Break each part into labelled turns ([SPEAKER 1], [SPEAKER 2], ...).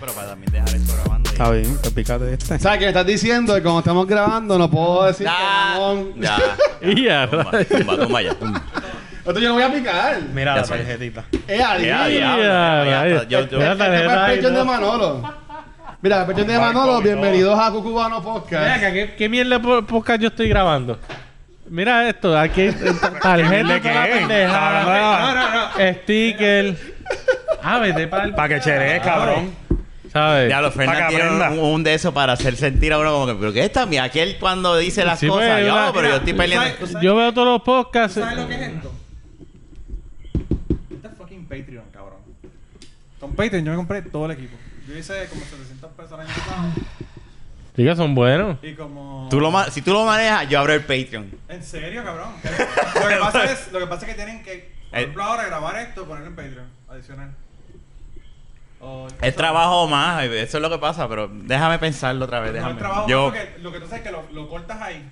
[SPEAKER 1] pero para también dejar esto grabando.
[SPEAKER 2] Está bien, te picate este.
[SPEAKER 3] ¿Sabes qué me estás diciendo? Que cuando estamos grabando no
[SPEAKER 4] Ah.
[SPEAKER 3] puedo decir
[SPEAKER 1] Ya.
[SPEAKER 3] que mamón.
[SPEAKER 1] Ya.
[SPEAKER 2] Y ya,
[SPEAKER 1] Tumba, tumba, tumba ya.
[SPEAKER 3] Esto yo no voy a picar.
[SPEAKER 2] Mira
[SPEAKER 1] Ya
[SPEAKER 2] la
[SPEAKER 1] sé.
[SPEAKER 2] tarjetita.
[SPEAKER 3] Es ahí.
[SPEAKER 1] Ya,
[SPEAKER 3] Es
[SPEAKER 2] Ya,
[SPEAKER 1] ya, ya,
[SPEAKER 2] ya,
[SPEAKER 1] ya. Yo- yo-
[SPEAKER 2] ya.
[SPEAKER 3] Este el pechón de Manolo. Mira, el pechón de Manolo,
[SPEAKER 2] comió.
[SPEAKER 3] bienvenidos a Cucubano
[SPEAKER 5] Mira
[SPEAKER 3] Podcast.
[SPEAKER 5] acá, ¿qué, qué mierda po- podcast yo estoy grabando? Mira esto, aquí hay t- tarjeta
[SPEAKER 2] ¿De qué?
[SPEAKER 5] toda pendejada.
[SPEAKER 2] No,
[SPEAKER 5] Sticker. Ah, vete para el...
[SPEAKER 2] Para que cherees, cabrón.
[SPEAKER 5] ¿Sabes?
[SPEAKER 1] Ya, los
[SPEAKER 2] Pa'
[SPEAKER 1] Fernández
[SPEAKER 2] que
[SPEAKER 1] tienen
[SPEAKER 2] aprenda.
[SPEAKER 1] un, un de eso para hacer sentir a uno como que, pero ¿qué está? Mira, aquel cuando dice las
[SPEAKER 5] Sí,
[SPEAKER 1] cosas,
[SPEAKER 5] pues,
[SPEAKER 1] yo, "Ah,
[SPEAKER 5] una-
[SPEAKER 1] pero yo estoy
[SPEAKER 4] Mira,
[SPEAKER 1] peleando.
[SPEAKER 4] tú sabes-
[SPEAKER 5] Yo veo todos los podcasts.
[SPEAKER 4] ¿Sabes lo que es esto? Esto es Este fucking Patreon, cabrón. Con Patreon yo me compré todo el equipo. Yo hice como 700 pesos el año pasado
[SPEAKER 5] Chicas, son buenos.
[SPEAKER 4] y como...
[SPEAKER 1] Tú lo ma- si tú lo manejas, yo abro el Patreon.
[SPEAKER 4] ¿En serio, cabrón? lo, que pasa es, lo que pasa es que tienen que, por
[SPEAKER 1] Eh.
[SPEAKER 4] ejemplo, ahora grabar esto ponerlo en Patreon adicional. O-
[SPEAKER 1] Es trabajo más, eso es lo que pasa, pero déjame pensarlo otra vez.
[SPEAKER 4] No, el
[SPEAKER 1] Déjame.
[SPEAKER 4] trabajo
[SPEAKER 1] yo,
[SPEAKER 4] porque lo que tú sabes es que lo, lo cortas ahí.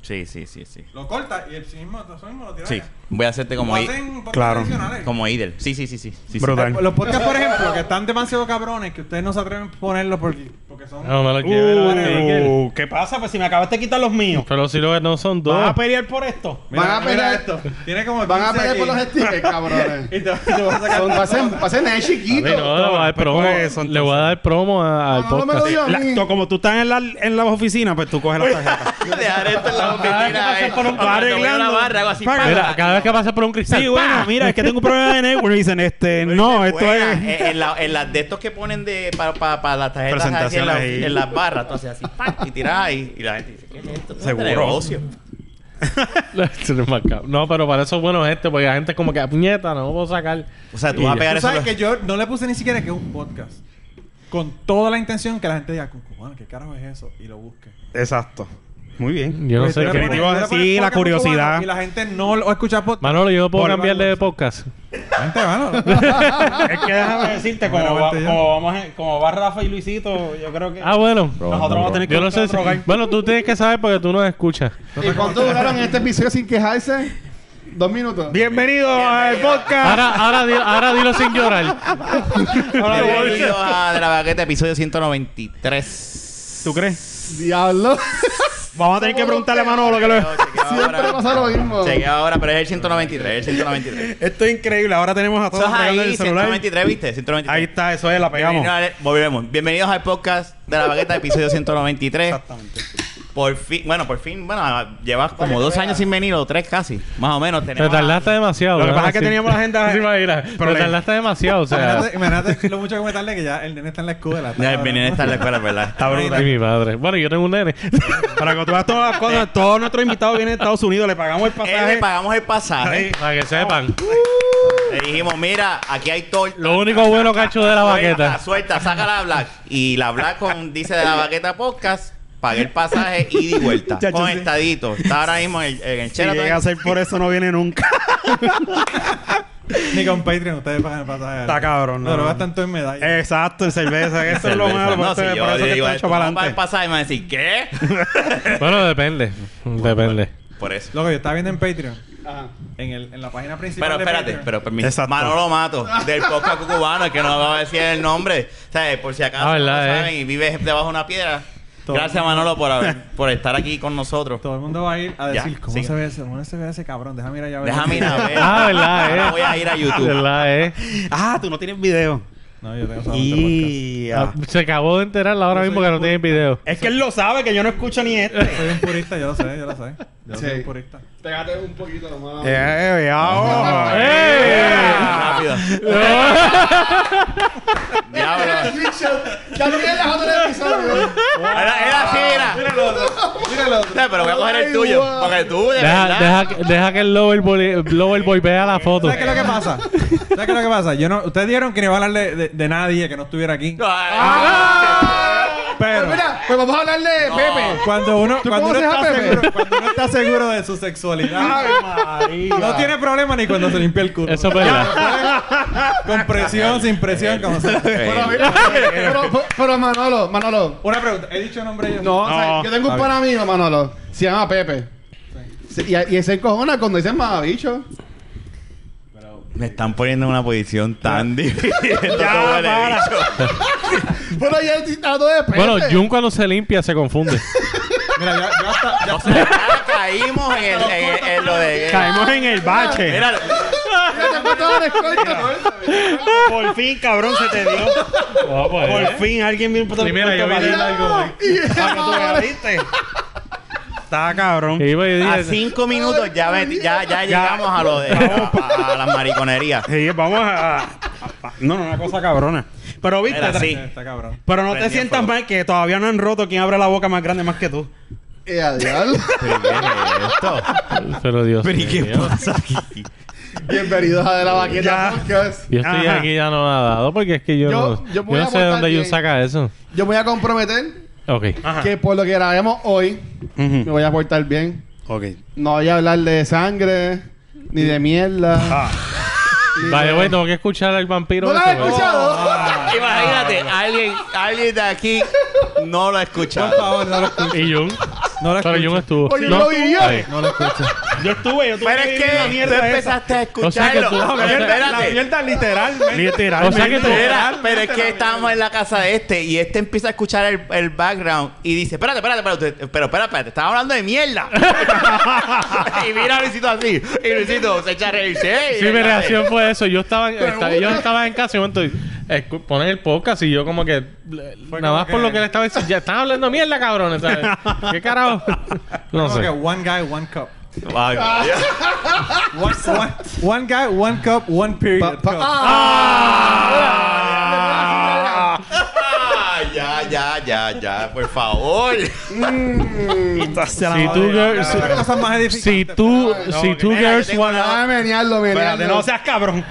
[SPEAKER 1] sí, sí, sí, sí.
[SPEAKER 4] Lo cortas y el sí mismo, eso mismo lo tiras
[SPEAKER 1] Sí,
[SPEAKER 4] allá.
[SPEAKER 1] voy a hacerte como,
[SPEAKER 4] Lo
[SPEAKER 1] i-
[SPEAKER 4] hacen por
[SPEAKER 2] Claro.
[SPEAKER 4] adicionales.
[SPEAKER 1] como Idel. Sí, sí, sí, sí. sí, sí.
[SPEAKER 2] Brutal.
[SPEAKER 4] Los podcasts, por ejemplo, que están demasiado cabrones, que ustedes no se atreven a ponerlos porque, porque son...
[SPEAKER 5] No, me los llevé los stickers.
[SPEAKER 2] Uh, ¿Qué pasa? Pues si me acabaste de quitar los míos.
[SPEAKER 5] Pero si lo que no son
[SPEAKER 2] ¿Vas
[SPEAKER 6] Ah,
[SPEAKER 5] dos.
[SPEAKER 2] a pelear por esto?
[SPEAKER 4] Mira,
[SPEAKER 3] Van a
[SPEAKER 4] mira
[SPEAKER 3] pelear-
[SPEAKER 4] esto. Tiene como
[SPEAKER 3] Van a
[SPEAKER 4] 15
[SPEAKER 3] pelear por los
[SPEAKER 4] aquí.
[SPEAKER 3] stickers, cabrones.
[SPEAKER 4] Y te, y te vas a sacar
[SPEAKER 3] Son- Pasen, pasen ahí
[SPEAKER 5] A mí
[SPEAKER 3] chiquito.
[SPEAKER 5] no, le voy a dar
[SPEAKER 2] pues,
[SPEAKER 5] promo.
[SPEAKER 2] coge eso,
[SPEAKER 5] Le voy a dar promo a- al
[SPEAKER 3] No, no me lo
[SPEAKER 5] podcast.
[SPEAKER 3] digas a
[SPEAKER 2] La-
[SPEAKER 3] mí.
[SPEAKER 2] to- como tú estás en la, en la oficina, pues tú coges la tarjeta.
[SPEAKER 1] Dejar esto en la oficina. eh.
[SPEAKER 2] por un-
[SPEAKER 1] Cuando voy a la barra, hago así.
[SPEAKER 2] Paga.
[SPEAKER 1] pa,
[SPEAKER 5] Mira,
[SPEAKER 1] pa.
[SPEAKER 5] cada vez que pasa por un cristal.
[SPEAKER 2] sí, bueno,
[SPEAKER 5] ¡pa!
[SPEAKER 2] mira, es que tengo un problema de network. Y dicen, este, no, esto
[SPEAKER 1] Buena,
[SPEAKER 2] es.
[SPEAKER 1] eh, en, la- en las de estos que ponen de para las tarjetas así en, la-
[SPEAKER 2] Presentaciones ahí.
[SPEAKER 1] en las barras, tú haces así ¡pac! y tiras ahí y la gente dice, ¿qué es esto? Esto es
[SPEAKER 2] Seguro.
[SPEAKER 1] negocio.
[SPEAKER 5] Esto no es más cabrón. no, pero para eso es bueno gente, porque la gente es como que "Ah, puñeta, no puedo sacar.
[SPEAKER 1] O sea, tú
[SPEAKER 5] Y
[SPEAKER 1] vas a
[SPEAKER 5] ya.
[SPEAKER 1] pegar
[SPEAKER 4] Tú
[SPEAKER 1] eso.
[SPEAKER 4] sabes que yo no le puse ni siquiera que es un podcast. Con toda la intención que la gente diga, cubano, ¿qué carajo es eso? Y lo busque.
[SPEAKER 2] Exacto. Muy bien.
[SPEAKER 5] Yo no
[SPEAKER 4] Porque tú
[SPEAKER 5] sé
[SPEAKER 4] le
[SPEAKER 5] qué.
[SPEAKER 4] pones-
[SPEAKER 2] Definitivo,
[SPEAKER 4] tú
[SPEAKER 2] sí,
[SPEAKER 4] le pones
[SPEAKER 2] la
[SPEAKER 4] podcast cubano
[SPEAKER 2] curiosidad.
[SPEAKER 4] Y la gente no lo escucha podcast.
[SPEAKER 5] Manolo, yo no puedo
[SPEAKER 4] Por-
[SPEAKER 5] cambiarle de podcast.
[SPEAKER 4] Gente, mano.
[SPEAKER 2] Es que déjame decirte,
[SPEAKER 4] Bueno,
[SPEAKER 2] como, va,
[SPEAKER 4] vente ya.
[SPEAKER 2] como vamos a- como va Rafa y Luisito, yo creo que.
[SPEAKER 5] Ah, bueno.
[SPEAKER 2] Nosotros vamos a tener que
[SPEAKER 5] Yo no sé si.
[SPEAKER 2] buscar otro guy.
[SPEAKER 5] Bueno, tú tienes que saber porque tú nos escuchas.
[SPEAKER 3] ¿Y cuánto duraron en este episodio sin quejarse? Dos minutos.
[SPEAKER 2] Bienvenidos al podcast.
[SPEAKER 5] Ahora, ahora, di- ahora dilo sin llorar.
[SPEAKER 1] Bienvenidos a De la Baqueta, episodio 193.
[SPEAKER 2] ¿Tú crees?
[SPEAKER 3] Diablo.
[SPEAKER 2] Vamos a tener que preguntarle a Manolo que lo.
[SPEAKER 3] Siempre pasa lo mismo.
[SPEAKER 1] Chequea ahora, pero es el 193, el 193.
[SPEAKER 2] Esto es increíble. Ahora tenemos a
[SPEAKER 1] Eso
[SPEAKER 2] todos
[SPEAKER 1] es
[SPEAKER 2] pegando en
[SPEAKER 1] ahí,
[SPEAKER 2] el celular.
[SPEAKER 1] 193, ¿viste? 193.
[SPEAKER 2] Ahí está, eso es, la pegamos.
[SPEAKER 1] Bienvenidos al- Volvemos. Bienvenidos al podcast de la bagueta, episodio 193.
[SPEAKER 2] Exactamente.
[SPEAKER 1] Por fin, bueno, por fin, bueno, llevas como dos años sin venir, o tres casi, más o menos.
[SPEAKER 5] Te
[SPEAKER 1] Tenemos
[SPEAKER 5] tardaste demasiado.
[SPEAKER 2] Lo que
[SPEAKER 5] ¿verdad?
[SPEAKER 2] pasa es que
[SPEAKER 5] Sí.
[SPEAKER 2] teníamos la agenda-
[SPEAKER 5] Sí, imagina.
[SPEAKER 2] Pero
[SPEAKER 5] Te
[SPEAKER 2] le-
[SPEAKER 5] tardaste demasiado, o sea.
[SPEAKER 4] Imagínate- Imagínate lo mucho que me tardé que ya el nene está en la escuela.
[SPEAKER 1] Ya, el venir a estar en la escuela, ¿verdad? Está
[SPEAKER 5] Ay, mi madre. Bueno, yo tengo un nene.
[SPEAKER 2] Para que tú veas todas las cosas, todos nuestros invitados vienen de Estados Unidos, le pagamos el
[SPEAKER 1] Le ¿eh?
[SPEAKER 2] pasaje.
[SPEAKER 1] pagamos el pasaje.
[SPEAKER 5] Para que sepan.
[SPEAKER 1] Le dijimos, mira, aquí hay torta.
[SPEAKER 5] Lo único bueno que ha hecho de la
[SPEAKER 1] Suelta,
[SPEAKER 5] baqueta.
[SPEAKER 1] suelta, saca la Black. Y la Black con, dice de la baqueta podcast, pagué el pasaje y de vuelta.
[SPEAKER 2] Chacho,
[SPEAKER 1] con
[SPEAKER 2] sí.
[SPEAKER 1] estadito. Está ahora mismo en el, en el
[SPEAKER 2] Si
[SPEAKER 1] Sheraton.
[SPEAKER 2] llega a ser por eso, no viene nunca.
[SPEAKER 4] Ni con Patreon ustedes pagan el pasaje.
[SPEAKER 2] Está cabrón, no,
[SPEAKER 4] No,
[SPEAKER 2] no.
[SPEAKER 4] pero tanto en medalla.
[SPEAKER 6] Eh.
[SPEAKER 2] Exacto, en cerveza, que eso es lo malo. pues,
[SPEAKER 1] No,
[SPEAKER 2] por
[SPEAKER 1] si
[SPEAKER 2] eso- por
[SPEAKER 1] yo
[SPEAKER 2] eso
[SPEAKER 1] le
[SPEAKER 2] que
[SPEAKER 1] digo,
[SPEAKER 2] está
[SPEAKER 1] esto,
[SPEAKER 2] hecho
[SPEAKER 1] vamos
[SPEAKER 2] para adelante.
[SPEAKER 1] para el pasaje, me va a decir, ¿qué?
[SPEAKER 5] Bueno, depende. Depende.
[SPEAKER 1] Por eso.
[SPEAKER 4] Loco, yo estaba viendo en Patreon.
[SPEAKER 3] Ajá.
[SPEAKER 4] En, el, en la página principal.
[SPEAKER 1] Pero
[SPEAKER 4] de
[SPEAKER 1] espérate,
[SPEAKER 4] Patreon.
[SPEAKER 1] pero permiso.
[SPEAKER 2] Exacto.
[SPEAKER 1] Manolo Mato, del podcast cubano, que no va a decir el nombre. O sea, por si acaso
[SPEAKER 5] Ah, verdad,
[SPEAKER 1] no lo
[SPEAKER 5] eh.
[SPEAKER 1] saben y vives debajo de una piedra.
[SPEAKER 4] Todo.
[SPEAKER 1] Gracias, Manolo, por, haber- por estar aquí con nosotros.
[SPEAKER 4] Todo el mundo va a ir a
[SPEAKER 1] Ya,
[SPEAKER 4] decir, ¿cómo,
[SPEAKER 1] sigue.
[SPEAKER 4] se ve ese, ¿cómo se ve ese cabrón? Déjame ir allá a ver.
[SPEAKER 1] Déjame ir a ver.
[SPEAKER 5] Ah, verdad, eh.
[SPEAKER 1] Ahora voy a ir a YouTube.
[SPEAKER 5] ¿Verdad, eh?
[SPEAKER 2] Ah, tú no tienes video.
[SPEAKER 4] No, yo tengo solamente podcast.
[SPEAKER 2] Y.
[SPEAKER 5] Ah, Se acabó de enterar ahora mismo que no tiene video.
[SPEAKER 2] Es que él lo sabe, que yo no escucho ni este.
[SPEAKER 4] Soy un purista, yo lo sé, yo lo sé. Yo soy
[SPEAKER 3] Sí.
[SPEAKER 4] un purista.
[SPEAKER 3] Pégate un poquito nomás.
[SPEAKER 2] Eh, ya, oh.
[SPEAKER 1] Ah, Rápido. Diablo.
[SPEAKER 3] Ya lo quería dejar del episodio.
[SPEAKER 1] Era, era así, era.
[SPEAKER 3] Míralo.
[SPEAKER 1] No, pero voy a coger el
[SPEAKER 3] Ay,
[SPEAKER 1] tuyo.
[SPEAKER 3] guau.
[SPEAKER 1] Porque tú, de
[SPEAKER 5] Deja,
[SPEAKER 1] verdad.
[SPEAKER 5] deja, que- deja que el lover boy, lover boy vea la foto.
[SPEAKER 4] ¿Sabes qué es lo que pasa? ¿Sabes qué es lo que pasa? Yo no, ustedes dijeron que no iba a hablar de, de- de nadie que no estuviera aquí.
[SPEAKER 1] Ay,
[SPEAKER 4] Pero
[SPEAKER 3] Pues mira, pues vamos a hablar de Pepe.
[SPEAKER 4] cuando uno,
[SPEAKER 3] ¿Tú
[SPEAKER 4] cuando uno,
[SPEAKER 3] conoces a
[SPEAKER 4] está
[SPEAKER 3] Pepe?
[SPEAKER 4] seguro, cuando uno está seguro de su sexualidad, no tiene problema ni cuando se limpia el culo.
[SPEAKER 5] Eso es verdad.
[SPEAKER 4] Con presión, sin presión, como sea.
[SPEAKER 3] Pero, mira, pero, pero, pero Manolo, Manolo.
[SPEAKER 4] Una pregunta, ¿he dicho nombre yo?
[SPEAKER 3] No, o sea,
[SPEAKER 2] No,
[SPEAKER 3] yo tengo un
[SPEAKER 2] está
[SPEAKER 3] pana mío, Manolo. Se llama Pepe. Se- Y, y se encojona cuando dicen mamabicho.
[SPEAKER 4] Pero,
[SPEAKER 1] Me están poniendo en una posición tan difícil. Esto
[SPEAKER 4] Ya,
[SPEAKER 1] como le he
[SPEAKER 4] para.
[SPEAKER 1] dicho.
[SPEAKER 3] Bueno, ya el tintado de peste.
[SPEAKER 5] Bueno, Jun cuando se limpia se confunde.
[SPEAKER 4] Mira, ya, ya está. Ya
[SPEAKER 1] Ah, caímos en, el, en, el- en lo de...
[SPEAKER 2] Caemos eh, en el bache.
[SPEAKER 1] Mira,
[SPEAKER 3] Ya te faltaba el escolta.
[SPEAKER 2] Por fin, cabrón, se te dio.
[SPEAKER 5] No, pues,
[SPEAKER 2] Por
[SPEAKER 5] eh.
[SPEAKER 2] fin alguien vino por
[SPEAKER 5] Primera, yo vi
[SPEAKER 2] para
[SPEAKER 5] algo.
[SPEAKER 6] pues,
[SPEAKER 2] para que tú veas, ¿viste? Está cabrón.
[SPEAKER 5] Y iba y dije,
[SPEAKER 1] a cinco minutos ya, me- ya, ya llegamos a lo de... A, a- a las mariconerías.
[SPEAKER 2] Sí, vamos a, a- a- No, no, una cosa cabrona. Pero viste,
[SPEAKER 1] Era
[SPEAKER 2] tra-
[SPEAKER 1] así.
[SPEAKER 4] está, cabrón.
[SPEAKER 2] pero no
[SPEAKER 1] Prendí
[SPEAKER 2] te
[SPEAKER 1] el
[SPEAKER 2] sientas
[SPEAKER 1] fuego.
[SPEAKER 2] mal que todavía no han roto quien abre la boca más grande más que tú.
[SPEAKER 3] Eh, adiós.
[SPEAKER 1] ¿Pero qué es esto?
[SPEAKER 5] Pero Dios.
[SPEAKER 1] ¿Pero y qué
[SPEAKER 5] mío.
[SPEAKER 1] pasa aquí?
[SPEAKER 3] Bienvenidos a De la Baqueta
[SPEAKER 2] Ya.
[SPEAKER 3] Podcast.
[SPEAKER 5] Yo estoy
[SPEAKER 2] Ajá.
[SPEAKER 5] aquí ya no nadado porque es que yo,
[SPEAKER 3] Yo-
[SPEAKER 5] no,
[SPEAKER 3] yo
[SPEAKER 5] yo
[SPEAKER 3] voy
[SPEAKER 5] no
[SPEAKER 3] a
[SPEAKER 5] sé de
[SPEAKER 3] votar
[SPEAKER 5] dónde Jun
[SPEAKER 3] bien.
[SPEAKER 5] saca eso.
[SPEAKER 3] Yo me voy a comprometer
[SPEAKER 5] Ok.
[SPEAKER 2] Ajá.
[SPEAKER 3] que por lo que grabemos hoy, me voy a portar bien.
[SPEAKER 2] Ok.
[SPEAKER 3] No voy a hablar de sangre, ni de mierda. ni
[SPEAKER 5] Vale,
[SPEAKER 3] de-
[SPEAKER 5] güey, tengo que escuchar al vampiro.
[SPEAKER 3] ¿No lo
[SPEAKER 5] ese,
[SPEAKER 3] has
[SPEAKER 5] güey.
[SPEAKER 3] escuchado?
[SPEAKER 1] Ah. Imagínate, alguien, alguien de aquí no lo ha
[SPEAKER 4] Por
[SPEAKER 1] escuchado.
[SPEAKER 4] favor, no lo escuches.
[SPEAKER 5] Y Jun.
[SPEAKER 4] No lo
[SPEAKER 5] Pero Jun
[SPEAKER 4] escuches.
[SPEAKER 5] estuvo.
[SPEAKER 3] Oye, yo lo viví.
[SPEAKER 5] Ahí.
[SPEAKER 4] No lo escuches.
[SPEAKER 2] Yo estuve, yo estuve.
[SPEAKER 1] Pero es
[SPEAKER 2] viviendo la
[SPEAKER 1] que tú
[SPEAKER 2] mierda esa.
[SPEAKER 1] empezaste a
[SPEAKER 5] O sea que
[SPEAKER 1] escucharlo.
[SPEAKER 5] tú-
[SPEAKER 1] Pero
[SPEAKER 5] o sea-
[SPEAKER 4] La
[SPEAKER 1] Espérate.
[SPEAKER 4] mierda literalmente.
[SPEAKER 2] Literal.
[SPEAKER 5] O sea que tú-
[SPEAKER 1] Espera, pero es que estábamos en la casa de este y este empieza a escuchar el, el background y dice, espérate, espérate, espérate, usted- pero espérate, espérate, estaba hablando de mierda. y mira a Luisito así. Y Luisito se echa a reírse. "Ey,
[SPEAKER 5] Sí, mi
[SPEAKER 1] espérate".
[SPEAKER 5] reacción fue eso. Yo estaba, esta- yo estaba en casa y un momento escu- ponen el podcast y yo como que le-
[SPEAKER 4] Fue
[SPEAKER 5] nada
[SPEAKER 4] como
[SPEAKER 5] más por lo
[SPEAKER 4] que-
[SPEAKER 5] que le estaba diciendo, ya están hablando mierda, cabrones, ¿sabes? ¿Qué carajo? No
[SPEAKER 4] Como que
[SPEAKER 5] sé.
[SPEAKER 4] one guy, one cup.
[SPEAKER 1] Ay, Dios.
[SPEAKER 4] One, one, one guy, one cup, one period.
[SPEAKER 3] Pa- pa-
[SPEAKER 4] cup.
[SPEAKER 1] Ah, ya, ya, ya, ya, por favor.
[SPEAKER 3] Mm.
[SPEAKER 5] Si tú girls,
[SPEAKER 4] Otra cosa más edificante,
[SPEAKER 5] si tú,
[SPEAKER 1] No,
[SPEAKER 5] si
[SPEAKER 1] que
[SPEAKER 5] tú
[SPEAKER 1] mira, yo
[SPEAKER 5] girls
[SPEAKER 1] tengo
[SPEAKER 5] one,
[SPEAKER 1] una-
[SPEAKER 3] Déjame menearlo,
[SPEAKER 2] Espérate,
[SPEAKER 3] menearlo.
[SPEAKER 2] no seas cabrón.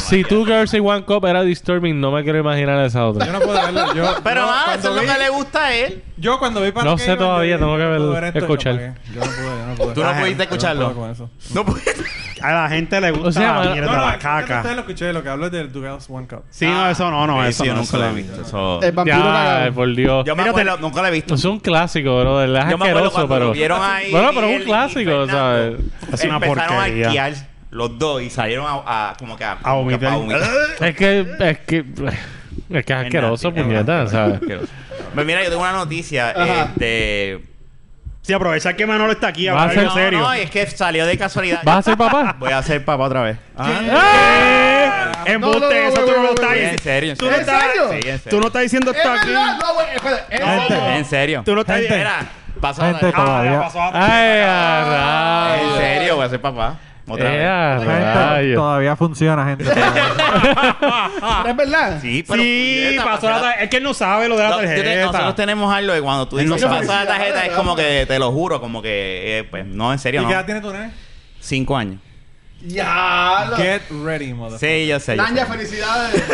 [SPEAKER 5] si tú girls y one cup era disturbing, no me quiero imaginar esa
[SPEAKER 4] pero Yo
[SPEAKER 5] otra.
[SPEAKER 4] no puedo verlo. Yo,
[SPEAKER 1] Pero
[SPEAKER 4] yo,
[SPEAKER 1] nada, eso
[SPEAKER 4] cuando
[SPEAKER 1] es
[SPEAKER 4] vi-
[SPEAKER 1] lo que le gusta a él.
[SPEAKER 4] Yo cuando vi para
[SPEAKER 5] No sé todavía, tengo que verlo, escuchar.
[SPEAKER 4] Yo no pude, yo no pude.
[SPEAKER 1] Tú no
[SPEAKER 4] Ajá.
[SPEAKER 1] pudiste
[SPEAKER 4] Yo no
[SPEAKER 1] escucharlo.
[SPEAKER 4] puedo con eso.
[SPEAKER 1] No puedes.
[SPEAKER 2] A la gente le gusta
[SPEAKER 5] O sea,
[SPEAKER 2] la
[SPEAKER 5] mano-
[SPEAKER 2] mierda,
[SPEAKER 5] No,
[SPEAKER 2] la
[SPEAKER 4] Yo te
[SPEAKER 2] caca.
[SPEAKER 4] lo escuché, lo que hablo es del Dugas One Cup.
[SPEAKER 2] Sí, no, eso no, no, eso
[SPEAKER 1] yo
[SPEAKER 2] no.
[SPEAKER 1] nunca
[SPEAKER 2] eso
[SPEAKER 1] lo he
[SPEAKER 2] no.
[SPEAKER 1] visto. eso-
[SPEAKER 3] El vampiro
[SPEAKER 5] Ya,
[SPEAKER 3] cagado.
[SPEAKER 5] por Dios.
[SPEAKER 1] Yo me
[SPEAKER 2] Mírate-
[SPEAKER 1] acuerdo, nunca lo he visto.
[SPEAKER 5] Es un clásico, bro. Es
[SPEAKER 1] Yo me acuerdo
[SPEAKER 5] Ah, asqueroso,
[SPEAKER 1] cuando
[SPEAKER 5] pero.
[SPEAKER 1] lo vieron ahí.
[SPEAKER 5] Bueno, pero es un
[SPEAKER 1] él y
[SPEAKER 5] clásico,
[SPEAKER 1] Fernando.
[SPEAKER 5] ¿sabes?
[SPEAKER 2] Es una
[SPEAKER 1] Empezaron
[SPEAKER 2] porquería.
[SPEAKER 1] a esquiar los dos y salieron a, a- como que a,
[SPEAKER 2] A
[SPEAKER 1] como que
[SPEAKER 2] vomitar.
[SPEAKER 1] pa'
[SPEAKER 5] Es que, es que, es que es asqueroso,
[SPEAKER 1] Fernando,
[SPEAKER 5] puñeta,
[SPEAKER 1] Fernando,
[SPEAKER 5] ¿sabes?
[SPEAKER 1] asqueroso. Pues mira, yo tengo una noticia.
[SPEAKER 3] Ajá.
[SPEAKER 1] Este.
[SPEAKER 2] Sí, aprovechar que Manolo está aquí a
[SPEAKER 5] Va a
[SPEAKER 2] hablar en
[SPEAKER 5] ser-
[SPEAKER 2] serio.
[SPEAKER 1] No, es que salió de casualidad. Ah,
[SPEAKER 5] ¿Vas a ser papá?
[SPEAKER 1] Voy a ser papá otra vez.
[SPEAKER 2] Ah, ¡Eh!
[SPEAKER 3] No, no, no,
[SPEAKER 2] Embuste, eso
[SPEAKER 3] güey,
[SPEAKER 2] tú no
[SPEAKER 3] güey,
[SPEAKER 2] lo
[SPEAKER 3] güey,
[SPEAKER 2] estás
[SPEAKER 1] Sí,
[SPEAKER 3] güey.
[SPEAKER 1] en
[SPEAKER 2] diciendo.
[SPEAKER 1] serio, en
[SPEAKER 2] Tú no
[SPEAKER 1] serio.
[SPEAKER 3] estás-
[SPEAKER 1] Sí,
[SPEAKER 2] Tú
[SPEAKER 1] en serio.
[SPEAKER 2] no estás diciendo
[SPEAKER 3] Es
[SPEAKER 2] esto aquí.
[SPEAKER 3] verdad, no, güey, espérate, es verdad.
[SPEAKER 1] En serio.
[SPEAKER 2] Tú no estás
[SPEAKER 5] Gente.
[SPEAKER 2] diciendo.
[SPEAKER 1] Mira, pasa
[SPEAKER 5] Gente,
[SPEAKER 6] Ah,
[SPEAKER 1] nada.
[SPEAKER 5] todavía.
[SPEAKER 2] pasó a-
[SPEAKER 5] ¡Ay,
[SPEAKER 1] Ah,
[SPEAKER 5] a
[SPEAKER 1] En
[SPEAKER 5] rayos!
[SPEAKER 1] serio, voy a ser papá. Otra
[SPEAKER 5] ¡Eh,
[SPEAKER 1] vez.
[SPEAKER 5] a rayos!
[SPEAKER 4] Todavía funciona, gente.
[SPEAKER 3] Pero es verdad.
[SPEAKER 1] Sí, pero
[SPEAKER 2] Sí,
[SPEAKER 1] puñeta,
[SPEAKER 2] pasó la
[SPEAKER 1] pasará-
[SPEAKER 2] tarjeta. Es que él no sabe lo de la
[SPEAKER 1] No, yo te-
[SPEAKER 2] tarjeta.
[SPEAKER 1] nosotros tenemos algo de cuando tú
[SPEAKER 2] Él no
[SPEAKER 1] dices
[SPEAKER 2] sabe.
[SPEAKER 1] pasó la tarjeta, es como que te lo juro, como que, eh, pues, no, en serio,
[SPEAKER 4] ¿Y qué edad
[SPEAKER 1] no.
[SPEAKER 4] tiene tu nene?
[SPEAKER 1] Cinco años.
[SPEAKER 3] Ya, lo-
[SPEAKER 4] Get ready, mother.
[SPEAKER 1] Sí, yo sé. yo
[SPEAKER 3] Danja,
[SPEAKER 1] sé.
[SPEAKER 3] felicidades.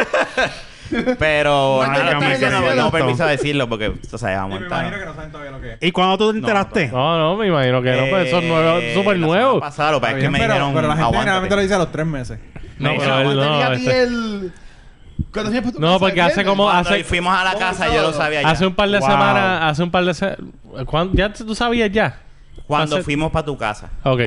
[SPEAKER 1] Pero
[SPEAKER 3] Ay,
[SPEAKER 1] nada,
[SPEAKER 3] ya me
[SPEAKER 1] permiso, no,
[SPEAKER 3] siento.
[SPEAKER 1] no permiso decirlo porque o sea,
[SPEAKER 4] Y me
[SPEAKER 1] vamos
[SPEAKER 4] imagino que no saben todavía lo que es.
[SPEAKER 2] ¿Y cuando tú te
[SPEAKER 1] No,
[SPEAKER 2] enteraste?
[SPEAKER 5] No, no, me imagino que no, pues eso
[SPEAKER 1] Eh,
[SPEAKER 5] es nuevo, súper nuevo.
[SPEAKER 1] Pasado, pero
[SPEAKER 4] Está
[SPEAKER 1] es que
[SPEAKER 4] bien,
[SPEAKER 1] me
[SPEAKER 4] pero,
[SPEAKER 1] dijeron
[SPEAKER 4] pero la gente generalmente
[SPEAKER 1] aguántate.
[SPEAKER 4] lo dice a los tres meses.
[SPEAKER 5] No,
[SPEAKER 1] Me
[SPEAKER 5] pero él
[SPEAKER 3] Cuando tenía
[SPEAKER 5] no.
[SPEAKER 3] a ti
[SPEAKER 5] este-
[SPEAKER 3] el- ¿Cuántos años fue tu
[SPEAKER 5] No,
[SPEAKER 3] casa?
[SPEAKER 5] porque hace
[SPEAKER 3] ¿Entiendes?
[SPEAKER 5] como-
[SPEAKER 1] Cuando
[SPEAKER 5] hace-
[SPEAKER 1] fuimos a la casa, yo lo sabía ya.
[SPEAKER 5] Hace un par de
[SPEAKER 2] Wow.
[SPEAKER 5] semanas, hace un par de semanas. ¿Ya tú sabías ya?
[SPEAKER 1] Cuando
[SPEAKER 5] hace-
[SPEAKER 1] fuimos para tu casa.
[SPEAKER 5] Ok.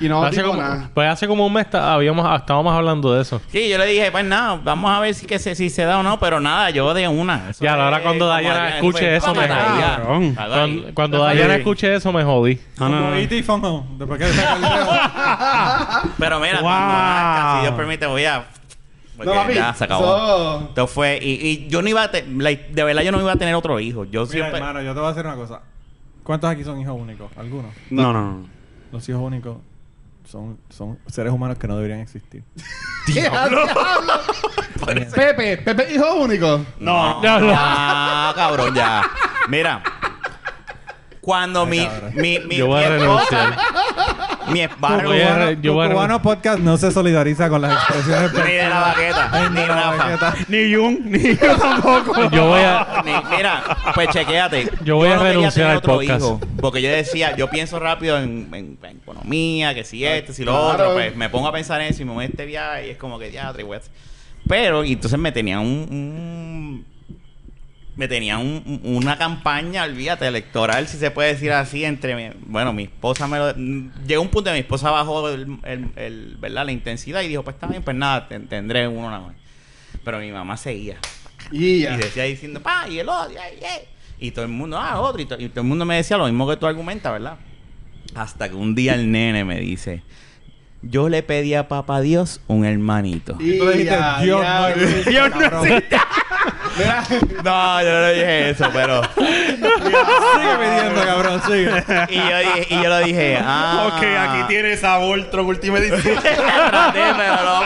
[SPEAKER 3] Y no
[SPEAKER 5] hace
[SPEAKER 3] digo
[SPEAKER 5] como,
[SPEAKER 3] nada.
[SPEAKER 5] pues hace como un mes ta- habíamos, estábamos hablando de eso.
[SPEAKER 1] Sí, yo le dije, pues nada, vamos a ver si, que se, si se da o no, pero nada, yo de una. Eso
[SPEAKER 5] Ya, la hora
[SPEAKER 1] es
[SPEAKER 5] cuando
[SPEAKER 1] como
[SPEAKER 5] Dayana
[SPEAKER 1] allá,
[SPEAKER 5] escuche
[SPEAKER 1] pues,
[SPEAKER 5] eso,
[SPEAKER 1] vamos
[SPEAKER 5] me-
[SPEAKER 1] a Dayana.
[SPEAKER 2] Ah, cabrón.
[SPEAKER 1] A Day-
[SPEAKER 5] Cuando, cuando Dayana
[SPEAKER 2] Sí.
[SPEAKER 5] escuche eso, me jodí.
[SPEAKER 2] Ah, No, no, no.
[SPEAKER 4] E.T. Phone Home. Después que le saca el dedo.
[SPEAKER 1] Pero mira,
[SPEAKER 2] Wow.
[SPEAKER 1] cuando nazca, si Dios permite, voy a. Porque
[SPEAKER 3] No, papi.
[SPEAKER 1] ya se acabó.
[SPEAKER 3] So-
[SPEAKER 1] Esto fue. Y, y yo no iba a. te- like, de verdad, yo no iba a tener otro hijo. Yo
[SPEAKER 4] Mira,
[SPEAKER 1] siempre.
[SPEAKER 4] hermano, yo te voy a decir una cosa. ¿Cuántos aquí son hijos únicos? ¿Algunos?
[SPEAKER 2] No, no, no.
[SPEAKER 4] Los hijos únicos son, son seres humanos que no deberían existir.
[SPEAKER 3] ¡Diablo! Pepe, Pepe hijo único.
[SPEAKER 2] No,
[SPEAKER 5] No, no.
[SPEAKER 1] Ya, Ah, cabrón, ya. Mira. Cuando mi,
[SPEAKER 4] cabrón.
[SPEAKER 1] mi, mi,
[SPEAKER 5] Yo voy
[SPEAKER 1] mi
[SPEAKER 5] a
[SPEAKER 1] esposa. mi
[SPEAKER 5] Yo voy
[SPEAKER 1] esposa.
[SPEAKER 5] a re- yo voy a
[SPEAKER 4] Tu
[SPEAKER 5] re-
[SPEAKER 4] cubano podcast no se solidariza con las expresiones
[SPEAKER 1] Ni de la baqueta. Ni de la baqueta.
[SPEAKER 2] Ni Jun, ni yo tampoco.
[SPEAKER 5] Yo voy a.
[SPEAKER 1] Mira, pues chequéate.
[SPEAKER 5] Yo voy a
[SPEAKER 1] quería
[SPEAKER 5] renunciar
[SPEAKER 1] tener
[SPEAKER 5] al
[SPEAKER 1] otro
[SPEAKER 5] podcast.
[SPEAKER 1] porque yo decía, yo pienso rápido en, en- en economía, que si este, si lo
[SPEAKER 3] Claro.
[SPEAKER 1] otro. Pues me pongo a pensar en eso y me voy a este viaje y es como que ya, Pero, y entonces me tenía un, un- me tenía un- un- una campaña, olvídate, electoral, si se puede decir así, entre mi, bueno, mi esposa me lo... mm, Llegó un punto de mi esposa bajó el, el- el- ¿verdad? la intensidad y dijo, pues está bien, pues nada, ten- tendré uno nada más. Pero mi mamá seguía.
[SPEAKER 3] Y ya.
[SPEAKER 1] Y decía diciendo, pa, y el odio, ay, ay". y todo el mundo, ah, otro, y, to- y todo el mundo me decía lo mismo que tú argumentas, ¿verdad? Hasta que un día el nene me dice, yo le pedí a papá Dios un hermanito.
[SPEAKER 3] Y
[SPEAKER 4] Tú dijiste,
[SPEAKER 3] ya,
[SPEAKER 4] Dios
[SPEAKER 3] ya,
[SPEAKER 4] no existe,
[SPEAKER 1] Dios no
[SPEAKER 4] cabrón.
[SPEAKER 3] Mira,
[SPEAKER 1] No, yo no dije eso, pero...
[SPEAKER 4] Sigue pidiendo, cabrón, sigue.
[SPEAKER 1] Y yo, dije- y yo lo dije, ah...
[SPEAKER 6] tienes a Voltron Ultimate Edition.
[SPEAKER 1] Traté, pero no,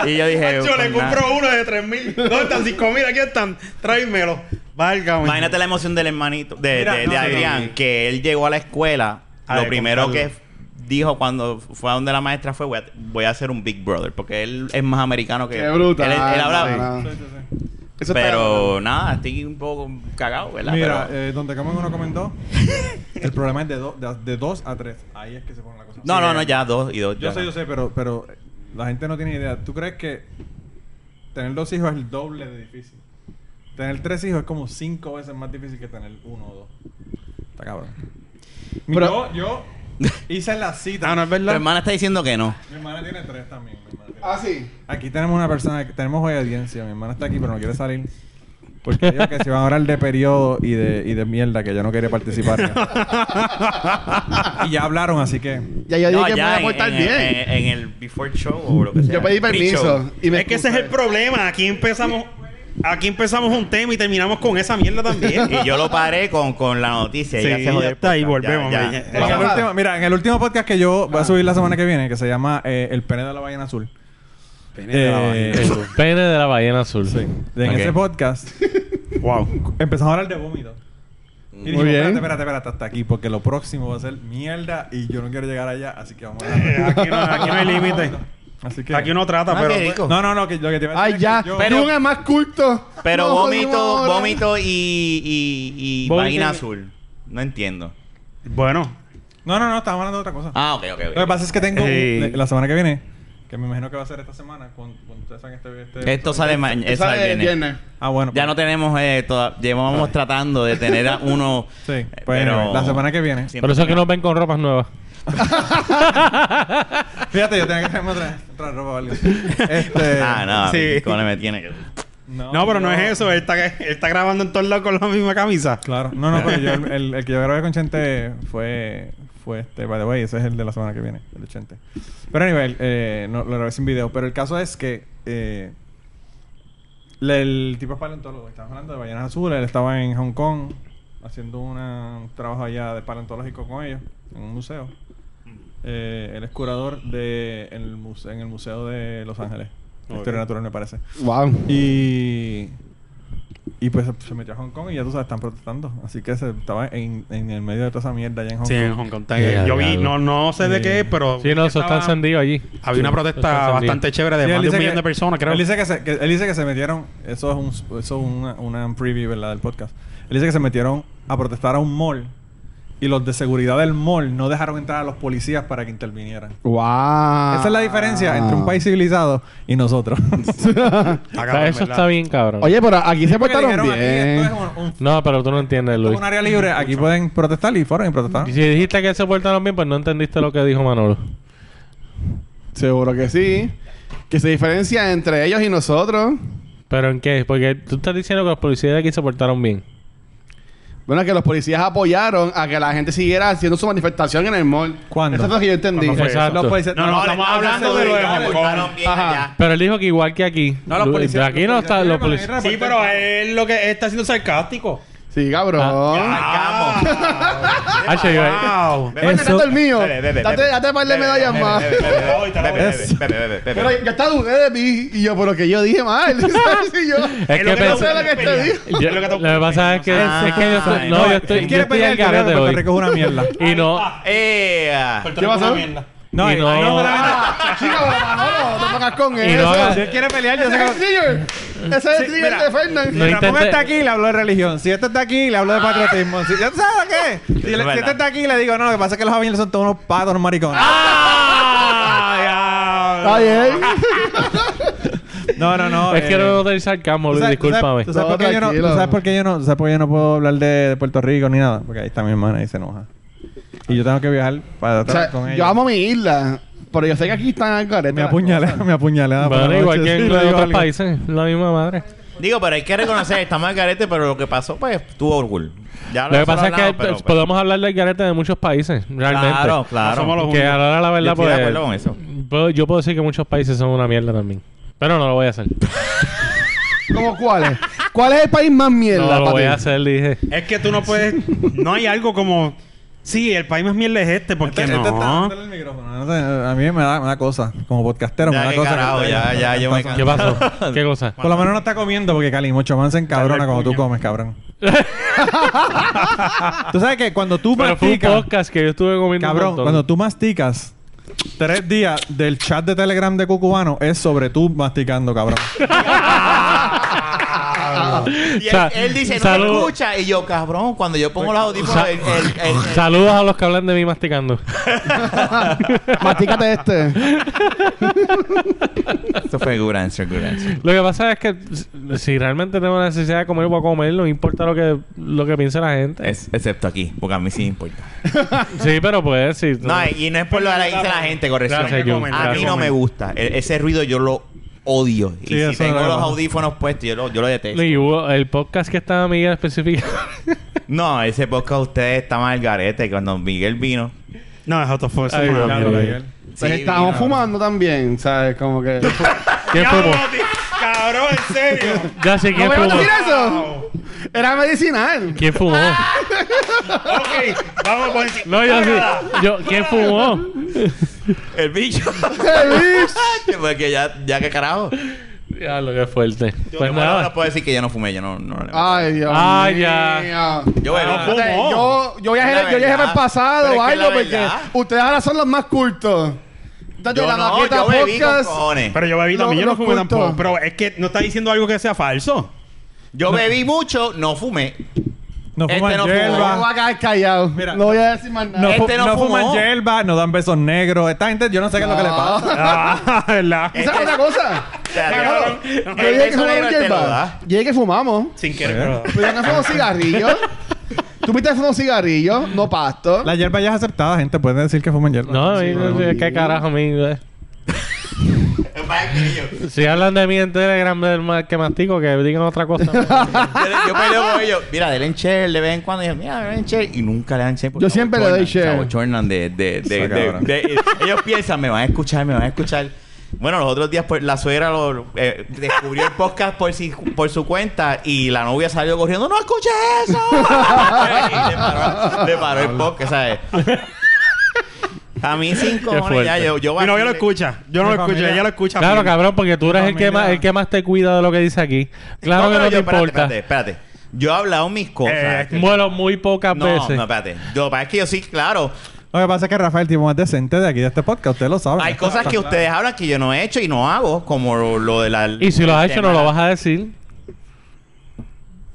[SPEAKER 1] pero- Y yo dije...
[SPEAKER 6] Yo
[SPEAKER 1] pues,
[SPEAKER 6] le
[SPEAKER 1] nada.
[SPEAKER 6] compro uno de 3000. ¿Dónde están? 5000. Aquí están. Tráemelo. Válgame.
[SPEAKER 3] Pues
[SPEAKER 1] Imagínate la emoción del hermanito, de,
[SPEAKER 4] Mira,
[SPEAKER 1] de-
[SPEAKER 4] no,
[SPEAKER 1] de
[SPEAKER 4] no,
[SPEAKER 1] Adrián,
[SPEAKER 4] no.
[SPEAKER 1] que él llegó a la escuela.
[SPEAKER 6] A
[SPEAKER 1] lo
[SPEAKER 6] ver,
[SPEAKER 1] primero que
[SPEAKER 6] contarlo.
[SPEAKER 1] f- dijo cuando fue a donde la maestra fue, voy a, voy a hacer un Big Brother, porque él es más americano que...
[SPEAKER 3] qué brutal.
[SPEAKER 1] Él, él habla...
[SPEAKER 3] mano.
[SPEAKER 4] Sí, sí, sí.
[SPEAKER 3] Eso está-
[SPEAKER 1] Pero nada, estoy un poco cagado, ¿verdad?
[SPEAKER 4] Mira,
[SPEAKER 1] Pero-
[SPEAKER 4] eh, donde Cameron uno comentó, el problema es de, do- de, de dos a tres. Ahí es que se pone la cosa.
[SPEAKER 1] no, no, no, ya dos y dos.
[SPEAKER 4] Yo
[SPEAKER 1] ya
[SPEAKER 4] sé,
[SPEAKER 1] no.
[SPEAKER 4] yo sé, pero, pero la gente no tiene idea. ¿Tú crees que tener dos hijos es el doble de difícil? Tener tres hijos es como cinco veces más difícil que tener uno o dos. Está cabrón.
[SPEAKER 3] Pero-
[SPEAKER 4] yo, yo hice la cita.
[SPEAKER 2] Ah, no, es
[SPEAKER 1] Tu
[SPEAKER 2] verdad.
[SPEAKER 1] hermana está diciendo que no.
[SPEAKER 4] Mi hermana tiene tres también. mi hermana tiene
[SPEAKER 3] Ah,
[SPEAKER 4] tres.
[SPEAKER 3] sí.
[SPEAKER 4] Aquí tenemos una persona, que- tenemos hoy audiencia. Mi hermana está aquí, pero no quiere salir. Porque dijo que se van a hablar de periodo y de, y de mierda, que yo no quería participar. y ya hablaron, así que.
[SPEAKER 3] Ya yo dije
[SPEAKER 1] No,
[SPEAKER 3] que me
[SPEAKER 1] ya
[SPEAKER 3] voy a
[SPEAKER 1] en-
[SPEAKER 3] portar
[SPEAKER 1] en,
[SPEAKER 3] bien.
[SPEAKER 1] En, en el before show o lo que sea.
[SPEAKER 3] yo pedí
[SPEAKER 1] Pre-show.
[SPEAKER 3] permiso. Y me
[SPEAKER 6] Es que ese es el
[SPEAKER 3] excusé.
[SPEAKER 6] problema. Aquí empezamos. Aquí empezamos un tema y terminamos con esa mierda también.
[SPEAKER 1] Y yo lo paré con, con la noticia.
[SPEAKER 6] Sí,
[SPEAKER 1] ya se jodió
[SPEAKER 6] ya
[SPEAKER 1] el
[SPEAKER 6] está, y
[SPEAKER 1] podcast, ya,
[SPEAKER 6] volvemos,
[SPEAKER 1] ya.
[SPEAKER 6] hombre, ya.
[SPEAKER 4] En el
[SPEAKER 3] Vamos a-
[SPEAKER 4] último- mira, en el último podcast que yo voy a subir la semana que viene, que se llama eh, El Pene de la Ballena Azul. Eh,
[SPEAKER 5] El pene de la ballena azul. Sí.
[SPEAKER 4] En ese podcast
[SPEAKER 6] wow.
[SPEAKER 4] empezamos a hablar de vómito. Y dijimos,
[SPEAKER 3] bien.
[SPEAKER 4] espérate, espérate, espérate, hasta aquí, porque lo próximo va a ser mierda y yo no quiero llegar allá, así que vamos a
[SPEAKER 6] Eh, aquí no- aquí no hay límite.
[SPEAKER 4] Así que.
[SPEAKER 6] Aquí uno trata,
[SPEAKER 1] Ah,
[SPEAKER 6] pero.
[SPEAKER 1] qué rico.
[SPEAKER 4] No, no, no, que, lo que te iba a
[SPEAKER 3] Ay,
[SPEAKER 4] decir es
[SPEAKER 3] ya.
[SPEAKER 4] que yo-
[SPEAKER 3] Pero, es más culto.
[SPEAKER 1] Pero
[SPEAKER 3] No, jodimos
[SPEAKER 1] vómito,
[SPEAKER 3] ahora.
[SPEAKER 1] vómito y, y, y
[SPEAKER 5] Vómito
[SPEAKER 1] vagina
[SPEAKER 5] y-
[SPEAKER 1] azul. No entiendo.
[SPEAKER 6] Bueno.
[SPEAKER 4] No, no, no, estamos hablando de otra cosa.
[SPEAKER 1] Ah, ok, ok.
[SPEAKER 4] Lo que
[SPEAKER 1] ok.
[SPEAKER 4] pasa es que tengo eh,
[SPEAKER 6] Ey.
[SPEAKER 4] la- la semana que viene, que me imagino que va a ser esta semana, cuando, cuando ustedes hagan este, este-
[SPEAKER 1] Esto sale mañana.
[SPEAKER 3] Esa de viernes.
[SPEAKER 4] Ah, bueno.
[SPEAKER 1] Ya
[SPEAKER 4] pues-
[SPEAKER 1] no tenemos, eh, toda- llevamos tratando de tener a uno.
[SPEAKER 4] Sí,
[SPEAKER 1] eh,
[SPEAKER 4] pues, anyway, la semana que viene.
[SPEAKER 1] siempre-
[SPEAKER 5] Por eso es que nos ven con ropas nuevas.
[SPEAKER 4] Fíjate, yo tenía que traerme otra, otra ropa o algo. Este.
[SPEAKER 1] Ah, no,
[SPEAKER 6] Sí.
[SPEAKER 1] sí. me tiene que.
[SPEAKER 6] No, pero no es eso. Él está, él está grabando en todos lados con la misma camisa.
[SPEAKER 4] Claro. No, no, pero yo, el, el- el que yo grabé con Chente fue, fue este, by the way, ese es el de la semana que viene, el de Chente. Pero anyway, eh, no, lo grabé sin video. Pero el caso es que eh, le- el tipo es paleontólogo. Estamos hablando de ballenas azules. Él estaba en Hong Kong haciendo una- un trabajo allá de paleontológico con ellos en un museo. Eh, él es curador de, en, el muse- en el Museo de Los Ángeles. Historia natural, me parece.
[SPEAKER 3] Wow.
[SPEAKER 4] Y, y pues se metió a Hong Kong y ya tú sabes, están protestando. Así que se estaba en, en el medio de toda esa mierda allá en Hong
[SPEAKER 6] Sí, en
[SPEAKER 4] Kong.
[SPEAKER 6] Hong Kong. está-
[SPEAKER 5] Qué
[SPEAKER 6] yo vi,
[SPEAKER 5] diablo.
[SPEAKER 6] no, no sé de
[SPEAKER 4] Sí.
[SPEAKER 6] qué es, pero.
[SPEAKER 5] Sí, no, eso está
[SPEAKER 6] estaba-
[SPEAKER 5] encendido allí.
[SPEAKER 6] Había
[SPEAKER 5] Eso
[SPEAKER 6] una
[SPEAKER 5] está
[SPEAKER 6] protesta
[SPEAKER 5] encendido.
[SPEAKER 6] bastante chévere de
[SPEAKER 4] Sí,
[SPEAKER 6] más
[SPEAKER 4] él
[SPEAKER 6] de un
[SPEAKER 4] dice
[SPEAKER 6] millón
[SPEAKER 4] que-
[SPEAKER 6] de personas, creo.
[SPEAKER 4] Él dice que se, que- él dice que se metieron, eso es, un, eso es una, una preview ¿verdad? del podcast. Él dice que se metieron a protestar a un mall y los de seguridad del mall no dejaron entrar a los policías para que intervinieran.
[SPEAKER 3] Wow.
[SPEAKER 4] Esa es la diferencia entre un país civilizado y nosotros.
[SPEAKER 6] Está
[SPEAKER 5] O sea,
[SPEAKER 6] cabrón,
[SPEAKER 5] eso
[SPEAKER 6] ¿verdad?
[SPEAKER 5] está bien, cabrón.
[SPEAKER 3] Oye, pero aquí se
[SPEAKER 4] Porque
[SPEAKER 3] portaron
[SPEAKER 4] dijeron, "Aquí
[SPEAKER 3] bien.
[SPEAKER 4] esto es un- un-
[SPEAKER 5] No, pero tú no entiendes, Luis.
[SPEAKER 4] un área libre, aquí pueden protestar y fueron y protestaron.
[SPEAKER 5] Y si dijiste que se portaron bien, pues no entendiste lo que dijo Manolo.
[SPEAKER 3] Seguro que sí. Que se diferencia entre ellos y nosotros.
[SPEAKER 5] ¿Pero en qué? Porque tú estás diciendo que los policías de aquí se portaron bien.
[SPEAKER 3] Bueno, que los policías apoyaron a que la gente siguiera haciendo su manifestación en el mall.
[SPEAKER 4] ¿Cuándo?
[SPEAKER 3] Eso es lo que yo entendí.
[SPEAKER 6] ¿Cuándo fue eso?
[SPEAKER 5] Exacto.
[SPEAKER 4] Los policías-
[SPEAKER 6] No, no, estamos hablando de lo de Hong Kong.
[SPEAKER 3] Ajá.
[SPEAKER 5] Pero él dijo que igual que aquí.
[SPEAKER 4] No, los
[SPEAKER 5] Lu-
[SPEAKER 4] policías.
[SPEAKER 5] Aquí no está los policías.
[SPEAKER 6] Sí, pero eh, él lo que está siendo sarcástico.
[SPEAKER 3] Sí, cabrón.
[SPEAKER 4] Ah.
[SPEAKER 5] Ah, che, yo-
[SPEAKER 6] wow.
[SPEAKER 1] Bebe,
[SPEAKER 4] Eso-
[SPEAKER 3] Date el mío.
[SPEAKER 1] bebe, bebe,
[SPEAKER 3] Date,
[SPEAKER 1] bebe.
[SPEAKER 3] date par de
[SPEAKER 1] Bebe,
[SPEAKER 3] medallas
[SPEAKER 1] bebe,
[SPEAKER 3] más.
[SPEAKER 1] bebe, bebe, bebe,
[SPEAKER 6] Te la voy,
[SPEAKER 1] bebe, bebe, bebe, bebe,
[SPEAKER 3] Pero
[SPEAKER 1] bebe.
[SPEAKER 3] yo hasta dudé de mí. eh, Y yo, pero que yo dije mal. Sí, yo.
[SPEAKER 5] Es que
[SPEAKER 6] lo que
[SPEAKER 5] pe-
[SPEAKER 6] no
[SPEAKER 3] No sé lo que te dije.
[SPEAKER 5] yo- lo que pasa es que,
[SPEAKER 1] Ah,
[SPEAKER 5] es que yo estoy,
[SPEAKER 1] ay,
[SPEAKER 5] no,
[SPEAKER 1] no,
[SPEAKER 5] yo estoy, yo
[SPEAKER 4] ¿Quieres
[SPEAKER 5] estoy
[SPEAKER 4] eh, pelear
[SPEAKER 5] al
[SPEAKER 4] el dinero de
[SPEAKER 5] garete
[SPEAKER 4] Puerto
[SPEAKER 5] hoy
[SPEAKER 4] Rico es una mierda?
[SPEAKER 5] y no,
[SPEAKER 1] ¡Ea!
[SPEAKER 6] Puerto
[SPEAKER 3] ¿Qué
[SPEAKER 6] Rico es una
[SPEAKER 3] pasó?
[SPEAKER 6] mierda.
[SPEAKER 4] No,
[SPEAKER 5] Y
[SPEAKER 4] y-
[SPEAKER 5] no-
[SPEAKER 4] ah, no, solamente-
[SPEAKER 3] Chica, pero Manolo, no te pongas con
[SPEAKER 5] Y no
[SPEAKER 3] eso.
[SPEAKER 5] hagas-
[SPEAKER 4] Si él quiere pelear, yo
[SPEAKER 3] Ese
[SPEAKER 4] sé
[SPEAKER 3] es el
[SPEAKER 4] que...
[SPEAKER 3] trigger. Ese es el
[SPEAKER 4] Sí,
[SPEAKER 3] trigger
[SPEAKER 4] mira.
[SPEAKER 3] de Fernández.
[SPEAKER 5] No
[SPEAKER 4] Si Ramón
[SPEAKER 5] intenté-
[SPEAKER 4] está aquí, le hablo de religión. Si este está aquí, le hablo de patriotismo. Si, ¿Ya tú sabes lo que es? Si,
[SPEAKER 1] Es
[SPEAKER 4] le- si
[SPEAKER 1] verdad.
[SPEAKER 4] este está aquí, le digo, no, lo que pasa es que los aviones son todos unos patos, unos maricones.
[SPEAKER 6] ¡Ah!
[SPEAKER 3] Está bien.
[SPEAKER 4] No, no, no.
[SPEAKER 5] es que
[SPEAKER 4] eh,
[SPEAKER 5] no noté el sarcasmo,
[SPEAKER 4] ¿tú
[SPEAKER 5] Luis,
[SPEAKER 4] sabes- tú
[SPEAKER 5] discúlpame.
[SPEAKER 4] sabes- ¿Tú sabes
[SPEAKER 3] No,
[SPEAKER 4] por qué yo no- tú
[SPEAKER 3] tranquilo.
[SPEAKER 4] sabes por qué yo no- tú sabes por qué yo no puedo hablar de, de Puerto Rico ni nada? Porque ahí está mi hermana y se enoja. Y yo tengo que viajar para
[SPEAKER 3] O
[SPEAKER 4] atrás
[SPEAKER 3] sea,
[SPEAKER 4] con ella.
[SPEAKER 3] yo amo mi isla, pero yo sé que aquí están al garete.
[SPEAKER 4] Me
[SPEAKER 3] las
[SPEAKER 4] apuñalé,
[SPEAKER 3] cosas.
[SPEAKER 4] me apuñalé.
[SPEAKER 5] Bueno, igual que en los otros países, la misma madre.
[SPEAKER 1] Digo, pero hay que reconocer, estamos en carete, pero lo que pasó, pues, tuvo orgullo. Ya
[SPEAKER 5] Lo que
[SPEAKER 1] nosotros
[SPEAKER 5] pasa es que
[SPEAKER 1] hablamos, pero,
[SPEAKER 5] pues, podemos hablar del garete de muchos países, realmente.
[SPEAKER 1] Claro, claro.
[SPEAKER 6] Somos los
[SPEAKER 5] Que
[SPEAKER 6] únicos.
[SPEAKER 5] ahora la
[SPEAKER 1] Yo
[SPEAKER 5] verdad,
[SPEAKER 1] estoy de
[SPEAKER 5] pues,
[SPEAKER 1] acuerdo con eso.
[SPEAKER 5] puedo- yo puedo decir que muchos países son una mierda también. Pero no lo voy a hacer.
[SPEAKER 3] ¿Cómo cuáles? ¿Cuál es el país más mierda?
[SPEAKER 5] No lo
[SPEAKER 3] para
[SPEAKER 5] voy
[SPEAKER 3] ti?
[SPEAKER 5] a hacer, dije.
[SPEAKER 6] Es que tú no puedes. No hay algo como. Sí, el país más mierda es este, porque
[SPEAKER 4] Este- este está
[SPEAKER 6] no.
[SPEAKER 4] dándole el micrófono. No sé, A mí me da, me da cosa. Como podcastero, me
[SPEAKER 1] Ya,
[SPEAKER 4] da
[SPEAKER 1] qué
[SPEAKER 4] cosa.
[SPEAKER 1] carajo,
[SPEAKER 4] que-
[SPEAKER 1] ya, ya, yo me
[SPEAKER 5] ¿Qué pasó? ¿Qué cosa?
[SPEAKER 4] Por lo menos no está comiendo porque Cali Mochoman se encabrona
[SPEAKER 6] Dale,
[SPEAKER 4] cuando tú
[SPEAKER 6] puño.
[SPEAKER 4] comes, cabrón. tú sabes que cuando tú
[SPEAKER 5] Pero fue un
[SPEAKER 4] masticas,
[SPEAKER 5] podcast que yo estuve comiendo un
[SPEAKER 4] cabrón,
[SPEAKER 5] montón.
[SPEAKER 4] cuando tú masticas, tres días del chat de Telegram de Cucubano es sobre tú masticando, cabrón.
[SPEAKER 1] Y él,
[SPEAKER 5] O sea,
[SPEAKER 1] él dice, no
[SPEAKER 5] saludo-
[SPEAKER 1] se escucha. Y yo, cabrón, cuando yo pongo los audífonos, el, el, el- el-
[SPEAKER 5] Saludos a los que hablan de mí masticando.
[SPEAKER 3] Mastícate este.
[SPEAKER 1] Esto fue good answer, good answer.
[SPEAKER 5] Lo que pasa es que s- si realmente tengo la necesidad de comer, voy a comer. No importa lo que, lo que piense la gente.
[SPEAKER 1] Es- excepto aquí, porque a mí sí me importa.
[SPEAKER 5] Sí, pero pues, sí.
[SPEAKER 1] No, y no es por lo que dice la gente, corrección.
[SPEAKER 5] Gracias, Jun.
[SPEAKER 1] a mí
[SPEAKER 5] Gracias.
[SPEAKER 1] no me gusta. E- ese ruido yo lo odio. Y
[SPEAKER 4] Sí, eso
[SPEAKER 1] si
[SPEAKER 4] es
[SPEAKER 1] tengo
[SPEAKER 4] verdad.
[SPEAKER 1] los audífonos puestos, yo lo, yo lo detesto.
[SPEAKER 5] No, y hubo el podcast que estaba Miguel específico.
[SPEAKER 1] No, ese podcast ustedes estaban al garete cuando Miguel vino.
[SPEAKER 6] No, es otro fue
[SPEAKER 5] Ay,
[SPEAKER 6] fue-
[SPEAKER 5] Dios mío.
[SPEAKER 3] Pues estábamos
[SPEAKER 1] vino.
[SPEAKER 3] fumando también, ¿sabes? Como que.
[SPEAKER 5] ¿Quién fumó?
[SPEAKER 6] Diablo, tío. Cabrón, en serio.
[SPEAKER 5] Ya sé
[SPEAKER 3] ¿No
[SPEAKER 5] quién
[SPEAKER 3] me vas a
[SPEAKER 5] fumó.
[SPEAKER 3] decir eso? Era medicinal.
[SPEAKER 5] ¿Quién fumó?
[SPEAKER 1] Ah.
[SPEAKER 6] ok, vamos a poner.
[SPEAKER 5] No, yo sí. Yo, ¿Quién fumó?
[SPEAKER 1] El bicho.
[SPEAKER 3] ¡Qué
[SPEAKER 1] porque ya, ya que carajo.
[SPEAKER 5] Ya lo que fuerte. Pues
[SPEAKER 1] Yo no, no
[SPEAKER 5] nada.
[SPEAKER 1] puedo decir que yo no fumé, yo no. no, no.
[SPEAKER 3] Ay, Dios
[SPEAKER 5] Ay,
[SPEAKER 3] mío.
[SPEAKER 5] ya.
[SPEAKER 1] yo bebo.
[SPEAKER 3] O sea,
[SPEAKER 6] ¿Cómo?
[SPEAKER 3] yo, yo viajé,
[SPEAKER 1] Es la
[SPEAKER 3] yo viajé
[SPEAKER 1] verdad.
[SPEAKER 3] para el pasado
[SPEAKER 1] Pero es
[SPEAKER 3] o
[SPEAKER 1] que es la
[SPEAKER 3] algo porque
[SPEAKER 1] verdad.
[SPEAKER 3] ustedes ahora son los más cultos. Desde
[SPEAKER 1] yo
[SPEAKER 3] la
[SPEAKER 1] no,
[SPEAKER 3] maqueta
[SPEAKER 1] yo bebí con
[SPEAKER 3] podcast.
[SPEAKER 1] cojones.
[SPEAKER 6] Pero yo bebí
[SPEAKER 3] Lo-
[SPEAKER 6] también, yo
[SPEAKER 3] lo
[SPEAKER 6] no fumé
[SPEAKER 3] oculto.
[SPEAKER 6] tampoco. Pero es que no está diciendo algo que sea falso.
[SPEAKER 1] Yo bebí mucho, no fumé.
[SPEAKER 4] No
[SPEAKER 1] Este
[SPEAKER 4] fuman
[SPEAKER 1] no fumó.
[SPEAKER 3] No me voy
[SPEAKER 4] hierba.
[SPEAKER 3] a quedar callado.
[SPEAKER 4] Mira,
[SPEAKER 3] no voy a decir más nada.
[SPEAKER 4] No,
[SPEAKER 1] Este
[SPEAKER 4] fu-
[SPEAKER 1] no
[SPEAKER 4] no fuman
[SPEAKER 1] fumó.
[SPEAKER 4] hierba, no dan besos negros. Esta gente, yo no sé qué es lo que le pasa.
[SPEAKER 6] Ah, ¿verdad?
[SPEAKER 3] ¿Y sabes
[SPEAKER 1] este-
[SPEAKER 3] una cosa?
[SPEAKER 1] Claro.
[SPEAKER 3] Yo dije que fumamos hierba. Yo dije que fumamos.
[SPEAKER 6] Sin querer.
[SPEAKER 4] ¿Eh?
[SPEAKER 3] Pero yo no fumo cigarrillos. Tú viste que fumo cigarrillos, no pasto.
[SPEAKER 4] La hierba ya es aceptada, gente. Pueden decir que fuman hierba.
[SPEAKER 5] No, a mí no sé,
[SPEAKER 3] no,
[SPEAKER 5] qué
[SPEAKER 3] no.
[SPEAKER 5] carajo, a mí. eh.
[SPEAKER 1] Yo,
[SPEAKER 5] Si hablan de mí en Telegram del mal que mastico, que digan otra cosa.
[SPEAKER 1] le- yo peleo con ellos. Mira, denle share de vez en cuando. Y yo, mira, denle share. Y nunca le dan share. porque
[SPEAKER 3] Yo
[SPEAKER 1] se
[SPEAKER 3] siempre le doy
[SPEAKER 1] abochornan,
[SPEAKER 3] share.
[SPEAKER 1] Se abochornan de... de, de,
[SPEAKER 4] Esa
[SPEAKER 1] de-
[SPEAKER 4] cabrón.
[SPEAKER 1] de- ellos piensan, me van a escuchar, me van a escuchar. Bueno, los otros días pues, la suegra lo, lo- eh, descubrió el podcast por, si- por su cuenta y la novia salió corriendo, ¡no escuches eso! y le paró, le paró el podcast, ¿sabes? A mí cinco
[SPEAKER 5] Qué
[SPEAKER 1] cojones ya
[SPEAKER 5] fuerte.
[SPEAKER 1] yo, yo
[SPEAKER 6] Mi novia lo
[SPEAKER 1] vacilé.
[SPEAKER 6] escucha. Yo no lo
[SPEAKER 4] Mi
[SPEAKER 6] escucho,
[SPEAKER 4] familia-
[SPEAKER 6] ella lo escucha.
[SPEAKER 5] claro,
[SPEAKER 6] Pero-
[SPEAKER 5] cabrón, porque tú eres
[SPEAKER 4] No,
[SPEAKER 5] el que,
[SPEAKER 4] mira.
[SPEAKER 5] más, el que más te cuida de lo que dice aquí. Claro que
[SPEAKER 1] pero
[SPEAKER 5] no te
[SPEAKER 1] yo- espérate,
[SPEAKER 5] importa.
[SPEAKER 1] Espérate, espérate. Yo he hablado mis cosas.
[SPEAKER 5] Bueno, muy pocas
[SPEAKER 1] no,
[SPEAKER 5] veces.
[SPEAKER 1] no, espérate. Yo, para es que yo sí, claro.
[SPEAKER 4] Lo que pasa es que Rafael, el tipo más decente de aquí de este podcast, ustedes lo saben.
[SPEAKER 1] Hay cosas que ustedes hablan que yo no he hecho y no hago, como lo, lo de la.
[SPEAKER 5] y si lo has
[SPEAKER 1] el
[SPEAKER 5] hecho,
[SPEAKER 1] tema-
[SPEAKER 5] no lo vas a decir.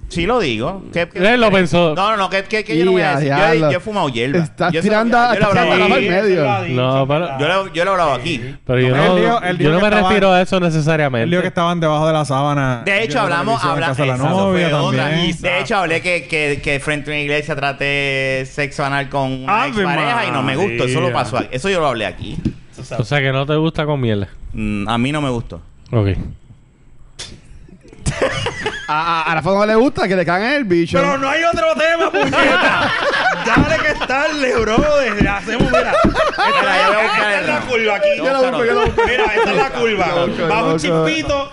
[SPEAKER 1] Sí, lo digo. ¿Qué- qué-
[SPEAKER 5] Él lo pensó.
[SPEAKER 1] No, no, no, que, que, que yo no
[SPEAKER 3] Y
[SPEAKER 1] voy
[SPEAKER 3] a
[SPEAKER 1] a decir. Yo,
[SPEAKER 3] diablo.
[SPEAKER 1] he- yo he fumado hierba.
[SPEAKER 3] Estás
[SPEAKER 1] yo
[SPEAKER 3] tirando
[SPEAKER 1] yo,
[SPEAKER 3] hasta
[SPEAKER 1] lo he hablado-
[SPEAKER 3] para abajo.
[SPEAKER 5] No, pero-
[SPEAKER 1] yo lo- yo lo he hablado aquí.
[SPEAKER 5] Pero yo
[SPEAKER 4] No, él
[SPEAKER 5] no,
[SPEAKER 4] dijo- él
[SPEAKER 5] yo
[SPEAKER 4] dijo
[SPEAKER 5] no
[SPEAKER 4] que
[SPEAKER 5] me
[SPEAKER 4] estaban-
[SPEAKER 5] refiero a eso
[SPEAKER 4] El lío que
[SPEAKER 5] necesariamente.
[SPEAKER 4] estaban debajo de la sábana.
[SPEAKER 1] De hecho,
[SPEAKER 4] viendo
[SPEAKER 1] hablamos,
[SPEAKER 4] televisión en
[SPEAKER 1] hablamos.
[SPEAKER 4] casa de la novia también.
[SPEAKER 1] De hecho, hablé que, que, que frente a una iglesia traté sexo anal con una
[SPEAKER 5] Ah,
[SPEAKER 6] Ave
[SPEAKER 1] pareja y no me gustó. Eso lo
[SPEAKER 6] María.
[SPEAKER 1] pasó. aquí. Eso yo lo hablé aquí.
[SPEAKER 5] O sea, que no te gusta con mierda.
[SPEAKER 1] Mm, a mí no me gustó.
[SPEAKER 5] Ok.
[SPEAKER 3] A, a, a Rafa no le gusta que le cagan el bicho.
[SPEAKER 6] Pero no hay otro tema, puñeta. Dale que es tarde, brother. Hacemos, mira. Esta,
[SPEAKER 1] Mira, yo voy a buscar
[SPEAKER 6] esta es
[SPEAKER 1] el
[SPEAKER 6] la
[SPEAKER 1] ramo.
[SPEAKER 6] curva aquí.
[SPEAKER 1] Yo lo busco, yo lo busco.
[SPEAKER 6] Mira, esta es la
[SPEAKER 3] Yo lo busco,
[SPEAKER 6] curva.
[SPEAKER 3] yo
[SPEAKER 6] Bajo
[SPEAKER 3] lo
[SPEAKER 6] un
[SPEAKER 3] busco.
[SPEAKER 6] chispito,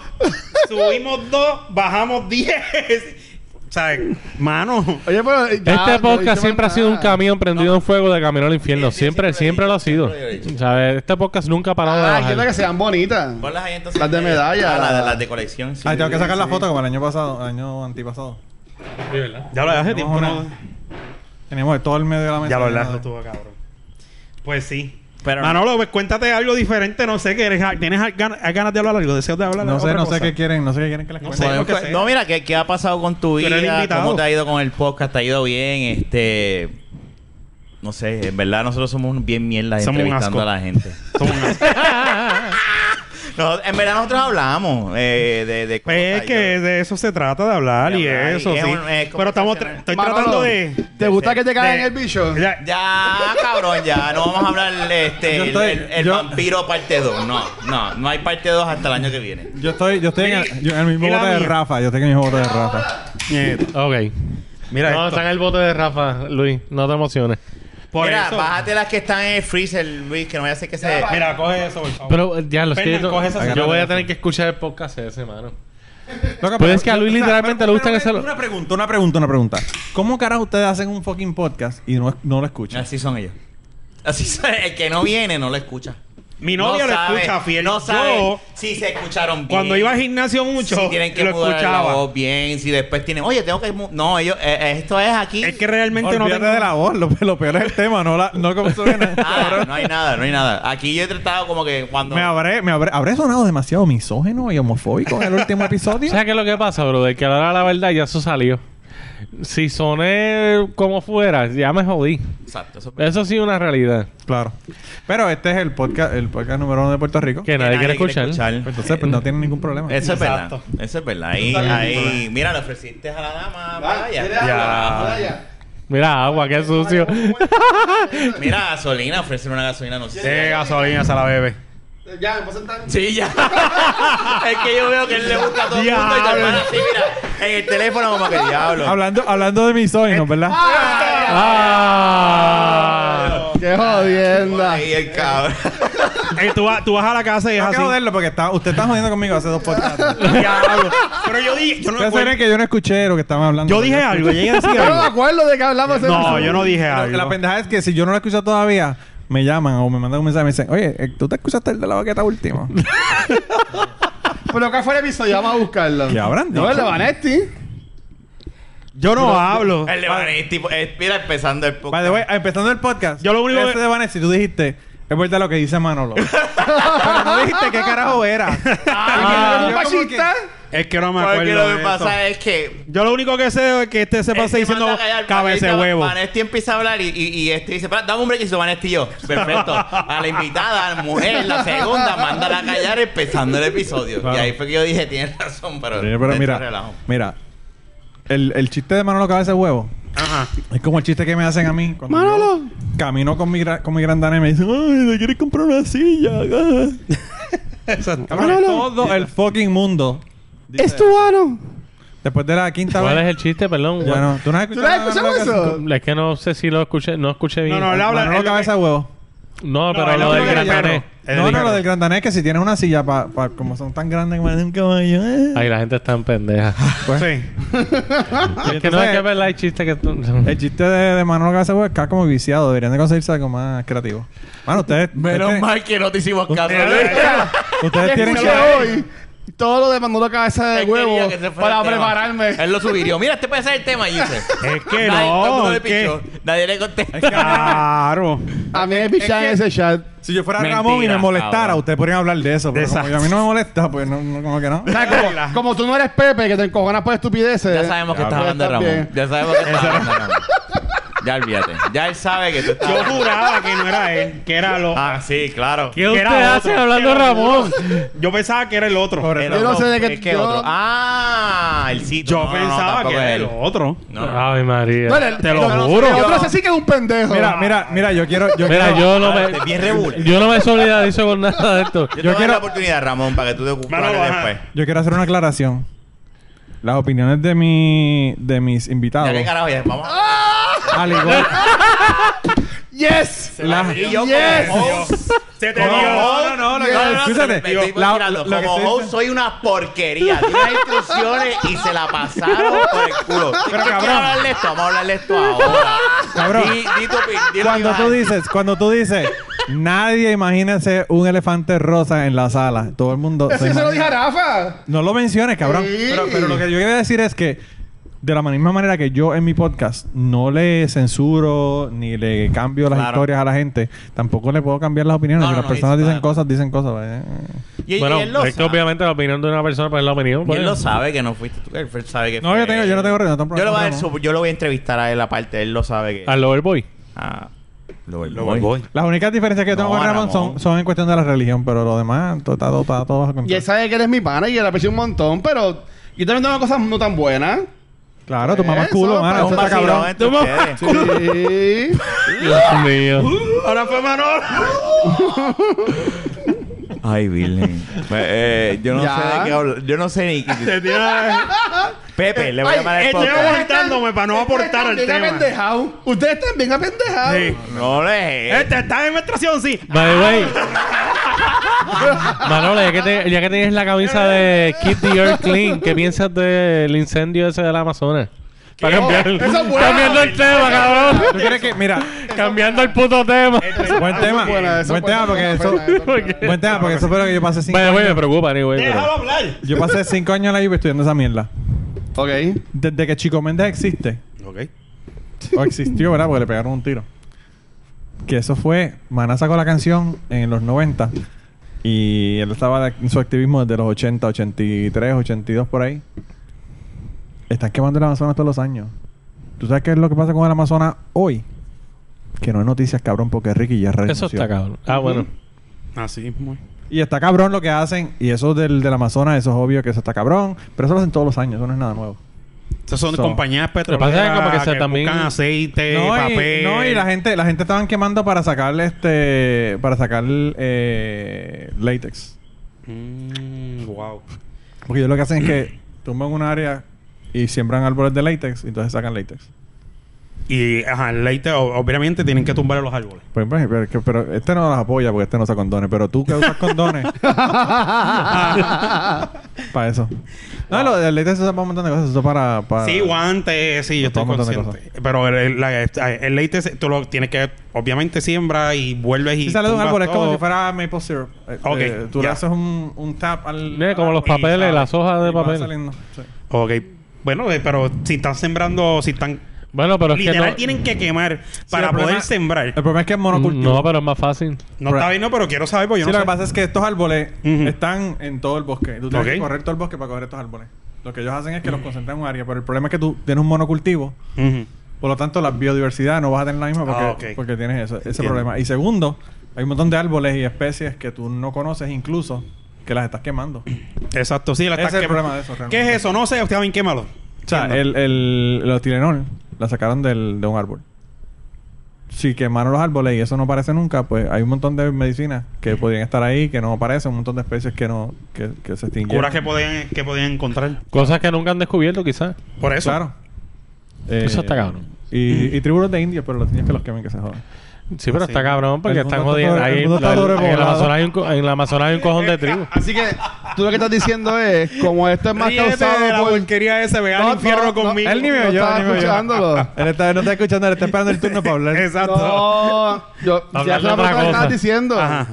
[SPEAKER 6] subimos dos, bajamos diez. O sea, mano.
[SPEAKER 3] Oye, pero ya,
[SPEAKER 5] este
[SPEAKER 3] no
[SPEAKER 5] podcast
[SPEAKER 3] dice
[SPEAKER 5] siempre ha
[SPEAKER 3] más
[SPEAKER 5] sido un
[SPEAKER 3] nada.
[SPEAKER 5] camión prendido en fuego de camino al infierno.
[SPEAKER 1] Sí, sí,
[SPEAKER 5] siempre,
[SPEAKER 1] siempre lo
[SPEAKER 5] siempre, lo
[SPEAKER 1] he
[SPEAKER 5] ha sido.
[SPEAKER 1] dicho, siempre lo he dicho.
[SPEAKER 5] ¿Sabes? Este podcast nunca ha parado de
[SPEAKER 3] Ah,
[SPEAKER 5] bajar.
[SPEAKER 3] quiero que sean bonitas.
[SPEAKER 1] Ponlas ahí entonces.
[SPEAKER 3] Las de medalla.
[SPEAKER 1] Ah, las de- las de colección. sí.
[SPEAKER 4] Ay, tengo que sacar la foto como el año pasado, año antipasado.
[SPEAKER 6] Ya lo hace
[SPEAKER 4] Tenemos
[SPEAKER 6] tiempo.
[SPEAKER 4] una- Teníamos todo el medio de la mesa.
[SPEAKER 6] Ya lo hablaste
[SPEAKER 4] Nada.
[SPEAKER 6] tú, cabrón. Pues sí.
[SPEAKER 1] Pero no.
[SPEAKER 6] Manolo, pues cuéntate algo diferente. No sé, que eres, tienes gan- hay ganas de hablar algo, deseos de hablar
[SPEAKER 4] No sé,
[SPEAKER 6] otra
[SPEAKER 4] no sé
[SPEAKER 6] cosa.
[SPEAKER 4] qué quieren, no sé qué quieren que les
[SPEAKER 6] No
[SPEAKER 4] cuente.
[SPEAKER 6] sé.
[SPEAKER 1] Pues, Podemos-
[SPEAKER 6] lo que sea.
[SPEAKER 1] no, mira, ¿qué, ¿qué ha pasado con tu
[SPEAKER 6] Tú eres el
[SPEAKER 1] vida?
[SPEAKER 6] invitado.
[SPEAKER 1] ¿Cómo te ha ido con el podcast? ¿Te ha ido bien? Este. No sé, en verdad nosotros somos un bien mierda
[SPEAKER 6] Somos un
[SPEAKER 1] entrevistando
[SPEAKER 6] asco.
[SPEAKER 1] a la gente.
[SPEAKER 6] Somos un asco.
[SPEAKER 1] No, en verdad nosotros hablamos eh, de, de cómo
[SPEAKER 6] Pues es
[SPEAKER 1] está
[SPEAKER 6] que
[SPEAKER 1] yo.
[SPEAKER 6] de eso se trata de hablar
[SPEAKER 1] De
[SPEAKER 6] y
[SPEAKER 1] hablar, y
[SPEAKER 6] eso,
[SPEAKER 1] es
[SPEAKER 6] sí.
[SPEAKER 1] un- es
[SPEAKER 6] Pero estamos tra-
[SPEAKER 1] conversacional.
[SPEAKER 6] estoy
[SPEAKER 3] Manolo,
[SPEAKER 6] tratando de...
[SPEAKER 3] ¿Te gusta que te caigan
[SPEAKER 6] de-
[SPEAKER 3] el bicho?
[SPEAKER 6] Ya-
[SPEAKER 1] Ya, cabrón, ya. No vamos a hablar este,
[SPEAKER 4] Yo estoy-
[SPEAKER 1] el, el- el
[SPEAKER 4] yo-
[SPEAKER 1] vampiro parte 2. No, no, no hay parte 2 hasta el año que viene.
[SPEAKER 4] Yo estoy, yo estoy en, el, yo en el mismo
[SPEAKER 6] Mira
[SPEAKER 4] bote
[SPEAKER 6] la
[SPEAKER 4] de
[SPEAKER 6] mía.
[SPEAKER 4] Rafa. Yo estoy en el mismo bote de Rafa.
[SPEAKER 6] eh,
[SPEAKER 5] Ok.
[SPEAKER 6] Mira
[SPEAKER 5] no,
[SPEAKER 6] esto.
[SPEAKER 5] está en el bote de Rafa, Luis. No te emociones.
[SPEAKER 6] Por
[SPEAKER 1] Mira,
[SPEAKER 6] eso.
[SPEAKER 1] bájate las que están en el freezer, Luis, que no voy a hacer que se.
[SPEAKER 6] Mira, coge eso, por favor.
[SPEAKER 5] Pero eh, ya lo
[SPEAKER 6] Fernan,
[SPEAKER 5] siento.
[SPEAKER 6] coge esa
[SPEAKER 5] Yo
[SPEAKER 6] cerveza.
[SPEAKER 5] voy a tener que escuchar el podcast ese, mano.
[SPEAKER 4] Lo
[SPEAKER 5] Pues es que a Luis literalmente
[SPEAKER 4] pero-
[SPEAKER 5] le gustan
[SPEAKER 4] pero-
[SPEAKER 5] hacerlo.
[SPEAKER 4] Una pregunta, una pregunta, una pregunta. ¿Cómo carajo ustedes hacen un fucking podcast y no, no lo escuchan?
[SPEAKER 1] Así son ellos. Así son. El que no viene no lo escucha.
[SPEAKER 6] Mi novia
[SPEAKER 1] no
[SPEAKER 6] lo
[SPEAKER 1] sabe,
[SPEAKER 6] escucha fiel.
[SPEAKER 1] No sabe
[SPEAKER 6] Yo,
[SPEAKER 1] si se escucharon bien.
[SPEAKER 6] cuando iba al gimnasio mucho,
[SPEAKER 1] si tienen que
[SPEAKER 6] lo
[SPEAKER 1] mudar la
[SPEAKER 6] escuchaba.
[SPEAKER 1] voz bien, si después tienen, oye, tengo que mu- no, ellos eh, eh, esto es aquí.
[SPEAKER 6] Es que realmente no
[SPEAKER 4] Olvídate
[SPEAKER 6] tengo... Ah.
[SPEAKER 4] de la voz. Lo, lo peor es el tema. No, la, no cómo suena.
[SPEAKER 1] Nada, Ah, no hay nada, no hay nada. Aquí yo he tratado como que cuando
[SPEAKER 4] Me habré, me habré, habré sonado demasiado misógeno y homofóbico en el último episodio.
[SPEAKER 5] ¿Sabes qué es lo que pasa, bro? De que ahora la verdad ya eso salió. Si soné como fuera, ya me jodí.
[SPEAKER 1] Exacto, eso es-
[SPEAKER 5] Eso sí es una realidad.
[SPEAKER 4] claro. Pero este es el podcast, el podcast número uno de Puerto Rico.
[SPEAKER 5] Que nadie, quiere escuchar.
[SPEAKER 4] Pues entonces, pues no tienen ningún problema.
[SPEAKER 1] Eso es
[SPEAKER 6] Exacto.
[SPEAKER 1] verdad. Eso es verdad. Ahí, ahí, mira, le ofreciste a la
[SPEAKER 3] Ah,
[SPEAKER 1] dama. vaya.
[SPEAKER 5] Mira, agua, qué sucio.
[SPEAKER 1] Mira, gasolina, ofrecer una gasolina, no sé.
[SPEAKER 6] De Eh, gasolina se la bebe.
[SPEAKER 3] Ya, me puedo sentar.
[SPEAKER 1] Sí, ya. es que yo veo que él le gusta a todo el mundo y te
[SPEAKER 6] Diablo.
[SPEAKER 1] hermana así, mira, en el teléfono como que diablo.
[SPEAKER 4] Hablando, hablando de misógenos, ¿verdad?
[SPEAKER 5] ah.
[SPEAKER 3] ¡Qué jodienda!
[SPEAKER 1] Ahí el cabrón.
[SPEAKER 6] Eh, tú, vas- tú vas a la casa y es
[SPEAKER 4] Tengo
[SPEAKER 6] así.
[SPEAKER 4] que joderlo porque está, usted está jodiendo conmigo hace dos podcasts. Ustedes
[SPEAKER 6] Diablo. Pero yo dije... Yo no me acuerdo.
[SPEAKER 4] saben que yo no escuché de lo que estaban hablando.
[SPEAKER 6] Yo dije algo. Llegué a decir
[SPEAKER 3] Yo no me
[SPEAKER 6] algo.
[SPEAKER 3] acuerdo de que hablamos de
[SPEAKER 6] No, yo no dije
[SPEAKER 4] Pero que
[SPEAKER 6] algo.
[SPEAKER 4] la pendeja es que si yo no lo he escuchado todavía, me llaman o me mandan un mensaje y me dicen, oye, eh, ¿tú te escuchaste el de la baqueta último?
[SPEAKER 3] Pero acá fuera el episodio, vamos a buscarlo.
[SPEAKER 4] ¿Qué habrán
[SPEAKER 3] No,
[SPEAKER 4] dicho?
[SPEAKER 3] el de Vanetti.
[SPEAKER 6] Yo no hablo.
[SPEAKER 1] El de Vanity, tipo, eh, mira, empezando el
[SPEAKER 4] By
[SPEAKER 1] podcast.
[SPEAKER 4] the way, empezando el podcast,
[SPEAKER 6] Yo lo único
[SPEAKER 4] este
[SPEAKER 6] que-
[SPEAKER 4] de Vanessa, tú dijiste, es verdad lo que dice Manolo. Pero no dijiste qué carajo era.
[SPEAKER 3] Ah,
[SPEAKER 4] yo
[SPEAKER 3] ¿Un
[SPEAKER 4] como que-
[SPEAKER 3] fascista?
[SPEAKER 6] Es que no me acuerdo.
[SPEAKER 1] Porque lo
[SPEAKER 6] de
[SPEAKER 1] que
[SPEAKER 6] eso.
[SPEAKER 1] pasa es que.
[SPEAKER 6] Yo lo único que sé es que este se pasa diciendo cabeza de huevo.
[SPEAKER 1] Vanesti empieza a hablar y, y, y este dice: "Para, Dame un break y dice Vanesti y yo. Perfecto. A la invitada, a la mujer, la segunda, mándala a callar empezando el episodio.
[SPEAKER 4] Claro.
[SPEAKER 1] Y ahí fue que yo dije: Tienes razón, pero.
[SPEAKER 4] Pero
[SPEAKER 1] esto
[SPEAKER 4] pero
[SPEAKER 1] es
[SPEAKER 4] mira,
[SPEAKER 6] este
[SPEAKER 1] relajo".
[SPEAKER 4] mira, el, el chiste de Manolo Cabeza de Huevo
[SPEAKER 6] Ajá.
[SPEAKER 4] es como el chiste que me hacen a mí. cuando
[SPEAKER 2] Manolo.
[SPEAKER 4] yo Camino con mi, gra- con mi grandana y me dicen, ay, ¿te quieres comprar una silla? Ah". Cabrón,
[SPEAKER 2] Manolo.
[SPEAKER 4] Todo el fucking mundo. dice-
[SPEAKER 2] ¡Es tu ano!
[SPEAKER 4] Después de la quinta
[SPEAKER 5] ¿Cuál es el
[SPEAKER 4] vez.
[SPEAKER 5] chiste, perdón?
[SPEAKER 4] Bueno, ¿tú no has
[SPEAKER 3] ¿Tú no has escuchado eso?
[SPEAKER 1] Ah.
[SPEAKER 5] Es que no sé si lo escuché, no escuché bien.
[SPEAKER 6] No, no, él
[SPEAKER 4] Habla,
[SPEAKER 6] habla.
[SPEAKER 4] Manolo
[SPEAKER 6] él-
[SPEAKER 4] Cabeza de Huevo.
[SPEAKER 5] No, pero
[SPEAKER 6] él
[SPEAKER 5] lo
[SPEAKER 6] habla
[SPEAKER 5] del
[SPEAKER 6] de
[SPEAKER 5] gran
[SPEAKER 6] Grandané.
[SPEAKER 5] René.
[SPEAKER 6] Es
[SPEAKER 4] No, no,
[SPEAKER 6] ligero.
[SPEAKER 4] lo del grandanés es que si tienes una silla, pa, pa- como son tan grandes que me un caballo. eh.
[SPEAKER 5] Ay, la gente está en pendeja.
[SPEAKER 4] Pues,
[SPEAKER 6] Sí.
[SPEAKER 5] es que no hay que ver el chiste que tú...
[SPEAKER 4] El chiste de, de Manolo Cabeza de Huevo está como viciado. Deberían de conseguirse algo más creativo. Mano, ustedes.
[SPEAKER 1] Menos
[SPEAKER 4] ustedes,
[SPEAKER 1] mal que no te hicimos caso.
[SPEAKER 4] Ustedes tienen
[SPEAKER 3] Escuché
[SPEAKER 4] que.
[SPEAKER 3] hoy todo lo de Manolo Cabeza de
[SPEAKER 1] Él quería
[SPEAKER 3] Huevo
[SPEAKER 1] que se fuera
[SPEAKER 3] para
[SPEAKER 1] el tema.
[SPEAKER 3] prepararme.
[SPEAKER 1] Él lo sugirió. Mira, este puede ser el tema, y dice.
[SPEAKER 6] Es que
[SPEAKER 1] Nadie- todo el mundo
[SPEAKER 6] no.
[SPEAKER 1] le
[SPEAKER 6] es que-
[SPEAKER 1] pichó. Nadie le contesta.
[SPEAKER 6] Claro.
[SPEAKER 3] A mí me pichan en ese chat.
[SPEAKER 4] Si yo fuera
[SPEAKER 1] Mentira,
[SPEAKER 4] Ramón y me molestara,
[SPEAKER 1] cabrón.
[SPEAKER 4] ustedes podrían hablar de eso. Pero como
[SPEAKER 6] Exacto.
[SPEAKER 4] yo- a mí no me molesta, pues no, no como que no.
[SPEAKER 3] O sea, como, como tú no eres Pepe, que te encojonas por estupideces.
[SPEAKER 1] Ya sabemos que
[SPEAKER 3] pues
[SPEAKER 1] estás hablando de Ramón.
[SPEAKER 3] bien.
[SPEAKER 1] Ya sabemos que estás hablando de Ramón. Ya olvídate. Ya él sabe que tú estás.
[SPEAKER 6] Yo juraba que no era él, que era lo.
[SPEAKER 1] Ah, sí, claro.
[SPEAKER 5] ¿Qué
[SPEAKER 6] que
[SPEAKER 5] usted
[SPEAKER 6] era
[SPEAKER 5] hace
[SPEAKER 6] otro.
[SPEAKER 5] hablando de
[SPEAKER 6] Era
[SPEAKER 5] Ramón?
[SPEAKER 6] otro. Yo pensaba que era el otro.
[SPEAKER 4] Pobre
[SPEAKER 1] Pero
[SPEAKER 3] Yo no sé de qué-
[SPEAKER 1] es que
[SPEAKER 3] yo-
[SPEAKER 1] otro. Ah, el sitio.
[SPEAKER 6] Yo
[SPEAKER 1] No, no,
[SPEAKER 6] pensaba
[SPEAKER 1] tampoco
[SPEAKER 6] que era
[SPEAKER 1] él.
[SPEAKER 6] el otro.
[SPEAKER 1] No, no.
[SPEAKER 5] Ay, María.
[SPEAKER 3] No, el-
[SPEAKER 6] Te lo
[SPEAKER 3] el-
[SPEAKER 6] juro.
[SPEAKER 3] El otro ese sí que es un pendejo.
[SPEAKER 4] Mira, mira, mira, yo quiero. Yo
[SPEAKER 5] Mira,
[SPEAKER 4] quiero-
[SPEAKER 5] yo no
[SPEAKER 1] Claro, te bien
[SPEAKER 5] me...
[SPEAKER 1] rebul.
[SPEAKER 5] Yo no me solidarizo con nada de esto.
[SPEAKER 1] Yo, te voy a
[SPEAKER 4] yo
[SPEAKER 1] dar la
[SPEAKER 4] quiero-
[SPEAKER 1] oportunidad, Ramón, para que tú te ocupes
[SPEAKER 6] Manolo, ajá.
[SPEAKER 1] después.
[SPEAKER 4] Yo quiero hacer una aclaración. Las opiniones de mi de mis invitados.
[SPEAKER 1] Ya qué carajo, ya vamos.
[SPEAKER 3] Ah,
[SPEAKER 1] a
[SPEAKER 4] Al igual.
[SPEAKER 3] ¡Yes!
[SPEAKER 4] la-
[SPEAKER 1] Y yo
[SPEAKER 3] Yes.
[SPEAKER 1] como oh, host-
[SPEAKER 6] Se te
[SPEAKER 4] No,
[SPEAKER 6] dio.
[SPEAKER 4] no, no, no,
[SPEAKER 1] No, no, no,
[SPEAKER 4] escúchate.
[SPEAKER 1] me estoy
[SPEAKER 4] La-
[SPEAKER 1] tirando.
[SPEAKER 4] lo que
[SPEAKER 1] Como
[SPEAKER 4] estoy-
[SPEAKER 1] host soy una porquería. Di unas instrucciones y se la pasaron por el culo. Pero
[SPEAKER 4] cabrón.
[SPEAKER 1] hablarle esto? Vamos a hablarle esto ahora.
[SPEAKER 4] Cabrón.
[SPEAKER 1] Di, di tu opin- di lo que
[SPEAKER 4] Cuando
[SPEAKER 1] vas a
[SPEAKER 4] tú
[SPEAKER 1] decir.
[SPEAKER 4] dices, cuando tú dices, nadie imagínese un elefante rosa en la sala. Todo el mundo. se
[SPEAKER 3] Eso se lo
[SPEAKER 4] imagina.
[SPEAKER 3] dije a Rafa.
[SPEAKER 4] No lo menciones, cabrón.
[SPEAKER 3] Sí.
[SPEAKER 4] Pero, pero lo que yo quiero decir es que de la misma manera que yo en mi podcast no le censuro ni le cambio las
[SPEAKER 1] Claro.
[SPEAKER 4] historias a la gente, tampoco le puedo cambiar las opiniones.
[SPEAKER 1] No,
[SPEAKER 4] si
[SPEAKER 1] no,
[SPEAKER 4] las
[SPEAKER 1] no,
[SPEAKER 4] personas
[SPEAKER 1] dice
[SPEAKER 4] dicen
[SPEAKER 1] nada.
[SPEAKER 4] cosas, dicen cosas. eh.
[SPEAKER 1] Y, y
[SPEAKER 5] Bueno,
[SPEAKER 1] él lo
[SPEAKER 5] es que
[SPEAKER 1] sabe.
[SPEAKER 5] obviamente la opinión de una persona pues es la opinión.
[SPEAKER 1] Y él
[SPEAKER 5] pues.
[SPEAKER 1] lo sabe que no fuiste tú. Él sabe que
[SPEAKER 4] No,
[SPEAKER 1] fue
[SPEAKER 4] yo tengo- yo no tengo- no
[SPEAKER 1] yo, lo
[SPEAKER 4] tengo
[SPEAKER 1] voy a
[SPEAKER 4] problema.
[SPEAKER 1] dar su- yo lo voy a entrevistar a él aparte. Él lo sabe que...
[SPEAKER 5] Al Loverboy.
[SPEAKER 1] Ah, Lo
[SPEAKER 6] Lover Boy.
[SPEAKER 4] Las únicas diferencias que yo tengo
[SPEAKER 1] No,
[SPEAKER 4] con Ramón
[SPEAKER 1] Ramón.
[SPEAKER 4] son, son en cuestión de la religión, pero lo demás, todo está todo, está todo bajo
[SPEAKER 3] Y
[SPEAKER 4] control.
[SPEAKER 3] él sabe que eres mi pana y él aprecio un montón, pero yo también tengo cosas no tan buenas.
[SPEAKER 4] Claro, tu mamá es
[SPEAKER 3] Eso,
[SPEAKER 4] culo, mano.
[SPEAKER 3] pero
[SPEAKER 4] Eso
[SPEAKER 1] Un
[SPEAKER 4] está
[SPEAKER 1] vacilón
[SPEAKER 4] cabrón.
[SPEAKER 1] entre ustedes.
[SPEAKER 3] Sí.
[SPEAKER 5] Dios mío.
[SPEAKER 6] Ahora fue Manolo.
[SPEAKER 1] Ay, Virgen. Eh, eh, yo no
[SPEAKER 3] Ya.
[SPEAKER 1] sé de qué hablo. Yo no sé ni.
[SPEAKER 6] Te tiene-
[SPEAKER 1] Pepe, le voy a
[SPEAKER 3] Ay,
[SPEAKER 1] llamar el
[SPEAKER 6] estoy
[SPEAKER 1] podcast.
[SPEAKER 6] aguantándome para no
[SPEAKER 3] Ustedes
[SPEAKER 6] aportar al
[SPEAKER 3] están bien
[SPEAKER 6] tema.
[SPEAKER 3] apendejados. Ustedes están bien apendejados.
[SPEAKER 6] Sí.
[SPEAKER 1] No le.
[SPEAKER 6] Este está en menstruación, sí.
[SPEAKER 5] By the way. Manolo, ya que, te- ya que tienes la camisa de Keep the Earth Clean, ¿qué piensas del incendio ese del Amazonas? Para cambiar,
[SPEAKER 3] Eso es bueno.
[SPEAKER 5] cambiando el tema,
[SPEAKER 4] ¿Tú
[SPEAKER 5] cabrón.
[SPEAKER 4] quieres que, mira,
[SPEAKER 5] cambiando el puto tema.
[SPEAKER 4] buen tema.
[SPEAKER 3] Ah, buena, eso es
[SPEAKER 4] Buen
[SPEAKER 3] buena,
[SPEAKER 4] tema, porque
[SPEAKER 3] eso es
[SPEAKER 4] eso.
[SPEAKER 3] buena, eso es
[SPEAKER 4] Buen tema, porque eso fue lo que yo pasé cinco
[SPEAKER 5] By the way, me
[SPEAKER 4] años.
[SPEAKER 5] preocupa, anyway. pero-
[SPEAKER 6] Déjalo hablar.
[SPEAKER 4] Yo pasé cinco años en la lluvia estudiando esa mierda.
[SPEAKER 3] Ok.
[SPEAKER 4] Desde que Chico Méndez existe,
[SPEAKER 6] Ok.
[SPEAKER 4] o existió, ¿verdad? Porque le pegaron un tiro. Que eso fue, Maná sacó la canción en los 90 y él estaba de- en su activismo desde los 80, 83, 82 por ahí. Están quemando el Amazonas todos los años. ¿Tú sabes qué es lo que pasa con el Amazonas hoy? Que no hay noticias, cabrón, porque Ricky ya
[SPEAKER 5] Eso
[SPEAKER 4] renunció.
[SPEAKER 5] está cabrón. Ah, bueno.
[SPEAKER 6] Así mismo.
[SPEAKER 4] Y está cabrón lo que hacen. Y eso del, del Amazonas, eso es obvio que eso está cabrón. Pero eso lo hacen todos los años, eso no es nada nuevo.
[SPEAKER 6] Esas son
[SPEAKER 4] So.
[SPEAKER 6] compañías
[SPEAKER 5] que pasa es
[SPEAKER 6] petroleras
[SPEAKER 5] que como que se también-
[SPEAKER 6] buscan aceite,
[SPEAKER 4] no,
[SPEAKER 6] Eh, papel.
[SPEAKER 4] Y, no, y la gente, la gente estaban quemando para sacarle este. Para sacar eh, latex.
[SPEAKER 6] Mm, wow.
[SPEAKER 4] Porque ellos lo que hacen es que tumban un área y siembran árboles de latex y entonces sacan latex.
[SPEAKER 6] Y ajá, el leite, o- obviamente, tienen que tumbar los árboles.
[SPEAKER 4] Pues, pues, pero, es que- pero este no las apoya porque este no usa condones. Pero tú que usas condones. para eso. No, lo del latex se usa para un montón de cosas. Eso para. para
[SPEAKER 6] Sí, guantes, sí, yo estoy
[SPEAKER 4] Ah. Pues Todo un montón de
[SPEAKER 6] consciente. Pero el, el, la- el leite, se- tú lo tienes que, obviamente, siembra y vuelves y.
[SPEAKER 4] Si sale de un
[SPEAKER 6] tumbas
[SPEAKER 4] árbol, es como
[SPEAKER 6] todo.
[SPEAKER 4] si fuera maple syrup. Eh,
[SPEAKER 6] Ok,
[SPEAKER 4] eh, tú
[SPEAKER 6] ya.
[SPEAKER 4] le haces un, un tap al.
[SPEAKER 5] Mira, como los
[SPEAKER 6] Y
[SPEAKER 5] papeles,
[SPEAKER 6] sale.
[SPEAKER 5] las hojas de
[SPEAKER 4] y va
[SPEAKER 5] papel.
[SPEAKER 4] saliendo. Sí.
[SPEAKER 6] Ok. Bueno, eh, pero si están sembrando, si están.
[SPEAKER 5] Bueno, pero es que
[SPEAKER 6] literal,
[SPEAKER 5] no.
[SPEAKER 6] tienen que quemar
[SPEAKER 4] el
[SPEAKER 6] para poder
[SPEAKER 4] problema-
[SPEAKER 6] sembrar.
[SPEAKER 4] El problema es que es monocultivo.
[SPEAKER 5] Mm, No, pero es más fácil.
[SPEAKER 6] No está bien, no, pero quiero saber, porque yo no
[SPEAKER 4] sí, lo
[SPEAKER 6] sé.
[SPEAKER 4] que pasa es que estos árboles
[SPEAKER 6] Ujú.
[SPEAKER 4] están en todo el bosque. Tú tienes
[SPEAKER 6] Ok.
[SPEAKER 4] que correr todo el bosque para coger estos árboles. Lo que ellos hacen es que los concentran en un área, pero el problema es que tú tienes un monocultivo,
[SPEAKER 6] Ujú.
[SPEAKER 4] por lo tanto la biodiversidad no vas a tener la misma porque,
[SPEAKER 6] Ah, ok.
[SPEAKER 4] porque tienes eso- ese
[SPEAKER 6] Entiendo.
[SPEAKER 4] problema. Y segundo, hay un montón de árboles y especies que tú no conoces incluso que las estás quemando.
[SPEAKER 6] Exacto, sí, la
[SPEAKER 4] Ese
[SPEAKER 6] estás
[SPEAKER 4] es el
[SPEAKER 6] quem-
[SPEAKER 4] problema de eso,
[SPEAKER 6] ¿Qué es
[SPEAKER 4] realmente.
[SPEAKER 6] eso? No sé, usted bien quémalo.
[SPEAKER 4] O sea, el, el, los Tylenol la sacaron del, de un árbol. Si quemaron los árboles y eso no aparece nunca, pues hay un montón de medicinas que podrían estar ahí, que no aparecen, un montón de especies que no que, que se extinguieron.
[SPEAKER 6] Curas que podían, que podían encontrar.
[SPEAKER 5] Cosas que nunca han descubierto, quizás.
[SPEAKER 6] Por eso.
[SPEAKER 4] Claro.
[SPEAKER 5] Eso
[SPEAKER 4] Eh,
[SPEAKER 5] está cabrón.
[SPEAKER 4] Y, y tribunos de indios, pero los indios que los quemen que se jodan.
[SPEAKER 5] Sí, pero
[SPEAKER 6] Sí.
[SPEAKER 5] está cabrón porque
[SPEAKER 4] El
[SPEAKER 5] están
[SPEAKER 4] mundo está
[SPEAKER 5] jodiendo.
[SPEAKER 4] todo- el
[SPEAKER 5] Ahí,
[SPEAKER 4] mundo está
[SPEAKER 5] la-
[SPEAKER 4] todo
[SPEAKER 5] en, el
[SPEAKER 4] revolado.
[SPEAKER 5] Amazonas hay un, co- en el Amazonas hay un cojón de trigo.
[SPEAKER 3] Así que tú lo que estás diciendo es, como esto es más causado por...
[SPEAKER 6] porquería esa, ve
[SPEAKER 3] No, no, no.
[SPEAKER 4] Él ni me
[SPEAKER 3] No
[SPEAKER 4] oyó.
[SPEAKER 3] estaba
[SPEAKER 4] ni me oyó.
[SPEAKER 3] escuchándolo.
[SPEAKER 4] Él está, no está escuchando, él está esperando el turno para hablar.
[SPEAKER 6] Exacto.
[SPEAKER 3] No, yo
[SPEAKER 5] Hablar
[SPEAKER 3] ya
[SPEAKER 5] de
[SPEAKER 3] sé lo que
[SPEAKER 5] otra
[SPEAKER 3] tú
[SPEAKER 5] cosa.
[SPEAKER 3] estás diciendo.
[SPEAKER 6] Ajá.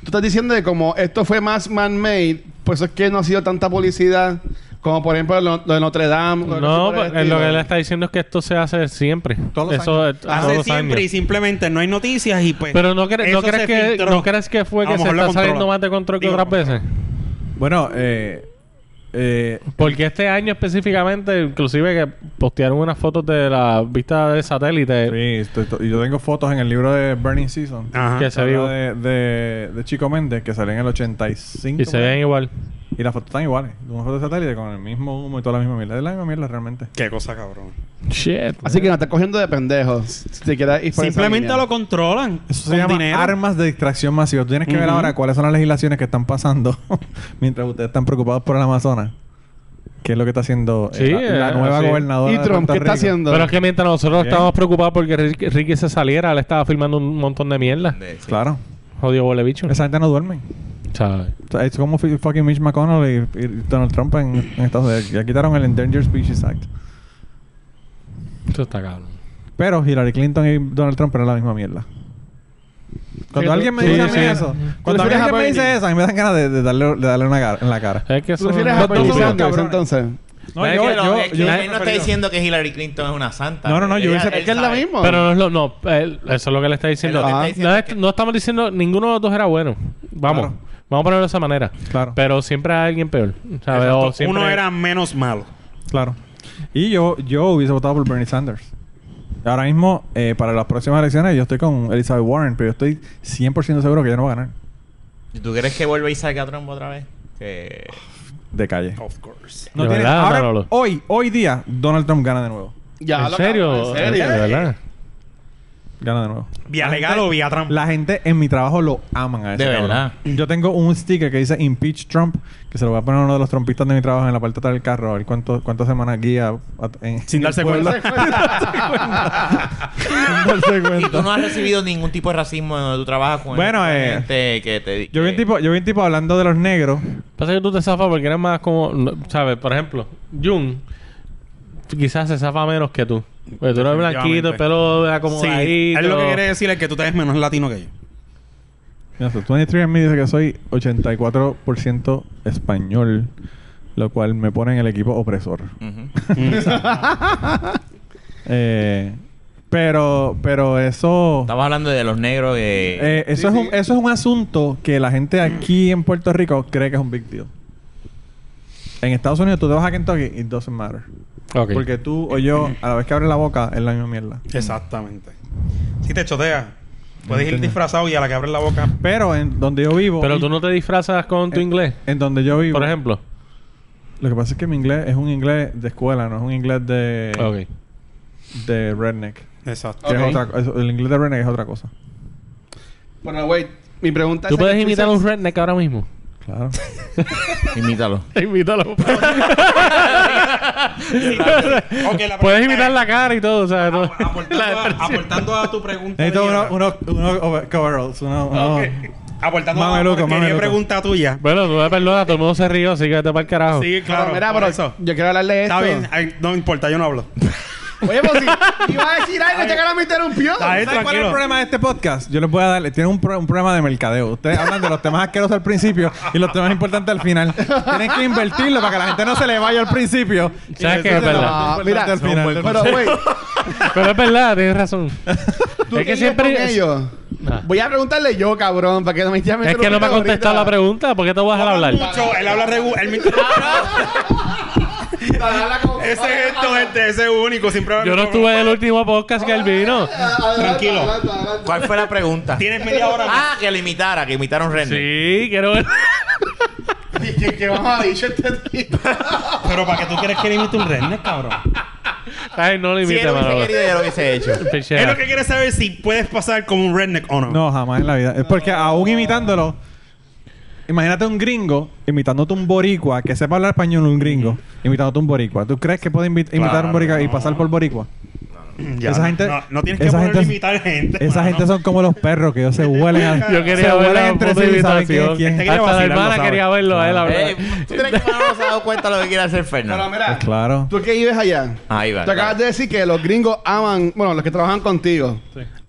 [SPEAKER 3] Tú estás diciendo que como esto fue más man-made, pues es que no ha sido tanta publicidad como por ejemplo lo, lo de Notre Dame. lo de
[SPEAKER 5] No,
[SPEAKER 3] cosas por
[SPEAKER 5] pues,
[SPEAKER 3] el
[SPEAKER 5] lo que
[SPEAKER 3] estilo.
[SPEAKER 5] él está diciendo es que esto se hace siempre.
[SPEAKER 4] Todos los
[SPEAKER 5] Eso
[SPEAKER 4] años.
[SPEAKER 5] es- todos
[SPEAKER 6] Hace
[SPEAKER 5] los
[SPEAKER 6] siempre y
[SPEAKER 5] años.
[SPEAKER 6] simplemente no hay noticias y pues.
[SPEAKER 5] Pero no, cre- no
[SPEAKER 6] eso
[SPEAKER 5] crees
[SPEAKER 6] se
[SPEAKER 5] que,
[SPEAKER 6] filtró.
[SPEAKER 5] no crees que fue
[SPEAKER 6] A lo
[SPEAKER 5] que se
[SPEAKER 6] mejor lo
[SPEAKER 5] está saliendo
[SPEAKER 6] controla.
[SPEAKER 5] más de control que
[SPEAKER 6] Digo,
[SPEAKER 5] otras veces.
[SPEAKER 4] Bueno, eh, eh,
[SPEAKER 5] Porque este año específicamente, inclusive que postearon unas fotos de la vista del satélite
[SPEAKER 4] sí, estoy- estoy- yo tengo fotos en el libro de Burning Season.
[SPEAKER 6] Ajá.
[SPEAKER 5] que se
[SPEAKER 4] Habla
[SPEAKER 5] vio
[SPEAKER 4] de, de, de Chico Méndez que salió en el 85.
[SPEAKER 5] y se ven igual.
[SPEAKER 4] Y las fotos están iguales. Una foto de satélite con el mismo humo y toda la misma mierda. Es la misma mierda realmente.
[SPEAKER 6] Qué cosa, cabrón.
[SPEAKER 5] Shit.
[SPEAKER 3] Así que no estás cogiendo de pendejos. Si te quieres ir por Pues, esa
[SPEAKER 6] Simplemente
[SPEAKER 3] línea.
[SPEAKER 6] lo controlan.
[SPEAKER 4] Eso se
[SPEAKER 6] con
[SPEAKER 4] llama
[SPEAKER 6] dinero.
[SPEAKER 4] armas de distracción masiva. Tú tienes que ver
[SPEAKER 6] Ujú.
[SPEAKER 4] ahora cuáles son las legislaciones que están pasando mientras ustedes están preocupados por el Amazonas. ¿Qué es lo que está haciendo eh,
[SPEAKER 5] Sí,
[SPEAKER 4] la, la
[SPEAKER 5] eh,
[SPEAKER 4] nueva
[SPEAKER 5] sí.
[SPEAKER 4] gobernadora?
[SPEAKER 3] ¿Y
[SPEAKER 4] de
[SPEAKER 3] Trump
[SPEAKER 4] Puerto
[SPEAKER 3] qué está
[SPEAKER 4] Rico?
[SPEAKER 3] haciendo?
[SPEAKER 5] Pero es que mientras nosotros
[SPEAKER 4] Bien.
[SPEAKER 5] estábamos preocupados porque Ricky, Ricky se saliera, él estaba filmando un montón de mierda.
[SPEAKER 4] Claro.
[SPEAKER 5] Jodido huele bicho.
[SPEAKER 4] Esa gente no duerme.
[SPEAKER 5] ¿Sabes?
[SPEAKER 4] O sea, es como fi- fucking Mitch McConnell y, y Donald Trump en, en Estados Unidos. Ya quitaron el Endangered Species Act.
[SPEAKER 5] Eso está cabrón.
[SPEAKER 4] Pero Hillary Clinton y Donald Trump eran la misma mierda. Cuando
[SPEAKER 3] tú-
[SPEAKER 4] alguien me
[SPEAKER 5] tú
[SPEAKER 4] dice a mí
[SPEAKER 5] prefieres-
[SPEAKER 4] eso,
[SPEAKER 5] tú
[SPEAKER 4] cuando
[SPEAKER 3] prefieres
[SPEAKER 4] alguien
[SPEAKER 3] a
[SPEAKER 4] me dice
[SPEAKER 3] Bernie.
[SPEAKER 4] eso, a Eh, mí me dan ganas de, de darle, de darle una cara, en la cara.
[SPEAKER 5] Es que
[SPEAKER 3] ¿Tú
[SPEAKER 5] son-
[SPEAKER 3] prefieres a
[SPEAKER 5] Los dos
[SPEAKER 3] Bernie
[SPEAKER 5] son
[SPEAKER 4] unos
[SPEAKER 3] Sanders
[SPEAKER 4] cabrones.
[SPEAKER 3] entonces?
[SPEAKER 4] No,
[SPEAKER 5] Es
[SPEAKER 4] yo,
[SPEAKER 5] que
[SPEAKER 1] No,
[SPEAKER 4] yo,
[SPEAKER 1] es que
[SPEAKER 4] yo-
[SPEAKER 1] él no está diciendo que Hillary Clinton es una santa.
[SPEAKER 4] No, no, no,
[SPEAKER 1] Ella-
[SPEAKER 4] yo hubiese-
[SPEAKER 1] él
[SPEAKER 3] Es que es lo
[SPEAKER 1] sabe.
[SPEAKER 3] mismo.
[SPEAKER 5] Pero no es lo, no, él- eso es lo que le está diciendo.
[SPEAKER 1] Él lo que
[SPEAKER 5] Ah.
[SPEAKER 1] está diciendo
[SPEAKER 5] no,
[SPEAKER 1] es
[SPEAKER 5] es-
[SPEAKER 1] que-
[SPEAKER 5] no estamos diciendo ninguno de los dos era bueno. Vamos,
[SPEAKER 4] Claro.
[SPEAKER 5] vamos a ponerlo de esa manera.
[SPEAKER 4] Claro.
[SPEAKER 5] Pero siempre hay alguien peor. ¿sabes?
[SPEAKER 6] Exacto.
[SPEAKER 5] O siempre-
[SPEAKER 6] Uno era menos malo.
[SPEAKER 4] claro. Y yo, yo hubiese votado por Bernie Sanders. Ahora mismo, eh, para las próximas elecciones, yo estoy con Elizabeth Warren, pero yo estoy 100% seguro que ella no va a ganar.
[SPEAKER 1] ¿Y ¿Tú crees que vuelve y salga Trump otra vez? Que...
[SPEAKER 4] De calle.
[SPEAKER 6] Of course.
[SPEAKER 4] No
[SPEAKER 5] ¿De
[SPEAKER 4] tiene-
[SPEAKER 5] verdad,
[SPEAKER 4] ahora-
[SPEAKER 5] Manolo?
[SPEAKER 4] hoy, hoy día, Donald Trump gana de nuevo.
[SPEAKER 3] Ya,
[SPEAKER 5] ¿En
[SPEAKER 3] lo
[SPEAKER 5] serio?
[SPEAKER 3] acabo, ¿En serio?
[SPEAKER 5] ¿De verdad?
[SPEAKER 4] Gana de nuevo.
[SPEAKER 6] Vía legal o vía Trump.
[SPEAKER 4] La gente en mi trabajo lo aman a ese
[SPEAKER 1] De
[SPEAKER 4] cabrón.
[SPEAKER 1] verdad.
[SPEAKER 4] Yo tengo un sticker que dice Impeach Trump, que se lo voy a poner a uno de los trompistas de mi trabajo en la parte de atrás del carro, a ver cuánto- cuántas semanas guía a- en-
[SPEAKER 6] Sin darse cuenta.
[SPEAKER 4] darse
[SPEAKER 1] Y tú
[SPEAKER 4] cuenta.
[SPEAKER 1] no has recibido ningún tipo de racismo en donde tú trabajas con
[SPEAKER 4] Bueno,
[SPEAKER 1] con
[SPEAKER 4] eh,
[SPEAKER 1] gente que te...
[SPEAKER 4] Yo vi un tipo, yo vi un tipo hablando de los negros.
[SPEAKER 5] Pasa que tú te zafas porque eres más como... no, ¿Sabes? Por ejemplo, Jun quizás se zafa menos que tú. Porque tú eres blanquito, el pelo
[SPEAKER 6] Sí,
[SPEAKER 5] acomodadito.
[SPEAKER 6] él lo que quiere decir es que tú te ves menos latino que yo.
[SPEAKER 4] Mira, su 23andMe dice que soy 84% español, lo cual me pone en el equipo opresor.
[SPEAKER 1] Ujú.
[SPEAKER 6] Mm.
[SPEAKER 4] Eh, pero, pero eso...
[SPEAKER 1] Estamos hablando de los negros que...
[SPEAKER 4] Eh, eso,
[SPEAKER 3] Sí,
[SPEAKER 4] es un,
[SPEAKER 3] sí.
[SPEAKER 4] eso es un asunto que la gente aquí en Puerto Rico cree que es un big deal. En Estados Unidos tú te vas a Kentucky, it doesn't matter.
[SPEAKER 5] Ok.
[SPEAKER 4] Porque tú o yo, a la vez que abres la boca, es la misma mierda.
[SPEAKER 6] Exactamente. Si te choteas, puedes ir
[SPEAKER 4] Entiendo.
[SPEAKER 6] disfrazado y a la que abres la boca.
[SPEAKER 4] Pero en donde yo vivo...
[SPEAKER 5] Pero tú no te disfrazas con tu
[SPEAKER 4] en-
[SPEAKER 5] inglés,
[SPEAKER 4] En donde yo vivo...
[SPEAKER 5] por ejemplo.
[SPEAKER 4] Lo que pasa es que mi inglés es un inglés de escuela, no es un inglés de...
[SPEAKER 5] Ok.
[SPEAKER 4] De redneck.
[SPEAKER 6] Exacto.
[SPEAKER 4] Que es
[SPEAKER 3] Ok.
[SPEAKER 4] otra, es- el inglés de redneck es otra cosa.
[SPEAKER 3] Bueno, wait. Mi pregunta
[SPEAKER 5] ¿Tú
[SPEAKER 3] es...
[SPEAKER 5] puedes imitar a un redneck ahora mismo?
[SPEAKER 4] Claro.
[SPEAKER 1] Imítalo.
[SPEAKER 5] Imítalo.
[SPEAKER 6] Ok, la
[SPEAKER 5] Puedes
[SPEAKER 6] pregunta
[SPEAKER 5] imitar
[SPEAKER 6] es- ah,
[SPEAKER 5] la cara y todo, ¿sabes? Todo.
[SPEAKER 6] Ap- Aportando, a, aportando a tu pregunta.
[SPEAKER 4] Necesito
[SPEAKER 6] de
[SPEAKER 4] unos
[SPEAKER 6] mierda.
[SPEAKER 4] uno, uno over- coveralls. Uno, uno-
[SPEAKER 6] Aportando a
[SPEAKER 4] Mameluco,
[SPEAKER 6] la porquería
[SPEAKER 4] mameluco.
[SPEAKER 6] pregunta tuya.
[SPEAKER 5] Bueno, tú me perdonas, todo el mundo se rió, así que vete para el carajo.
[SPEAKER 6] Sí, claro.
[SPEAKER 3] mira,
[SPEAKER 6] por
[SPEAKER 3] pero
[SPEAKER 6] eso.
[SPEAKER 3] yo quiero hablarle de esto.
[SPEAKER 6] Está bien, ay, no importa, yo no hablo.
[SPEAKER 3] Oye, pues si iba a decir algo, ya que ahora me interrumpió.
[SPEAKER 6] Está bien,
[SPEAKER 4] ¿Sabes cuál es el
[SPEAKER 6] tranquilo.
[SPEAKER 4] problema de este podcast? Yo les voy a dar... Tienen un, pro- un problema de mercadeo. Ustedes hablan de los temas asquerosos al principio y los temas importantes al final. Tienen que invertirlo para que la gente no se le vaya al principio.
[SPEAKER 5] ¿Sabes
[SPEAKER 4] Y
[SPEAKER 5] qué?
[SPEAKER 4] entonces
[SPEAKER 5] Es verdad.
[SPEAKER 4] lo
[SPEAKER 3] Ah,
[SPEAKER 4] más importante
[SPEAKER 3] mira,
[SPEAKER 4] al final.
[SPEAKER 3] pero wait,
[SPEAKER 5] Pero es verdad, tienes razón.
[SPEAKER 3] tú
[SPEAKER 5] es
[SPEAKER 3] qué
[SPEAKER 5] que siempre.
[SPEAKER 3] con ellos.
[SPEAKER 5] Ah.
[SPEAKER 3] Voy a preguntarle yo, cabrón, para que no me llamen.
[SPEAKER 5] Es que no me ha contestado la pregunta, ¿por qué te voy a dejar hablar?
[SPEAKER 6] Mucho, él habla regular. Ese es esto, gente, ese es único. Siempre habla-
[SPEAKER 5] Yo no estuve en el último podcast que él vino.
[SPEAKER 6] Tranquilo.
[SPEAKER 1] ¿Cuál fue la pregunta?
[SPEAKER 6] Tienes media
[SPEAKER 4] eh,
[SPEAKER 6] hora.
[SPEAKER 1] Ah, que lo imitara, que imitaron a un redneck.
[SPEAKER 5] Sí, quiero ver.
[SPEAKER 3] ¿Qué vamos a decir este tipo?
[SPEAKER 6] Pero ¿para qué tú quieres que le imite un redneck, cabrón?
[SPEAKER 5] Ay, no lo
[SPEAKER 1] Si
[SPEAKER 5] imite,
[SPEAKER 1] él hubiese
[SPEAKER 5] Manolo.
[SPEAKER 1] querido, ya lo hubiese hecho.
[SPEAKER 5] Pichea.
[SPEAKER 6] Es lo que quieres saber si puedes pasar como un redneck o no.
[SPEAKER 4] No, jamás en la vida. Es porque aún imitándolo... Imagínate un gringo imitándote un boricua que sepa hablar español un gringo imitándote un boricua. ¿Tú crees que puede invi- imitar un boricua y pasar por boricua?
[SPEAKER 6] Ya,
[SPEAKER 4] esa gente-
[SPEAKER 6] no, no tienes que
[SPEAKER 4] esa
[SPEAKER 6] poner
[SPEAKER 4] gente-
[SPEAKER 6] imitar gente.
[SPEAKER 4] Esa
[SPEAKER 6] mano.
[SPEAKER 4] gente son como los perros que ellos se huelen al-
[SPEAKER 5] Yo quería
[SPEAKER 4] se
[SPEAKER 5] ver
[SPEAKER 4] huelen
[SPEAKER 5] la
[SPEAKER 4] entre
[SPEAKER 5] foto
[SPEAKER 4] sí
[SPEAKER 5] de
[SPEAKER 4] y saben quién es
[SPEAKER 5] imitación.
[SPEAKER 4] quién.
[SPEAKER 6] Este quería
[SPEAKER 5] Hasta la
[SPEAKER 6] vacilar, lo
[SPEAKER 5] hermana
[SPEAKER 6] sabe.
[SPEAKER 5] quería verlo a él, la
[SPEAKER 1] Ey,
[SPEAKER 5] verdad.
[SPEAKER 1] Eh, ¿Tú crees que Manolo no se ha dado cuenta de lo que quiere hacer
[SPEAKER 3] Pero
[SPEAKER 1] Fernando?
[SPEAKER 3] mira,
[SPEAKER 4] Pues Claro.
[SPEAKER 3] tú que vives allá.
[SPEAKER 1] Ahí va.
[SPEAKER 3] Tú acabas de decir que los gringos aman, bueno, los que trabajan contigo,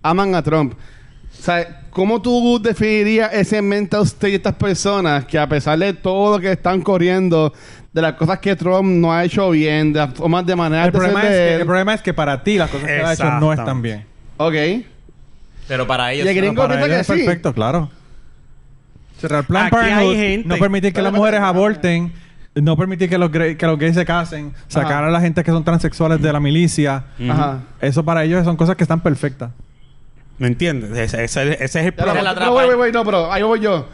[SPEAKER 3] aman a Trump. O sea, ¿cómo tú definirías ese mental state de estas personas que a pesar de todo lo que están corriendo, de las cosas que Trump no ha hecho bien, de las formas de manejar
[SPEAKER 4] El
[SPEAKER 3] de
[SPEAKER 4] problema,
[SPEAKER 3] ser
[SPEAKER 4] es
[SPEAKER 3] de
[SPEAKER 4] que,
[SPEAKER 3] él?
[SPEAKER 4] el problema es que para ti las cosas que él ha hecho no están
[SPEAKER 6] Exactamente.
[SPEAKER 4] bien.
[SPEAKER 3] Ok.
[SPEAKER 1] Pero para ellos...
[SPEAKER 3] Y el
[SPEAKER 1] sí.
[SPEAKER 3] gringo-
[SPEAKER 4] Pero para
[SPEAKER 3] piensa
[SPEAKER 4] él
[SPEAKER 3] que
[SPEAKER 4] es
[SPEAKER 3] sí.
[SPEAKER 4] perfecto, claro. Cerrar Plan
[SPEAKER 6] Aquí hay
[SPEAKER 4] Parenthood,
[SPEAKER 6] gente.
[SPEAKER 4] no permitir que
[SPEAKER 3] Pero
[SPEAKER 4] las
[SPEAKER 3] espérate,
[SPEAKER 4] mujeres
[SPEAKER 3] espérate.
[SPEAKER 4] aborten, no permitir que los, gre- que los gays se casen, sacar
[SPEAKER 3] Ajá.
[SPEAKER 4] a la gente que son transexuales de la milicia.
[SPEAKER 3] Ajá.
[SPEAKER 4] Eso para ellos son cosas que están perfectas.
[SPEAKER 6] ¿Me entiendes? Ese, ese- ese es el
[SPEAKER 3] Ya
[SPEAKER 1] Esa
[SPEAKER 3] lo-
[SPEAKER 1] es
[SPEAKER 6] problema.
[SPEAKER 1] la
[SPEAKER 3] no,
[SPEAKER 1] trampa.
[SPEAKER 3] wait, wait, wait, no, pero ahí voy yo.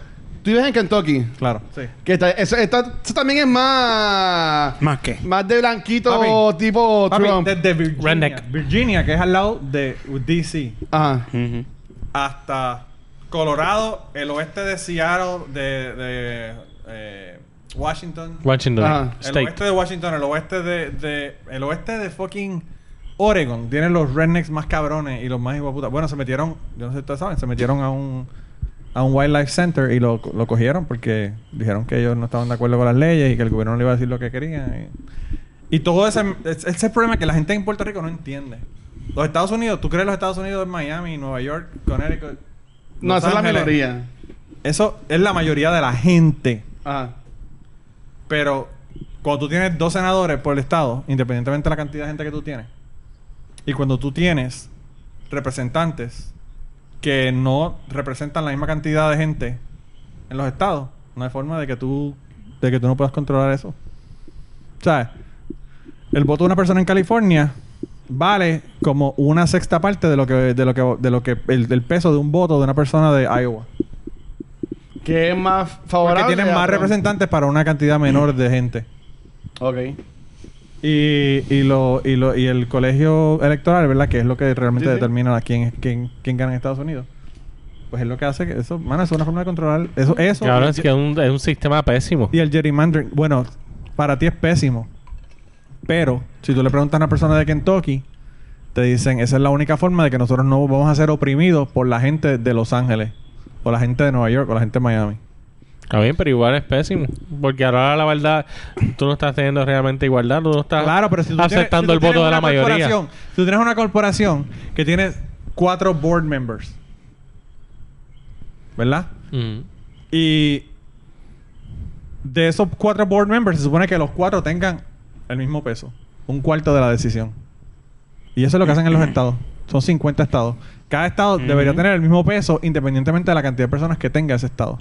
[SPEAKER 3] Tú vives en Kentucky.
[SPEAKER 4] Claro. Sí.
[SPEAKER 3] Que está, eso, está- eso también es más.
[SPEAKER 6] ¿Más qué?
[SPEAKER 3] Más de blanquito
[SPEAKER 4] Papi.
[SPEAKER 3] tipo
[SPEAKER 4] Papi,
[SPEAKER 3] Trump.
[SPEAKER 4] desde Virginia,
[SPEAKER 5] Redneck.
[SPEAKER 4] Virginia, que es al lado de DC,
[SPEAKER 3] Ajá.
[SPEAKER 6] Ujú.
[SPEAKER 4] hasta Colorado, el oeste de Seattle, de, de, eh, Washington.
[SPEAKER 5] Washington
[SPEAKER 3] Ajá.
[SPEAKER 4] El
[SPEAKER 5] State.
[SPEAKER 4] oeste de Washington, el oeste de, de- El oeste de fucking Oregon. Tienen los rednecks más cabrones y los más puta. Bueno, se metieron... Yo no sé si ustedes saben. Se metieron a un... A un Wildlife Center y lo, lo cogieron porque dijeron que ellos no estaban de acuerdo con las leyes y que el gobierno no le iba a decir lo que querían. Y, y todo ese... es- Ese es el problema que la gente en Puerto Rico no entiende. Los Estados Unidos... ¿Tú crees los Estados Unidos en Miami, Nueva York, Connecticut?
[SPEAKER 3] No,
[SPEAKER 4] Los
[SPEAKER 3] esa es la
[SPEAKER 4] Ángeles?
[SPEAKER 3] minoría.
[SPEAKER 4] Eso es la mayoría de la gente.
[SPEAKER 3] Ajá.
[SPEAKER 4] Pero cuando tú tienes dos senadores por el estado, independientemente de la cantidad de gente que tú tienes, y cuando tú tienes representantes que no representan la misma cantidad de gente en los estados, no hay forma de que tú de que tú no puedas controlar eso. ¿Sabes? El voto de una persona en California vale como una sexta parte de lo que, de lo que, de lo que, el, del peso de un voto de una persona de Iowa.
[SPEAKER 3] Que es más
[SPEAKER 4] Porque
[SPEAKER 3] favorable.
[SPEAKER 4] tienen
[SPEAKER 3] a
[SPEAKER 4] más
[SPEAKER 3] Trump.
[SPEAKER 4] representantes para una cantidad menor de gente.
[SPEAKER 3] Ok.
[SPEAKER 4] Y, y, lo, y, lo, y el colegio electoral, ¿verdad? Que es lo que realmente
[SPEAKER 3] Sí, sí.
[SPEAKER 4] determina a quién, quién, quién gana en Estados Unidos. Pues es lo que hace que eso, mano, eso es una forma de controlar. Eso, eso.
[SPEAKER 5] Cabrón, es que es un, es un sistema pésimo.
[SPEAKER 4] Y el gerrymandering, bueno, para ti es pésimo. Pero si tú le preguntas a una persona de Kentucky, te dicen, esa es la única forma de que nosotros no vamos a ser oprimidos por la gente de Los Ángeles, o la gente de Nueva York, o la gente de Miami.
[SPEAKER 5] Está bien, pero igual es pésimo. Porque ahora la verdad, tú no estás teniendo realmente igualdad, tú no estás
[SPEAKER 4] Claro, pero si tú tienes-
[SPEAKER 5] aceptando
[SPEAKER 4] si tú
[SPEAKER 5] el voto
[SPEAKER 4] tienes
[SPEAKER 5] de la
[SPEAKER 4] una
[SPEAKER 5] mayoría.
[SPEAKER 4] corporación- Si tú tienes una corporación que tiene cuatro board members, ¿verdad?
[SPEAKER 5] Mm.
[SPEAKER 4] Y de esos cuatro board members, se supone que los cuatro tengan el mismo peso. Un cuarto de la decisión. Y eso es lo que hacen en los estados. Son 50 estados. Cada estado debería tener el mismo peso independientemente de la cantidad de personas que tenga ese estado.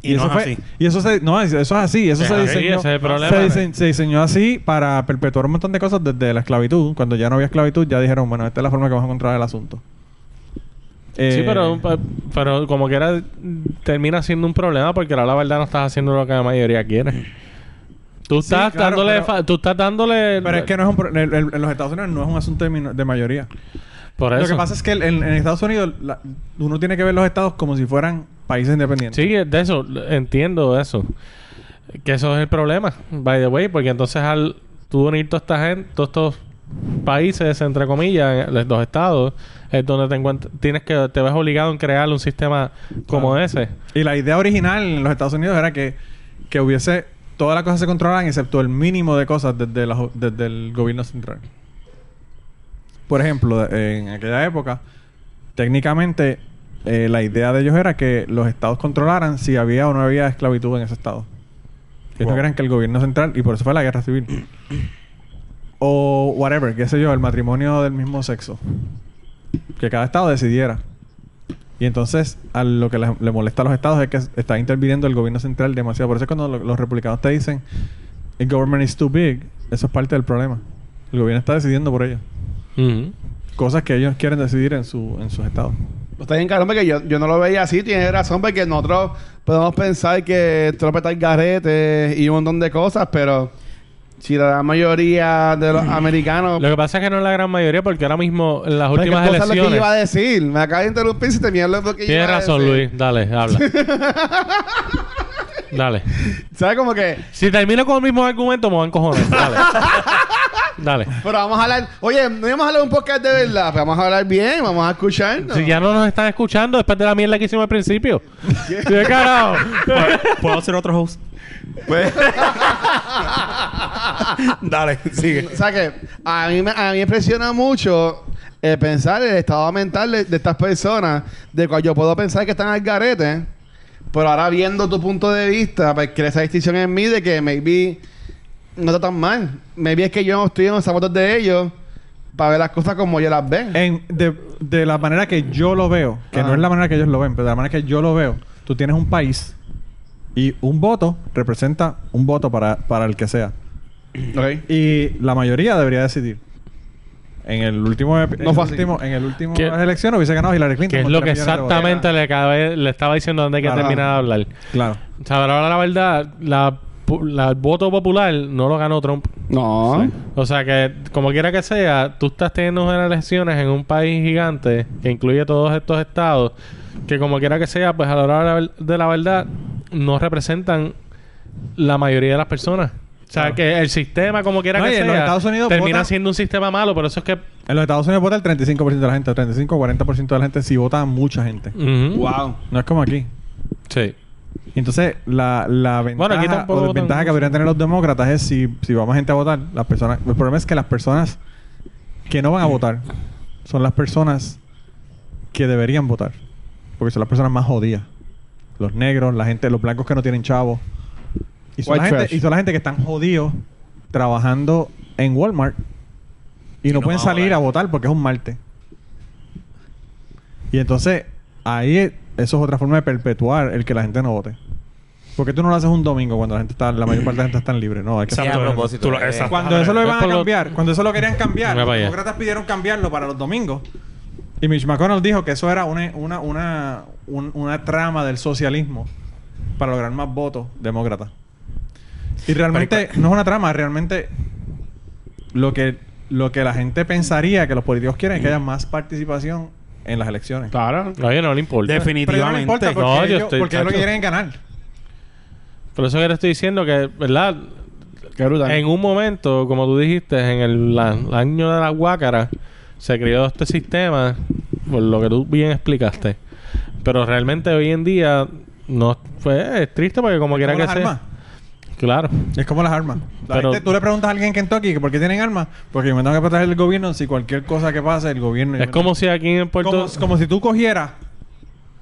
[SPEAKER 6] Y, no
[SPEAKER 4] eso
[SPEAKER 6] es
[SPEAKER 4] fue-
[SPEAKER 6] así.
[SPEAKER 4] Y eso se, no, es- eso es así. Eso
[SPEAKER 5] Es
[SPEAKER 4] se
[SPEAKER 5] así,
[SPEAKER 4] diseñó.
[SPEAKER 5] ese es el problema.
[SPEAKER 4] se, dise- se diseñó así para perpetuar un montón de cosas desde la esclavitud. Cuando ya no había esclavitud, ya dijeron, bueno, esta es la forma que vamos a controlar el asunto.
[SPEAKER 5] Sí,
[SPEAKER 4] Eh,
[SPEAKER 5] pero, pa- pero como que era, termina siendo un problema porque ahora la verdad no estás haciendo lo que la mayoría quiere. Tú
[SPEAKER 4] Sí,
[SPEAKER 5] estás
[SPEAKER 4] claro,
[SPEAKER 5] dándole...
[SPEAKER 4] pero-
[SPEAKER 5] fa- tú estás dándole...
[SPEAKER 4] Pero es que no es un pro- el- el- en los Estados Unidos no es un asunto de, mino- de mayoría.
[SPEAKER 5] Por eso.
[SPEAKER 4] Lo que pasa es que el- en, en Estados Unidos la- uno tiene que ver los estados como si fueran países independientes.
[SPEAKER 5] Sí, de eso, entiendo eso. Que eso es el problema, by the way, porque entonces al tú unir toda esta gente, todos estos países, entre comillas, en los estados, es donde te encuent- tienes que, te ves obligado a crear un sistema como ese.
[SPEAKER 4] Y la idea original en los Estados Unidos era que, que hubiese todas las cosas se controlaran excepto el mínimo de cosas desde, la ju- desde el gobierno central. Por ejemplo, de- en aquella época, técnicamente eh, la idea de ellos era que los estados controlaran si había o no había esclavitud en ese estado. Ellos no
[SPEAKER 6] Wow.
[SPEAKER 4] querían que el gobierno central, y por eso fue la guerra civil. o whatever, qué sé yo, el matrimonio del mismo sexo. Que cada estado decidiera. Y entonces, a lo que les- le molesta a los estados es que está interviniendo el gobierno central demasiado. Por eso es cuando lo- los republicanos te dicen, el government is too big, eso es parte del problema. El gobierno está decidiendo por ellos.
[SPEAKER 5] Ujú.
[SPEAKER 4] Cosas que ellos quieren decidir en, su, en sus estados.
[SPEAKER 3] Está bien, cabrón, porque yo, yo no lo veía así. Tienes razón, porque nosotros podemos pensar que Trump está en garete y un montón de cosas, pero si la mayoría de los americanos.
[SPEAKER 5] Lo que pasa es que no es la gran mayoría, porque ahora mismo en las
[SPEAKER 3] Pero es Pues
[SPEAKER 5] últimas
[SPEAKER 3] que cosa es lo que yo
[SPEAKER 5] elecciones.
[SPEAKER 3] iba a decir. Me acaba de interrumpir si te mierda lo que yo
[SPEAKER 5] Tienes
[SPEAKER 3] iba a
[SPEAKER 5] razón,
[SPEAKER 3] decir.
[SPEAKER 5] Luis. Dale, habla. Dale.
[SPEAKER 3] ¿Sabes como que?
[SPEAKER 5] Si termino con el mismo argumento, me van cojones. Dale. Dale.
[SPEAKER 3] Pero vamos a hablar. Oye, no íbamos a hablar un podcast de verdad. pero vamos a hablar bien, vamos a escuchar. ¿no?
[SPEAKER 5] Si ya no nos están escuchando después de la mierda que hicimos al principio. ¿Qué carajo?
[SPEAKER 6] ¿Puedo hacer otro host?
[SPEAKER 4] Pues-
[SPEAKER 6] Dale, sigue.
[SPEAKER 3] O sea que a mí, me, a mí me impresiona mucho eh, pensar el estado mental de, de estas personas, de cual yo puedo pensar que están al garete, pero ahora viendo tu punto de vista, pues crea esa distinción en mí de que maybe no está tan mal. Maybe es que yo no estoy en los zapatos de ellos para ver las cosas como yo las ven.
[SPEAKER 4] En- de, de la manera que yo lo veo, que
[SPEAKER 3] Ajá.
[SPEAKER 4] no es la manera que ellos lo ven, pero de la manera que yo lo veo, tú tienes un país y un voto representa un voto para, para el que sea.
[SPEAKER 3] Ok.
[SPEAKER 4] Y la mayoría debería decidir. En el último, ep- en
[SPEAKER 3] No
[SPEAKER 4] el
[SPEAKER 3] fue así.
[SPEAKER 4] último en el último
[SPEAKER 5] ¿Qué-
[SPEAKER 4] elección hubiese ganado Hillary Clinton.
[SPEAKER 5] Que es
[SPEAKER 4] con
[SPEAKER 5] lo que
[SPEAKER 4] tres millones de votos.
[SPEAKER 5] exactamente le, acabé- le estaba diciendo antes que
[SPEAKER 4] Ajá.
[SPEAKER 5] terminara de hablar.
[SPEAKER 4] Claro.
[SPEAKER 5] O sea, pero ahora la verdad, la, pu- la- el voto popular no lo ganó Trump.
[SPEAKER 3] No.
[SPEAKER 5] O sea que, como quiera que sea, tú estás teniendo unas elecciones en un país gigante que incluye todos estos estados, que como quiera que sea, pues a la hora de la ver- de la verdad no representan la mayoría de las personas. O sea que el sistema, como quiera
[SPEAKER 4] No,
[SPEAKER 5] que
[SPEAKER 4] y en los
[SPEAKER 5] sea,
[SPEAKER 4] Estados Unidos
[SPEAKER 5] termina
[SPEAKER 4] votan-
[SPEAKER 5] siendo un sistema malo, pero eso es que...
[SPEAKER 4] En los Estados Unidos vota el 35% de la gente, el 35 o 40% de la gente si vota mucha gente.
[SPEAKER 5] Ujú.
[SPEAKER 3] Wow.
[SPEAKER 4] No es como aquí.
[SPEAKER 5] Sí.
[SPEAKER 4] Y entonces, la, la
[SPEAKER 5] Bueno,
[SPEAKER 4] ventaja
[SPEAKER 5] aquí tampoco
[SPEAKER 4] o
[SPEAKER 5] votan
[SPEAKER 4] desventaja que
[SPEAKER 5] mucho.
[SPEAKER 4] podrían tener los demócratas es si, si va más gente a votar, las personas... El problema es que las personas que no van a votar son las personas que deberían votar. Porque son las personas más jodidas. Los negros, la gente... Los blancos que no tienen chavos. Y son, la
[SPEAKER 3] White
[SPEAKER 4] gente,
[SPEAKER 3] trash.
[SPEAKER 4] y son la gente que están jodidos trabajando en Walmart y no,
[SPEAKER 6] no
[SPEAKER 4] pueden
[SPEAKER 6] van a
[SPEAKER 4] salir
[SPEAKER 6] votar.
[SPEAKER 4] a votar porque es un martes. Y entonces, ahí... e- Eso es otra forma de perpetuar el que la gente no vote. ¿Por qué tú no lo haces un domingo cuando la gente está, la mayor parte de la gente está libre? No, hay que
[SPEAKER 1] Sí, a propósito.
[SPEAKER 6] Tú lo-
[SPEAKER 1] eh.
[SPEAKER 6] exacto.
[SPEAKER 4] Cuando eso lo
[SPEAKER 5] Es
[SPEAKER 4] iban
[SPEAKER 5] por
[SPEAKER 4] a
[SPEAKER 5] lo-
[SPEAKER 4] cambiar, cuando eso lo querían cambiar,
[SPEAKER 5] Mira
[SPEAKER 4] los
[SPEAKER 5] para allá.
[SPEAKER 4] demócratas pidieron cambiarlo para los domingos. Y Mitch McConnell dijo que eso era una, una, una, un- una trama del socialismo para lograr más votos demócratas. Y realmente no es una trama, realmente lo que, lo que la gente pensaría que los políticos quieren es que haya más participación en las elecciones.
[SPEAKER 2] Claro.
[SPEAKER 5] Oye, no le importa.
[SPEAKER 4] Pero ya no le
[SPEAKER 2] Definitivamente.
[SPEAKER 4] importa porque,
[SPEAKER 5] No, yo
[SPEAKER 4] ellos,
[SPEAKER 5] estoy-
[SPEAKER 4] porque ellos lo que
[SPEAKER 5] chacho.
[SPEAKER 4] quieren es ganar.
[SPEAKER 5] Por eso que le estoy diciendo que, ¿verdad?
[SPEAKER 3] Qué brutal.
[SPEAKER 5] En un momento, como tú dijiste, en el, la- el año de la guácara, se creó este sistema, por lo que tú bien explicaste. Pero realmente hoy en día, no fue es triste porque como quiera
[SPEAKER 4] Como
[SPEAKER 5] que
[SPEAKER 4] las
[SPEAKER 5] sea.
[SPEAKER 4] armas.
[SPEAKER 5] Claro.
[SPEAKER 4] Es como las armas. La
[SPEAKER 5] Pero-
[SPEAKER 4] gente- tú le preguntas a alguien en Kentucky que por qué tienen armas, porque yo me tengo que proteger del gobierno. Si cualquier cosa que pase, el gobierno.
[SPEAKER 5] Es como si aquí en Puerto
[SPEAKER 4] como, como si tú cogieras,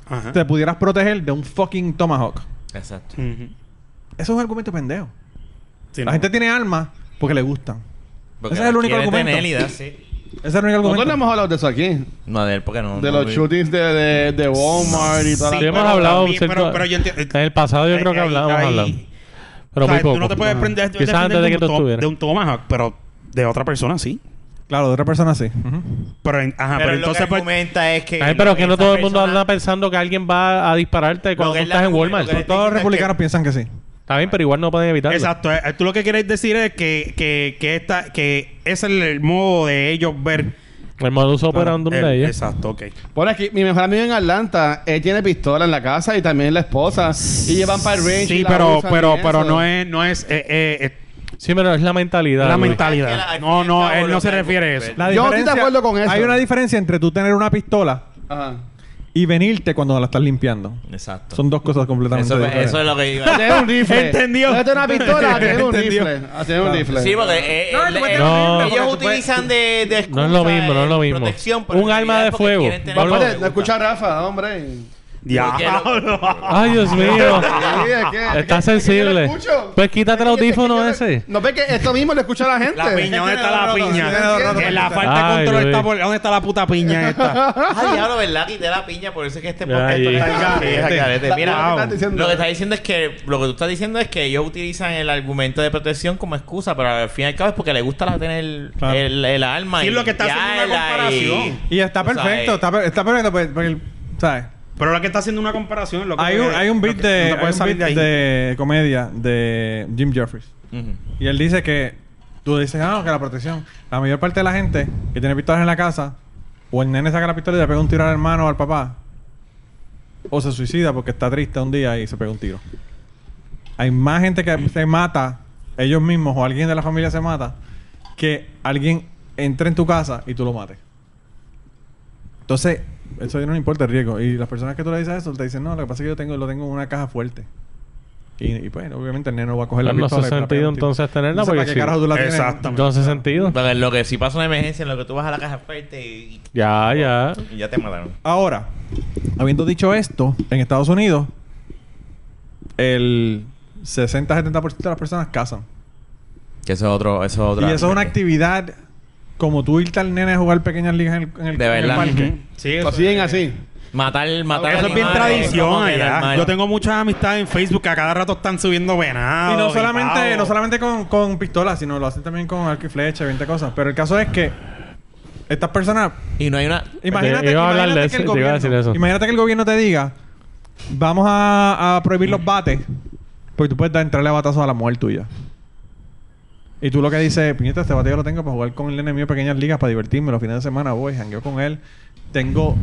[SPEAKER 6] Ajá.
[SPEAKER 4] te pudieras proteger de un fucking tomahawk.
[SPEAKER 1] Exacto.
[SPEAKER 6] Ujú.
[SPEAKER 4] Eso es un argumento pendejo.
[SPEAKER 6] Sí,
[SPEAKER 4] la
[SPEAKER 6] no.
[SPEAKER 4] gente tiene armas porque le gustan.
[SPEAKER 1] Porque
[SPEAKER 4] Ese es el
[SPEAKER 1] la
[SPEAKER 4] único
[SPEAKER 1] quiere
[SPEAKER 4] argumento.
[SPEAKER 1] tener y da, sí.
[SPEAKER 4] Ese es el único
[SPEAKER 3] Nosotros no
[SPEAKER 4] argumento.
[SPEAKER 3] hemos hablado de eso aquí.
[SPEAKER 1] No, de él, porque no.
[SPEAKER 3] De
[SPEAKER 1] no
[SPEAKER 3] los
[SPEAKER 1] vi.
[SPEAKER 3] shootings de, de, de Walmart y
[SPEAKER 5] Sí,
[SPEAKER 3] tal.
[SPEAKER 5] hemos hablado
[SPEAKER 6] también-
[SPEAKER 5] cierto-
[SPEAKER 6] pero- pero yo entiendo-
[SPEAKER 5] En el pasado yo creo que
[SPEAKER 6] Ahí-
[SPEAKER 5] hablamos,
[SPEAKER 6] ahí-
[SPEAKER 5] hablamos. Pero
[SPEAKER 6] o sea,
[SPEAKER 5] muy poco. Ah.
[SPEAKER 6] Tú no te puedes prender
[SPEAKER 5] Quizás
[SPEAKER 6] defender
[SPEAKER 5] antes de que
[SPEAKER 6] un
[SPEAKER 5] tú
[SPEAKER 6] to-
[SPEAKER 5] estuvieras.
[SPEAKER 6] de un tomahawk, pero de otra persona sí.
[SPEAKER 4] Claro, de otra persona sí. Ujú.
[SPEAKER 6] Pero, en- ajá,
[SPEAKER 1] Ah, Pero,
[SPEAKER 6] pero, entonces
[SPEAKER 1] lo que
[SPEAKER 6] pues,
[SPEAKER 1] argumenta es que.
[SPEAKER 5] Ay, pero que no todo el mundo
[SPEAKER 1] persona-
[SPEAKER 5] anda pensando que alguien va a dispararte cuando
[SPEAKER 1] que
[SPEAKER 5] tú
[SPEAKER 1] es la-
[SPEAKER 5] estás en Walmart.
[SPEAKER 1] lo que-
[SPEAKER 4] Todos los
[SPEAKER 1] que-
[SPEAKER 4] republicanos piensan que sí.
[SPEAKER 5] Está bien, pero igual no pueden evitarlo.
[SPEAKER 6] Exacto. Eh, Tú lo que quieres decir es que, que, que, esta, que es el, el modo de ellos ver.
[SPEAKER 5] El modus operandum
[SPEAKER 6] El-
[SPEAKER 5] de ellos.
[SPEAKER 6] Exacto, ok.
[SPEAKER 3] Por aquí, mi mejor amigo en Atlanta, él tiene pistola en la casa y también la esposa. Y llevan para el range. y
[SPEAKER 6] Sí,
[SPEAKER 3] la
[SPEAKER 6] pero,
[SPEAKER 3] usan
[SPEAKER 6] pero,
[SPEAKER 3] y
[SPEAKER 6] pero
[SPEAKER 3] eso.
[SPEAKER 6] no es, no es, eh, eh, eh,
[SPEAKER 5] Sí, pero es la mentalidad.
[SPEAKER 6] la
[SPEAKER 5] Luis.
[SPEAKER 1] Es que la-
[SPEAKER 6] mentalidad.
[SPEAKER 1] al
[SPEAKER 6] No,
[SPEAKER 1] fin y
[SPEAKER 6] no,
[SPEAKER 1] al cabo
[SPEAKER 6] él
[SPEAKER 1] lo
[SPEAKER 6] no se
[SPEAKER 1] que hay-
[SPEAKER 6] refiere a eso.
[SPEAKER 4] La
[SPEAKER 3] Yo estoy de
[SPEAKER 4] diferencia-
[SPEAKER 3] acuerdo con eso.
[SPEAKER 4] Hay una diferencia entre tú tener una pistola
[SPEAKER 3] Ajá.
[SPEAKER 4] y venirte cuando la estás limpiando.
[SPEAKER 1] Exacto.
[SPEAKER 4] Son dos cosas completamente
[SPEAKER 1] eso,
[SPEAKER 4] diferentes.
[SPEAKER 1] eso es lo que iba.
[SPEAKER 3] Tener Ah, un rifle.
[SPEAKER 6] Entendió.
[SPEAKER 3] No tener una pistola, tener un
[SPEAKER 4] Entendió.
[SPEAKER 3] rifle. A tener un rifle.
[SPEAKER 1] Sí, porque eh,
[SPEAKER 4] No,
[SPEAKER 1] eh,
[SPEAKER 4] no,
[SPEAKER 1] eh,
[SPEAKER 5] no,
[SPEAKER 1] ellos
[SPEAKER 4] porque tú puedes-
[SPEAKER 1] utilizan de, de
[SPEAKER 5] No es lo
[SPEAKER 1] excusa,
[SPEAKER 5] mismo, no es lo
[SPEAKER 1] eh,
[SPEAKER 5] mismo.
[SPEAKER 1] protección, pero
[SPEAKER 5] Un
[SPEAKER 1] en
[SPEAKER 5] arma
[SPEAKER 1] realidad
[SPEAKER 5] de
[SPEAKER 1] es porque
[SPEAKER 5] fuego.
[SPEAKER 1] quieren tener-
[SPEAKER 5] Pablo,
[SPEAKER 3] Espérate, no escucha a Rafa, hombre.
[SPEAKER 6] Diablo.
[SPEAKER 5] Ay, Dios mío.
[SPEAKER 3] Sí, es que- es
[SPEAKER 5] Está
[SPEAKER 3] que- es que yo lo
[SPEAKER 5] sensible.
[SPEAKER 3] escucho.
[SPEAKER 5] Pues quítate el
[SPEAKER 3] Es que- es que
[SPEAKER 5] audífono
[SPEAKER 3] yo le-
[SPEAKER 5] ese.
[SPEAKER 3] No ves que esto mismo lo escucha la gente.
[SPEAKER 6] La piña, ¿dónde está la piña? En la falta de
[SPEAKER 5] Ay,
[SPEAKER 6] control
[SPEAKER 5] Luis.
[SPEAKER 6] está por- ¿Dónde está la puta piña esta?
[SPEAKER 1] Ah, diablo, ¿verdad? Quité la piña, por eso es que este podcast
[SPEAKER 5] Ay,
[SPEAKER 1] está
[SPEAKER 5] ay.
[SPEAKER 1] al garete, es al garete.
[SPEAKER 3] Wow.
[SPEAKER 1] Mira,
[SPEAKER 3] Lo que estás diciendo.
[SPEAKER 1] lo que estás diciendo es que lo que tú estás diciendo es que ellos utilizan el argumento de protección como excusa, pero al fin y al cabo es porque les gusta la- tener el,
[SPEAKER 4] Claro.
[SPEAKER 1] el, el arma.
[SPEAKER 6] Sí,
[SPEAKER 1] y
[SPEAKER 6] lo que está haciendo una
[SPEAKER 1] guiarla y-
[SPEAKER 6] comparación.
[SPEAKER 4] Y está
[SPEAKER 1] tú sabes.
[SPEAKER 4] perfecto, está, per- está perfecto. pues, porque, ¿Sabes?
[SPEAKER 6] Pero lo que está haciendo una comparación. Lo que
[SPEAKER 4] Hay un, hay un beat,
[SPEAKER 6] lo que- no
[SPEAKER 4] de,
[SPEAKER 6] te
[SPEAKER 4] hay
[SPEAKER 6] puedes
[SPEAKER 4] un
[SPEAKER 6] salir
[SPEAKER 4] beat
[SPEAKER 6] de ahí.
[SPEAKER 4] de comedia de Jim Jeffries.
[SPEAKER 1] Ujú.
[SPEAKER 4] Y él dice que tú dices, ah, no, que la protección. La mayor parte de la gente que tiene pistolas en la casa, o el nene saca la pistola y le pega un tiro al hermano o al papá, o se suicida porque está triste un día y se pega un tiro. Hay más gente que se mata, ellos mismos o alguien de la familia se mata, que alguien entre en tu casa y tú lo mates. Entonces, eso ya no le importa el riesgo. Y las personas que tú le dices eso, te dicen, no, lo que pasa es que yo tengo, lo tengo en una caja fuerte. Y, y pues, obviamente el nene no va a coger la
[SPEAKER 5] Pero no
[SPEAKER 4] pistola.
[SPEAKER 5] hace
[SPEAKER 4] y la pega
[SPEAKER 5] sentido,
[SPEAKER 4] un tiro.
[SPEAKER 5] entonces, tenerla,
[SPEAKER 4] No sé para
[SPEAKER 5] porque
[SPEAKER 4] qué
[SPEAKER 5] sí.
[SPEAKER 4] carajo tú la tienes.
[SPEAKER 6] Exacto.
[SPEAKER 5] No hace sentido.
[SPEAKER 1] Pero en lo que si pasa una emergencia, en lo que tú vas a la caja fuerte y,
[SPEAKER 5] Ya, ya.
[SPEAKER 1] y ya te mataron.
[SPEAKER 4] Ahora, habiendo dicho esto, en Estados Unidos, el 60-70% de las personas casan.
[SPEAKER 1] Que eso es otro, eso es
[SPEAKER 4] Y
[SPEAKER 1] otra.
[SPEAKER 4] eso es una actividad como tú irte al nene a jugar pequeñas ligas en el, en el-
[SPEAKER 1] De
[SPEAKER 4] en el
[SPEAKER 1] verdad.
[SPEAKER 4] parque.
[SPEAKER 6] Ujú. Sí,
[SPEAKER 3] Lo
[SPEAKER 6] eso-
[SPEAKER 3] siguen así.
[SPEAKER 1] Matar, matar.
[SPEAKER 6] Eso es bien
[SPEAKER 1] animales,
[SPEAKER 6] tradición
[SPEAKER 1] como que
[SPEAKER 6] allá.
[SPEAKER 1] normal.
[SPEAKER 6] Yo tengo muchas amistades en Facebook que a cada rato están subiendo venado.
[SPEAKER 4] Y no solamente,
[SPEAKER 6] pavo.
[SPEAKER 4] no solamente con, con pistolas, sino lo hacen también con arco y flecha, 20 cosas. Pero el caso es que estas personas
[SPEAKER 1] Y no hay una.
[SPEAKER 4] Imagínate,
[SPEAKER 5] Te Eh, iba a hablar de
[SPEAKER 4] imagínate que
[SPEAKER 5] eso,
[SPEAKER 4] el
[SPEAKER 5] te iba a decir
[SPEAKER 4] gobierno-
[SPEAKER 5] eso.
[SPEAKER 4] imagínate que el gobierno te diga, vamos a, a prohibir los bates, porque tú puedes dar, entrarle a batazo a la mujer tuya. Y tú lo que dices, puñeta, este bate yo lo tengo para jugar con el nene mío en pequeñas ligas, para divertirme los fines de semana, voy, jangueo con él, tengo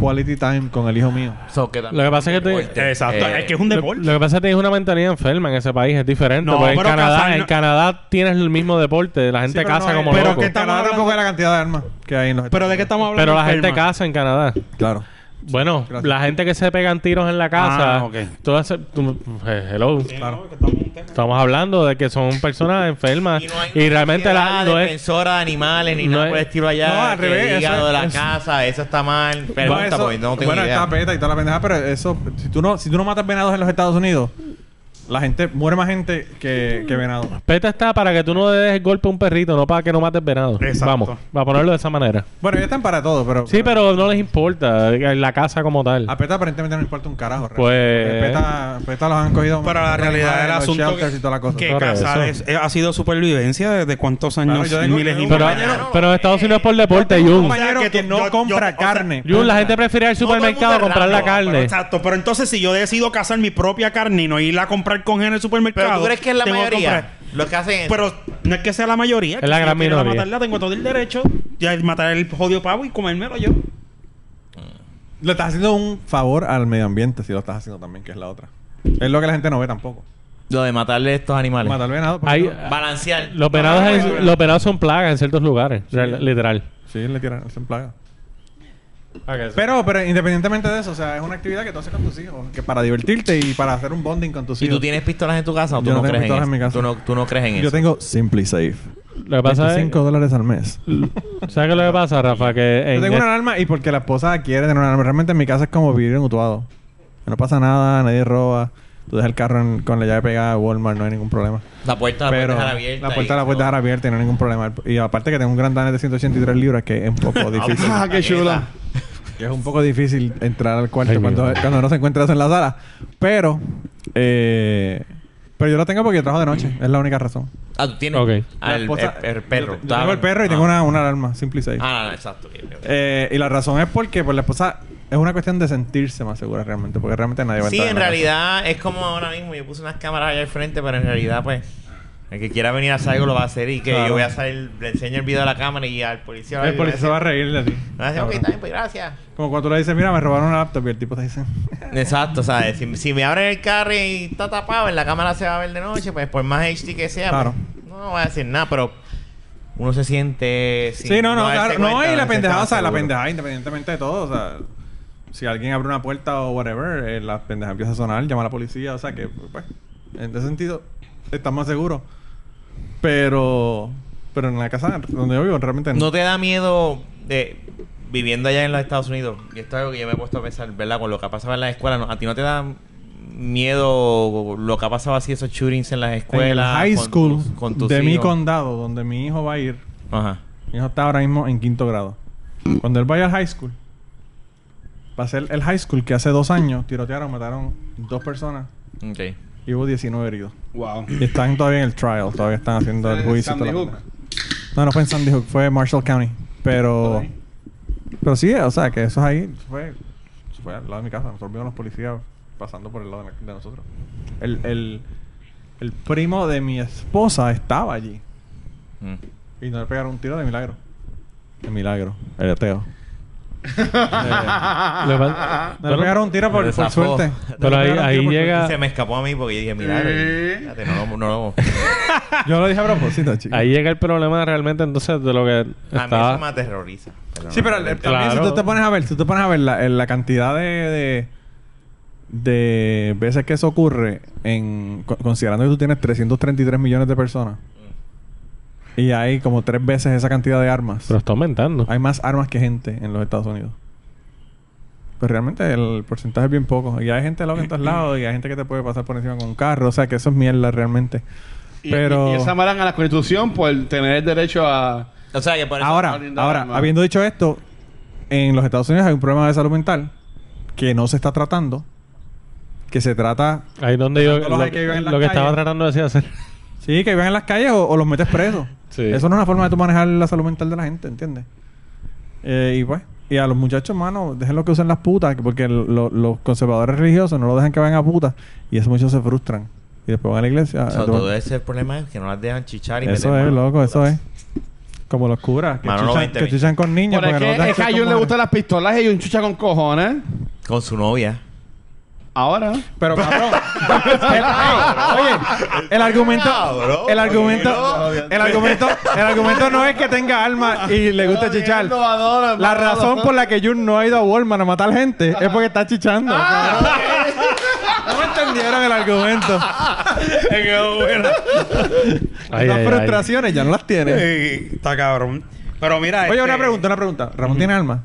[SPEAKER 4] quality time con el hijo mío.
[SPEAKER 1] So, que también-
[SPEAKER 5] Lo que pasa es que te-
[SPEAKER 1] Deporte.
[SPEAKER 6] Exacto.
[SPEAKER 1] Eh,
[SPEAKER 6] es que es un
[SPEAKER 5] Lo,
[SPEAKER 6] deporte.
[SPEAKER 5] lo que pasa es que tienes una mentalidad enferma en ese país, es diferente.
[SPEAKER 6] No,
[SPEAKER 5] porque en
[SPEAKER 6] pero
[SPEAKER 5] Canadá,
[SPEAKER 6] casar no-
[SPEAKER 5] en Canadá tienes el mismo deporte, la gente
[SPEAKER 4] Sí, pero
[SPEAKER 5] caza
[SPEAKER 4] no es-
[SPEAKER 5] como
[SPEAKER 6] pero
[SPEAKER 5] loco.
[SPEAKER 6] que
[SPEAKER 4] Canadá
[SPEAKER 6] estamos hablando-
[SPEAKER 4] tampoco es la cantidad de armas que hay en los
[SPEAKER 6] Pero de qué estamos hablando.
[SPEAKER 5] Pero la gente
[SPEAKER 6] enferma?
[SPEAKER 5] caza en Canadá.
[SPEAKER 4] Claro.
[SPEAKER 5] Bueno,
[SPEAKER 4] Gracias.
[SPEAKER 5] la gente que se pegan tiros en la casa,
[SPEAKER 6] Ah, ok.
[SPEAKER 5] todas se- tú- eh, hello,
[SPEAKER 4] Claro.
[SPEAKER 5] estamos hablando de que son personas enfermas
[SPEAKER 1] Y,
[SPEAKER 5] y,
[SPEAKER 1] no hay
[SPEAKER 5] realmente la, no es,
[SPEAKER 1] defensora de animales ni
[SPEAKER 5] no
[SPEAKER 1] nada
[SPEAKER 5] es-
[SPEAKER 1] por el estilo allá.
[SPEAKER 4] No, al
[SPEAKER 1] que
[SPEAKER 4] revés,
[SPEAKER 1] el
[SPEAKER 4] eso
[SPEAKER 1] hígado de la
[SPEAKER 4] es-
[SPEAKER 1] casa, eso está mal. Pero
[SPEAKER 4] No,
[SPEAKER 1] no,
[SPEAKER 4] eso-
[SPEAKER 1] no tengo
[SPEAKER 4] bueno,
[SPEAKER 1] idea.
[SPEAKER 4] está peta y toda la pendeja, pero eso, si tú no, si tú no matas venados en los Estados Unidos, La gente, muere más gente que, que venado.
[SPEAKER 5] PETA está para que tú no des el golpe a un perrito, no para que no mates venado.
[SPEAKER 4] Exacto.
[SPEAKER 5] Vamos, va a ponerlo de esa manera.
[SPEAKER 4] Bueno, ellos están para todo, pero.
[SPEAKER 5] Sí, pero no les importa eh, la casa como tal.
[SPEAKER 4] A PETA aparentemente no le importa un carajo.
[SPEAKER 5] Pues-
[SPEAKER 4] realmente. Porque PETA, PETA los han cogido.
[SPEAKER 6] Pero la realidad del
[SPEAKER 4] los
[SPEAKER 6] asunto
[SPEAKER 4] shelters
[SPEAKER 6] que,
[SPEAKER 4] y toda la cosa.
[SPEAKER 6] que
[SPEAKER 5] Todo
[SPEAKER 6] Casales
[SPEAKER 5] eso.
[SPEAKER 6] eh, ha sido supervivencia desde cuántos años,
[SPEAKER 4] Claro, yo tengo-
[SPEAKER 6] miles
[SPEAKER 4] yo
[SPEAKER 6] y
[SPEAKER 4] tengo
[SPEAKER 5] Pero,
[SPEAKER 6] miles.
[SPEAKER 4] compañero,
[SPEAKER 5] pero en Estados Unidos es por deporte,
[SPEAKER 4] Tengo un
[SPEAKER 5] Jun.
[SPEAKER 4] compañero
[SPEAKER 6] O sea, que
[SPEAKER 4] que
[SPEAKER 6] tú-
[SPEAKER 4] no
[SPEAKER 6] yo- yo-
[SPEAKER 4] compra
[SPEAKER 6] o sea,
[SPEAKER 4] carne.
[SPEAKER 5] Jun, la gente prefiere ir al
[SPEAKER 1] todo el mundo
[SPEAKER 5] supermercado a
[SPEAKER 1] es
[SPEAKER 5] comprar la
[SPEAKER 1] random,
[SPEAKER 6] Pero
[SPEAKER 5] carne.
[SPEAKER 6] exacto, pero entonces si yo decido cazar mi propia carne y no ir a comprar con en el supermercado.
[SPEAKER 1] Pero tú crees que es la
[SPEAKER 6] tengo
[SPEAKER 1] mayoría
[SPEAKER 6] comprar-
[SPEAKER 1] lo que hacen.
[SPEAKER 6] Pero no es que sea la mayoría.
[SPEAKER 5] Es la
[SPEAKER 6] que si
[SPEAKER 5] gran
[SPEAKER 6] yo quiero
[SPEAKER 5] minoría.
[SPEAKER 6] Matarla, tengo todo el derecho de matar el jodido pavo y comérmelo yo.
[SPEAKER 4] Le estás haciendo un favor al medio ambiente si lo estás haciendo también, que es la otra. Es lo que la gente no ve tampoco.
[SPEAKER 1] lo de matarle a estos animales.
[SPEAKER 4] Matar venado. ¿por qué
[SPEAKER 5] Hay-
[SPEAKER 4] no?
[SPEAKER 1] Balancear.
[SPEAKER 5] los,
[SPEAKER 4] No,
[SPEAKER 5] venados
[SPEAKER 4] no,
[SPEAKER 5] es-
[SPEAKER 4] no, no.
[SPEAKER 5] los venados son plagas en ciertos lugares, o sea, literal.
[SPEAKER 4] Sí, le tiran, se plaga.
[SPEAKER 1] Ah,
[SPEAKER 4] Pero, pero independientemente de eso, o sea, es una actividad que tú haces con tus hijos, que para divertirte y para hacer un bonding con tus
[SPEAKER 1] ¿Y
[SPEAKER 4] hijos.
[SPEAKER 1] tú tienes pistolas en tu casa o tú
[SPEAKER 4] Yo
[SPEAKER 1] no,
[SPEAKER 4] no tengo
[SPEAKER 1] crees en
[SPEAKER 4] pistolas
[SPEAKER 1] eso?
[SPEAKER 4] en mi casa.
[SPEAKER 1] ¿Tú, no, tú no crees en
[SPEAKER 4] Yo
[SPEAKER 1] eso.
[SPEAKER 4] tengo Simply Safe.
[SPEAKER 5] lo que pasa es,
[SPEAKER 4] 25 dólares al mes.
[SPEAKER 5] ¿sabes qué es lo que pasa, Rafa? Que
[SPEAKER 4] Yo
[SPEAKER 5] en
[SPEAKER 4] tengo una alarma y porque la esposa quiere tener una alarma. Realmente en mi casa es como vivir en Utuado. No pasa nada, nadie roba. Tú dejas el carro en- con la llave pegada a Walmart, no hay ningún problema.
[SPEAKER 1] La puerta la puedes
[SPEAKER 4] Pero
[SPEAKER 1] dejar abierta.
[SPEAKER 4] la puerta
[SPEAKER 1] ahí,
[SPEAKER 4] la puedes
[SPEAKER 1] ¿no?
[SPEAKER 4] dejar abierta y no hay ningún problema. Y aparte que tengo un gran de 183 libras que es un poco difícil.
[SPEAKER 3] Ah, qué chula.
[SPEAKER 4] Que es un poco difícil entrar al cuarto
[SPEAKER 5] Ay, mi
[SPEAKER 4] cuando,
[SPEAKER 5] madre.
[SPEAKER 4] cuando no se encuentra eso en la sala. Pero, eh, pero yo lo tengo porque yo trabajo de noche. Es la única razón.
[SPEAKER 1] Ah, tú tienes
[SPEAKER 5] Ok.
[SPEAKER 4] La
[SPEAKER 1] al
[SPEAKER 4] esposa-
[SPEAKER 1] el, el perro.
[SPEAKER 4] Yo, te- yo tengo el perro y tengo una, una alarma, simple y safe.
[SPEAKER 1] Ah, no, no, exacto. bien, bien, bien.
[SPEAKER 4] Eh, y la razón es porque pues, la esposa es una cuestión de sentirse más segura realmente, porque realmente nadie va a
[SPEAKER 1] Sí,
[SPEAKER 4] entrar
[SPEAKER 1] en
[SPEAKER 4] la casa.
[SPEAKER 1] realidad es como ahora mismo. Yo puse unas cámaras allá al frente, pero en realidad, pues, el que quiera venir a hacer algo lo va a hacer y que
[SPEAKER 4] Claro.
[SPEAKER 1] yo voy a salir, le enseño el video a la cámara y al policía.
[SPEAKER 4] El policía se va a reír de ti.
[SPEAKER 1] Me va a decir, ok,
[SPEAKER 4] Cabrón.
[SPEAKER 1] está bien, pues gracias.
[SPEAKER 4] Como cuando tú le dices, mira, me robaron una laptop y el tipo te dice,
[SPEAKER 1] Exacto, ¿sabes? Si, si me abren el carro y está tapado, en la cámara se va a ver de noche, pues por más HD que sea,
[SPEAKER 4] Claro.
[SPEAKER 1] pues, no voy a decir nada, pero uno se siente. sin-
[SPEAKER 4] sí, no, no,
[SPEAKER 1] darse
[SPEAKER 4] claro. No,
[SPEAKER 1] este cuenta,
[SPEAKER 4] y la
[SPEAKER 1] se
[SPEAKER 4] pendejada,
[SPEAKER 1] está
[SPEAKER 4] o sea, la
[SPEAKER 1] seguro.
[SPEAKER 4] pendejada independientemente de todo, o sea, si alguien abre una puerta o whatever, eh, la pendeja empieza a sonar, llama a la policía, o sea que, pues, en ese sentido, estás más seguro. Pero, pero en la casa donde yo vivo, realmente
[SPEAKER 1] ¿No te da miedo de viviendo allá en los Estados Unidos? Y esto es algo que yo me he puesto a pensar, ¿verdad? Con lo que ha pasado en las escuelas. ¿no? ¿A ti no te da miedo lo que ha pasado así, esos shootings en las
[SPEAKER 4] en el
[SPEAKER 1] escuelas?
[SPEAKER 4] high
[SPEAKER 1] con
[SPEAKER 4] school
[SPEAKER 1] tus- con tus
[SPEAKER 4] de mi
[SPEAKER 1] hijos?
[SPEAKER 4] condado, donde mi hijo va a ir,
[SPEAKER 1] Ajá.
[SPEAKER 4] Mi hijo está ahora mismo en quinto grado. Cuando él vaya al high school, va a ser el high school que hace dos años tirotearon, mataron dos personas
[SPEAKER 1] Ok.
[SPEAKER 4] y hubo 19 heridos.
[SPEAKER 3] Wow.
[SPEAKER 4] Y están todavía en el trial, todavía están haciendo el juicio. y
[SPEAKER 3] Sandy
[SPEAKER 4] toda la
[SPEAKER 3] Hook.
[SPEAKER 4] pendeja. No, no fue en Sandy Hook, fue en Marshall County. Pero.
[SPEAKER 3] Ok.
[SPEAKER 4] Pero sí, o sea, que eso es ahí. Eso fue, eso fue al lado de mi casa. Nosotros vimos a los policías pasando por el lado de, la- de nosotros. El, el, el primo de mi esposa estaba allí.
[SPEAKER 1] Mm.
[SPEAKER 4] Y no le pegaron un tiro de milagro. De milagro. El ateo.
[SPEAKER 5] Lo que pasa-
[SPEAKER 4] No le pegaron un tiro por,
[SPEAKER 1] Me
[SPEAKER 4] por
[SPEAKER 1] zafó.
[SPEAKER 4] suerte.
[SPEAKER 5] Pero
[SPEAKER 4] No le
[SPEAKER 5] ahí-
[SPEAKER 4] pegaron un
[SPEAKER 5] ahí
[SPEAKER 4] tiro por
[SPEAKER 5] llega-
[SPEAKER 1] Y se me escapó a mí porque yo dije, mira,
[SPEAKER 3] Eh.
[SPEAKER 1] fíjate, no lo... No lo
[SPEAKER 4] suerte. Yo lo dije a propósito, chicos.
[SPEAKER 5] Ahí llega el problema realmente entonces de lo que
[SPEAKER 1] a mí eso me
[SPEAKER 5] está...
[SPEAKER 1] aterroriza.
[SPEAKER 4] Sí, pero el-
[SPEAKER 1] no-
[SPEAKER 4] el- también
[SPEAKER 5] Claro.
[SPEAKER 4] si tú te pones a ver, si tú te pones a ver la, en la cantidad de, de, de veces que eso ocurre, en, co- considerando que tú tienes 333 millones de personas y hay como tres veces esa cantidad de armas,
[SPEAKER 5] Pero está aumentando.
[SPEAKER 4] hay más armas que gente en los Estados Unidos. Pero realmente el porcentaje es bien poco. Y hay gente loca en todos lados y hay gente que te puede pasar por encima con un carro. O sea, que eso es mierda realmente.
[SPEAKER 3] Y-
[SPEAKER 4] Pero...
[SPEAKER 3] Y, y esa maran a la constitución por tener el derecho a.
[SPEAKER 1] O sea, que por eso...
[SPEAKER 4] Ahora,
[SPEAKER 3] Está linda
[SPEAKER 4] ahora
[SPEAKER 3] arma.
[SPEAKER 4] habiendo dicho esto, en los Estados Unidos hay un problema de salud mental que no se está tratando, que se trata,
[SPEAKER 5] Ahí donde yo...
[SPEAKER 4] Todos
[SPEAKER 5] Lo,
[SPEAKER 4] los que viven en las
[SPEAKER 5] lo que estaba
[SPEAKER 4] calles.
[SPEAKER 5] tratando de decir hacer.
[SPEAKER 4] sí, que viven en las calles o, o los metes presos.
[SPEAKER 5] Sí.
[SPEAKER 4] Eso no es una forma de tú manejar la salud mental de la gente, ¿entiendes? Eh, y pues, y a los muchachos, mano, déjenlo que usen las putas, que- porque lo- los conservadores religiosos no lo dejan que vayan a putas y esos muchachos se frustran. Y después van a la iglesia.
[SPEAKER 1] O
[SPEAKER 4] eh,
[SPEAKER 1] sea,
[SPEAKER 4] tú-
[SPEAKER 1] todo ese problema es que no las dejan chichar y
[SPEAKER 4] eso
[SPEAKER 1] meter
[SPEAKER 4] es,
[SPEAKER 1] mano.
[SPEAKER 4] loco, eso es. Como los curas, que,
[SPEAKER 1] Manolo
[SPEAKER 4] chuchan,
[SPEAKER 1] 20.
[SPEAKER 4] que chuchan con niños.
[SPEAKER 3] Pero es
[SPEAKER 4] porque no los
[SPEAKER 3] que,
[SPEAKER 4] dejan
[SPEAKER 3] es que a
[SPEAKER 4] chuchar
[SPEAKER 3] Jun
[SPEAKER 4] con
[SPEAKER 3] le
[SPEAKER 4] mujeres.
[SPEAKER 3] gustan las pistolas y un chucha con cojones.
[SPEAKER 1] Con su novia.
[SPEAKER 3] Ahora.
[SPEAKER 4] Pero cabrón. el- oye, el argumento. El argumento. El argumento. El argumento no es que tenga alma y le gusta chichar. La razón por la que Jun no ha ido a Walmart a matar gente es porque está chichando.
[SPEAKER 6] Ah,
[SPEAKER 4] cabrón. No me entendieron el argumento.
[SPEAKER 5] Ay,
[SPEAKER 4] las
[SPEAKER 5] ay, ay.
[SPEAKER 4] frustraciones ya no las tiene.
[SPEAKER 6] Eh, Está cabrón. Pero mira.
[SPEAKER 4] Oye,
[SPEAKER 6] este-
[SPEAKER 4] una pregunta, una pregunta. ¿Ramón tiene alma?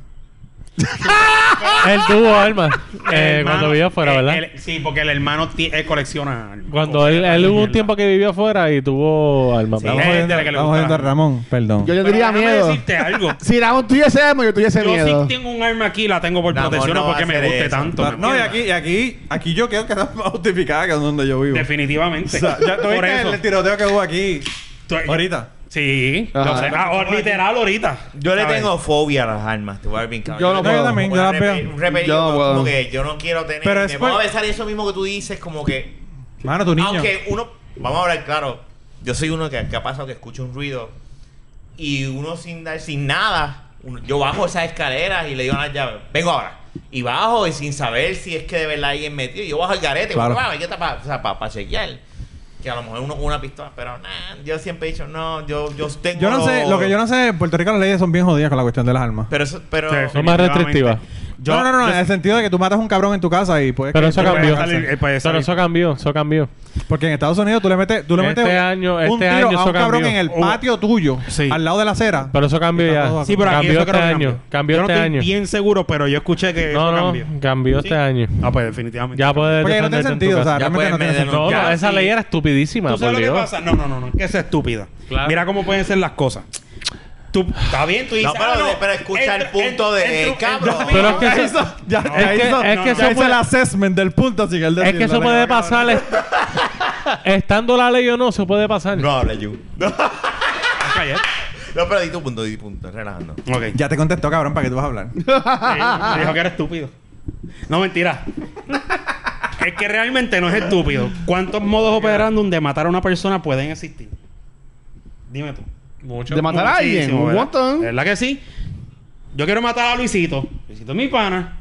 [SPEAKER 5] Él tuvo armas eh,
[SPEAKER 6] hermano-
[SPEAKER 5] cuando vivió afuera,
[SPEAKER 6] eh,
[SPEAKER 5] ¿verdad?
[SPEAKER 6] el- sí, porque el hermano ti- él colecciona. armas.
[SPEAKER 5] cuando él, él hubo un tiempo que vivió afuera y tuvo armas.
[SPEAKER 6] Sí.
[SPEAKER 5] ¿verdad?
[SPEAKER 4] Estamos
[SPEAKER 6] es de
[SPEAKER 4] jodiendo-
[SPEAKER 6] la que le
[SPEAKER 4] estamos
[SPEAKER 6] gusta
[SPEAKER 4] jodiendo a
[SPEAKER 6] la-
[SPEAKER 4] Ramón, perdón.
[SPEAKER 3] Yo le
[SPEAKER 6] Pero
[SPEAKER 3] diría
[SPEAKER 6] déjame
[SPEAKER 3] miedo.
[SPEAKER 6] decirte algo.
[SPEAKER 3] Si Ramón tuviese emo, yo tuviese
[SPEAKER 6] Yo
[SPEAKER 3] miedo.
[SPEAKER 6] sí tengo un arma aquí, la tengo por
[SPEAKER 1] Ramón
[SPEAKER 6] protección,
[SPEAKER 1] no
[SPEAKER 6] no
[SPEAKER 1] va
[SPEAKER 6] porque
[SPEAKER 1] a
[SPEAKER 6] me
[SPEAKER 1] hacer
[SPEAKER 6] guste
[SPEAKER 1] eso.
[SPEAKER 6] tanto.
[SPEAKER 4] No,
[SPEAKER 6] ¿me
[SPEAKER 4] no, y
[SPEAKER 6] entiendes?
[SPEAKER 4] aquí, y aquí, aquí yo quedo que está más justificada que donde yo vivo.
[SPEAKER 6] Definitivamente.
[SPEAKER 4] O sea, ya tú
[SPEAKER 6] por
[SPEAKER 4] viste
[SPEAKER 6] eso.
[SPEAKER 4] el, el tiroteo que hubo aquí
[SPEAKER 6] Tú- eh,
[SPEAKER 4] ahorita.
[SPEAKER 6] Sí.
[SPEAKER 3] Ajá.
[SPEAKER 6] lo sé. Ah, o- literal, ahorita.
[SPEAKER 1] Yo le
[SPEAKER 6] ¿sabes?
[SPEAKER 1] tengo fobia a las armas, te voy a ver bien cabrón.
[SPEAKER 3] Yo no puedo.
[SPEAKER 4] también, yo
[SPEAKER 1] Una
[SPEAKER 4] las
[SPEAKER 1] repe-
[SPEAKER 4] veo.
[SPEAKER 1] repelida,
[SPEAKER 3] Yo no
[SPEAKER 1] como
[SPEAKER 3] puedo.
[SPEAKER 1] que yo no quiero tener.
[SPEAKER 4] Pero
[SPEAKER 1] me
[SPEAKER 4] es
[SPEAKER 1] pongo a
[SPEAKER 4] por-
[SPEAKER 1] pensar eso mismo que tú dices, como que.
[SPEAKER 4] Mano, tu niño.
[SPEAKER 1] Aunque uno. Vamos a hablar claro. Yo soy uno que, que ha pasado que escucho un ruido y uno sin dar, sin nada. uno- yo bajo esas escaleras y le digo a las llaves, vengo ahora. Y bajo y sin saber si es que de verdad alguien metido. Yo bajo el garete,
[SPEAKER 4] Claro.
[SPEAKER 1] para chequear. Que a lo mejor uno con una pistola, pero nada, yo siempre he dicho, no, yo, yo tengo.
[SPEAKER 4] Yo no sé, lo que yo no sé, en Puerto Rico las leyes son bien jodidas con la cuestión de las armas.
[SPEAKER 1] Pero eso, pero.
[SPEAKER 6] Sí, sí.
[SPEAKER 5] Son más restrictivas.
[SPEAKER 6] Yo-
[SPEAKER 4] no, no, no,
[SPEAKER 6] yo-
[SPEAKER 4] en el sentido de que tú matas a un cabrón en tu casa y puedes.
[SPEAKER 5] Pero
[SPEAKER 4] que-
[SPEAKER 5] eso
[SPEAKER 4] puedes
[SPEAKER 5] cambió.
[SPEAKER 4] matarle-
[SPEAKER 6] eh, pues,
[SPEAKER 5] Pero
[SPEAKER 6] ahí.
[SPEAKER 5] eso cambió, eso cambió.
[SPEAKER 4] Porque en Estados Unidos tú le metes, tú le
[SPEAKER 5] Este
[SPEAKER 4] metes
[SPEAKER 5] año-
[SPEAKER 4] un
[SPEAKER 5] este
[SPEAKER 4] tiro
[SPEAKER 5] año
[SPEAKER 4] a
[SPEAKER 5] eso
[SPEAKER 4] un cabrón
[SPEAKER 5] cambió.
[SPEAKER 4] en el
[SPEAKER 6] Uh.
[SPEAKER 4] patio tuyo,
[SPEAKER 6] Sí.
[SPEAKER 4] al lado de la acera.
[SPEAKER 5] Pero eso cambió
[SPEAKER 4] Estamos
[SPEAKER 5] ya.
[SPEAKER 4] todos Sí,
[SPEAKER 6] pero aquí
[SPEAKER 5] cambió
[SPEAKER 6] eso
[SPEAKER 5] este
[SPEAKER 6] creo que
[SPEAKER 5] año. Cambió
[SPEAKER 6] Yo no
[SPEAKER 5] este
[SPEAKER 6] estoy
[SPEAKER 5] año.
[SPEAKER 6] bien seguro, pero yo escuché que
[SPEAKER 5] No,
[SPEAKER 6] eso
[SPEAKER 5] no,
[SPEAKER 6] cambió.
[SPEAKER 5] cambió
[SPEAKER 6] ¿Sí?
[SPEAKER 5] este año.
[SPEAKER 6] Ah, pues definitivamente.
[SPEAKER 5] Ya puedes
[SPEAKER 4] Porque no tiene
[SPEAKER 5] defenderte en tu
[SPEAKER 4] sentido, o sea,
[SPEAKER 5] casa.
[SPEAKER 1] Ya
[SPEAKER 4] realmente no
[SPEAKER 1] pueden
[SPEAKER 4] tiene
[SPEAKER 5] No, no,
[SPEAKER 4] sentido.
[SPEAKER 1] ya,
[SPEAKER 5] esa
[SPEAKER 1] sí.
[SPEAKER 5] ley era estupidísima,
[SPEAKER 6] ¿Tú
[SPEAKER 5] por
[SPEAKER 6] sabes lo que
[SPEAKER 5] Dios.
[SPEAKER 6] pasa? No, no, no, no. Que esa es estúpida.
[SPEAKER 5] Claro.
[SPEAKER 6] Mira cómo pueden ser las cosas. Tú, está bien, tú dices...
[SPEAKER 1] No, pero-
[SPEAKER 6] ah,
[SPEAKER 1] pero escucha el punto de- cabrón.
[SPEAKER 5] Pero es que
[SPEAKER 4] Ya
[SPEAKER 5] eso-
[SPEAKER 4] hizo- ya,
[SPEAKER 5] No,
[SPEAKER 4] ya
[SPEAKER 5] es que-
[SPEAKER 4] hizo-
[SPEAKER 5] es que
[SPEAKER 4] ya
[SPEAKER 5] eso
[SPEAKER 4] hizo
[SPEAKER 5] puede-
[SPEAKER 4] el assessment del punto, así que él
[SPEAKER 5] Es
[SPEAKER 4] decidió,
[SPEAKER 5] que eso
[SPEAKER 4] la-
[SPEAKER 5] puede pasar. est- Estando la ley o no, eso puede pasar.
[SPEAKER 1] No habla yo. No,
[SPEAKER 6] Cállate.
[SPEAKER 1] pero di tu punto, di tu punto, relajando.
[SPEAKER 6] Ok.
[SPEAKER 4] Ya te contestó, cabrón, ¿para qué tú vas a hablar?
[SPEAKER 6] Sí, Me dijo que era estúpido. No, mentira. es que realmente no es estúpido. ¿Cuántos modos operandum de matar a una persona pueden existir? Dime tú. Mucho.
[SPEAKER 3] ¿De matar a alguien? Un montón.
[SPEAKER 6] ¿Verdad que sí? Yo quiero matar a Luisito. Luisito es mi pana.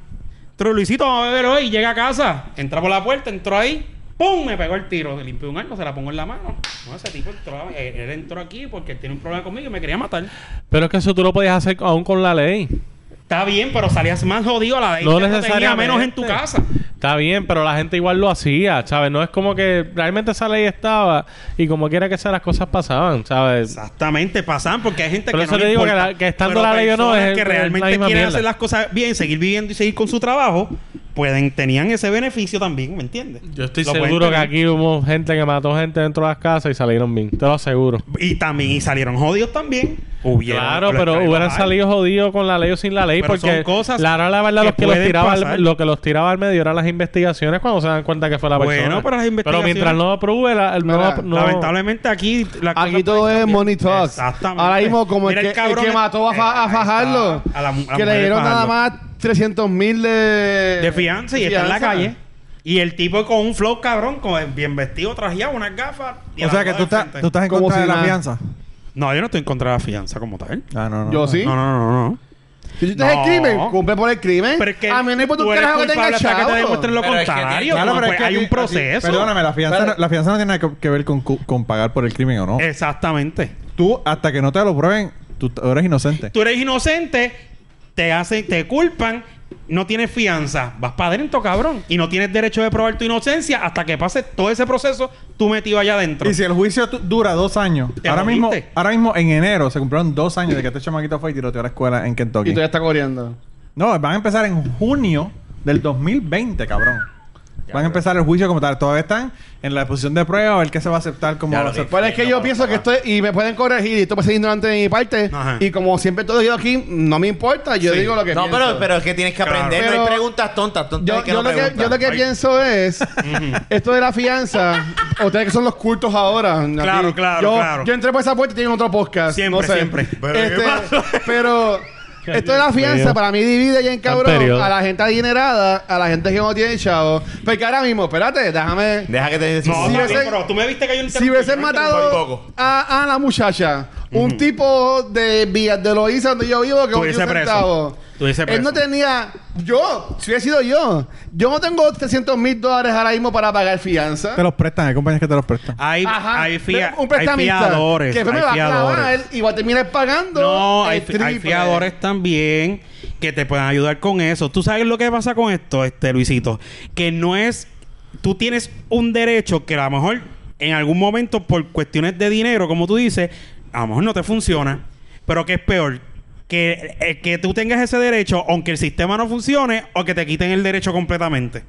[SPEAKER 6] Pero Luisito, vamos a beber hoy. Llega a casa. Entra por la puerta, entró ahí. ¡Pum! Me pegó el tiro. Le limpié un arma, se la pongo en la mano. No, ese tipo entró. Él, él entró aquí porque él tiene un problema conmigo y me quería matar.
[SPEAKER 5] Pero es que eso tú lo podías hacer aún con la ley.
[SPEAKER 6] Está bien, pero salías más jodido a la vez.
[SPEAKER 5] No
[SPEAKER 6] que te tenía
[SPEAKER 5] necesariamente.
[SPEAKER 6] menos en tu casa.
[SPEAKER 5] Está bien, pero la gente igual lo hacía, ¿sabes? No es como que realmente esa ley estaba y como quiera que sea las cosas pasaban, ¿sabes?
[SPEAKER 6] Exactamente, pasan porque hay gente
[SPEAKER 5] Por
[SPEAKER 6] que
[SPEAKER 5] eso
[SPEAKER 6] no
[SPEAKER 5] te
[SPEAKER 6] le
[SPEAKER 5] digo que
[SPEAKER 6] importa.
[SPEAKER 5] la- que estando
[SPEAKER 6] Pero
[SPEAKER 5] la ley o no,
[SPEAKER 6] personas
[SPEAKER 5] es-
[SPEAKER 6] que
[SPEAKER 5] es
[SPEAKER 6] realmente
[SPEAKER 5] la misma
[SPEAKER 6] quieren
[SPEAKER 5] mierda.
[SPEAKER 6] hacer las cosas bien, seguir viviendo y seguir con su trabajo, pueden tenían ese beneficio también, ¿me entiendes?
[SPEAKER 5] Yo estoy
[SPEAKER 6] Lo pueden
[SPEAKER 5] seguro que
[SPEAKER 6] tener.
[SPEAKER 5] aquí hubo gente que mató gente dentro de las casas y salieron bien, te lo aseguro.
[SPEAKER 6] y también y salieron jodidos también. Hubieron,
[SPEAKER 5] Claro,
[SPEAKER 6] lo
[SPEAKER 5] pero
[SPEAKER 6] estoy
[SPEAKER 5] hubieran
[SPEAKER 6] mal.
[SPEAKER 5] salido jodidos con la ley o sin la ley,
[SPEAKER 6] Pero
[SPEAKER 5] porque
[SPEAKER 6] son cosas
[SPEAKER 5] la, verdad, la verdad,
[SPEAKER 6] que
[SPEAKER 5] los que los
[SPEAKER 6] pueden
[SPEAKER 5] tiraba
[SPEAKER 6] pasar.
[SPEAKER 5] al, lo que los tiraba al medio eran las investigaciones cuando se dan cuenta que fue la
[SPEAKER 6] Bueno,
[SPEAKER 5] persona.
[SPEAKER 6] pero las investigaciones-
[SPEAKER 5] mientras no apruebe, la, el- no-
[SPEAKER 3] Mira,
[SPEAKER 5] no-
[SPEAKER 6] Lamentablemente aquí la
[SPEAKER 3] Aquí todo es money talk.
[SPEAKER 6] Exactamente.
[SPEAKER 3] Ahora mismo, como el
[SPEAKER 6] Mira
[SPEAKER 3] que,
[SPEAKER 6] el cabrón
[SPEAKER 3] el que
[SPEAKER 6] es-
[SPEAKER 3] mató a, Fa- a
[SPEAKER 6] Eh, ahí está.
[SPEAKER 3] Fajardo,
[SPEAKER 6] A la- a la
[SPEAKER 3] que
[SPEAKER 6] mujer
[SPEAKER 3] le
[SPEAKER 6] de
[SPEAKER 3] dieron nada
[SPEAKER 6] Fajardo.
[SPEAKER 3] más 300 mil de...
[SPEAKER 6] de fianza y está en la
[SPEAKER 3] fianza.
[SPEAKER 6] calle. Y el tipo con un flow cabrón, con bien vestido, trajeado, unas gafas. y
[SPEAKER 4] O
[SPEAKER 6] al
[SPEAKER 4] sea que
[SPEAKER 6] lado
[SPEAKER 4] tú
[SPEAKER 6] del
[SPEAKER 4] estás,
[SPEAKER 6] frente.
[SPEAKER 4] tú estás en
[SPEAKER 3] Como
[SPEAKER 4] contra
[SPEAKER 3] si
[SPEAKER 4] de la
[SPEAKER 3] nada.
[SPEAKER 4] fianza.
[SPEAKER 6] No, yo no estoy en contra de la fianza como tal.
[SPEAKER 4] Ah, no, no.
[SPEAKER 3] Yo sí.
[SPEAKER 6] No, no, no, no. no.
[SPEAKER 3] Si tú estás
[SPEAKER 6] No.
[SPEAKER 3] el crimen, cumple por el crimen.
[SPEAKER 6] Pero es que
[SPEAKER 3] a mí no importa
[SPEAKER 6] tú
[SPEAKER 3] un
[SPEAKER 6] eres
[SPEAKER 3] carajo que tenga
[SPEAKER 6] culpable hasta que te
[SPEAKER 3] chavo.
[SPEAKER 6] demuestren lo
[SPEAKER 1] Pero es que
[SPEAKER 6] contrario.
[SPEAKER 1] tiene-
[SPEAKER 6] como
[SPEAKER 4] pero es
[SPEAKER 6] pues,
[SPEAKER 4] que
[SPEAKER 6] hay
[SPEAKER 4] aquí-
[SPEAKER 6] un proceso.
[SPEAKER 4] aquí- Perdóname, la fianza, no, la fianza no tiene nada que ver con, cu- con pagar por el crimen o no.
[SPEAKER 6] Exactamente.
[SPEAKER 4] Tú, hasta que no te lo prueben, tú t- eres inocente.
[SPEAKER 6] Tú eres inocente, te hacen, te culpan, no tienes fianza, vas para adentro, cabrón, y no tienes derecho de probar tu inocencia hasta que pase todo ese proceso tú metido allá adentro.
[SPEAKER 4] Y si el juicio tu- dura dos años,
[SPEAKER 6] Te
[SPEAKER 4] ahora mismo,
[SPEAKER 6] jodiste.
[SPEAKER 4] ahora mismo en enero se cumplieron dos años de que este chamaquito fue y tiroteó a la escuela en
[SPEAKER 3] Y
[SPEAKER 4] Kentucky.
[SPEAKER 3] todavía está corriendo.
[SPEAKER 4] No, van a empezar en junio del 2020, cabrón. Van a empezar el juicio como tal. Todavía están en la exposición de prueba, a ver qué se va a aceptar, cómo
[SPEAKER 1] Ya
[SPEAKER 4] va a
[SPEAKER 1] lo
[SPEAKER 4] ser.
[SPEAKER 1] dije.
[SPEAKER 3] Pero Pues es
[SPEAKER 1] Sí,
[SPEAKER 3] que
[SPEAKER 1] no,
[SPEAKER 3] yo
[SPEAKER 1] por
[SPEAKER 3] pienso que
[SPEAKER 1] favor.
[SPEAKER 3] estoy, y me pueden corregir, y esto puede ser ignorante de mi parte.
[SPEAKER 6] Ajá.
[SPEAKER 3] Y como siempre todo yo aquí, no me importa, yo digo lo que
[SPEAKER 1] No,
[SPEAKER 3] pienso.
[SPEAKER 1] pero, pero es que tienes que
[SPEAKER 6] Claro.
[SPEAKER 1] aprender. no
[SPEAKER 3] Pero-
[SPEAKER 1] hay preguntas tontas, tontas
[SPEAKER 3] Yo,
[SPEAKER 1] que
[SPEAKER 3] yo
[SPEAKER 1] no
[SPEAKER 3] lo que,
[SPEAKER 1] preguntan.
[SPEAKER 3] yo lo que
[SPEAKER 1] Ay,
[SPEAKER 3] pienso es, esto de la fianza, ustedes que son los cultos ahora. aquí,
[SPEAKER 6] Claro, claro,
[SPEAKER 3] yo,
[SPEAKER 6] claro.
[SPEAKER 3] Yo entré por esa puerta y tienen otro podcast.
[SPEAKER 6] Siempre,
[SPEAKER 3] no sé.
[SPEAKER 6] siempre.
[SPEAKER 3] Este,
[SPEAKER 1] Pero,
[SPEAKER 3] Pero,
[SPEAKER 1] ¿qué pasó?
[SPEAKER 3] esto de la fianza
[SPEAKER 5] Dios.
[SPEAKER 3] para mí divide ya en cabrón
[SPEAKER 5] Anterior.
[SPEAKER 3] a la gente adinerada, a la gente que no tiene chavo. Porque ahora mismo, espérate, déjame...
[SPEAKER 1] Deja que te
[SPEAKER 6] No,
[SPEAKER 3] Si
[SPEAKER 6] papi,
[SPEAKER 3] hubiese-
[SPEAKER 6] pero tú me viste que yo
[SPEAKER 3] Si hubiesen matado
[SPEAKER 1] poco.
[SPEAKER 3] a, a la muchacha, un tipo de Villas de Loíza, donde yo vivo, que es un
[SPEAKER 6] Tuviese preso.
[SPEAKER 3] centavo.
[SPEAKER 6] Tuviese
[SPEAKER 3] Él no
[SPEAKER 6] preso.
[SPEAKER 3] tenía. Yo, si hubiera sido yo, yo no tengo 300 mil dólares ahora mismo para pagar fianza.
[SPEAKER 4] Te los prestan, hay compañías que te los prestan.
[SPEAKER 6] Hay,
[SPEAKER 3] Ajá.
[SPEAKER 6] hay, fia-
[SPEAKER 3] un
[SPEAKER 6] hay
[SPEAKER 3] prestamista
[SPEAKER 6] fiadores.
[SPEAKER 3] Que después me
[SPEAKER 6] hay
[SPEAKER 3] va a
[SPEAKER 6] fiadores.
[SPEAKER 3] clavar y va a terminar pagando.
[SPEAKER 6] No,
[SPEAKER 3] el
[SPEAKER 6] hay, fi- hay
[SPEAKER 3] triple.
[SPEAKER 6] fiadores también que te pueden ayudar con eso. ¿Tú sabes lo que pasa con esto, este Luisito? Que no es... Tú tienes un derecho que a lo mejor en algún momento por cuestiones de dinero, como tú dices, a lo mejor no te funciona. Pero que es peor, que, eh, que tú tengas ese derecho, aunque el sistema no funcione, o que te quiten el derecho completamente.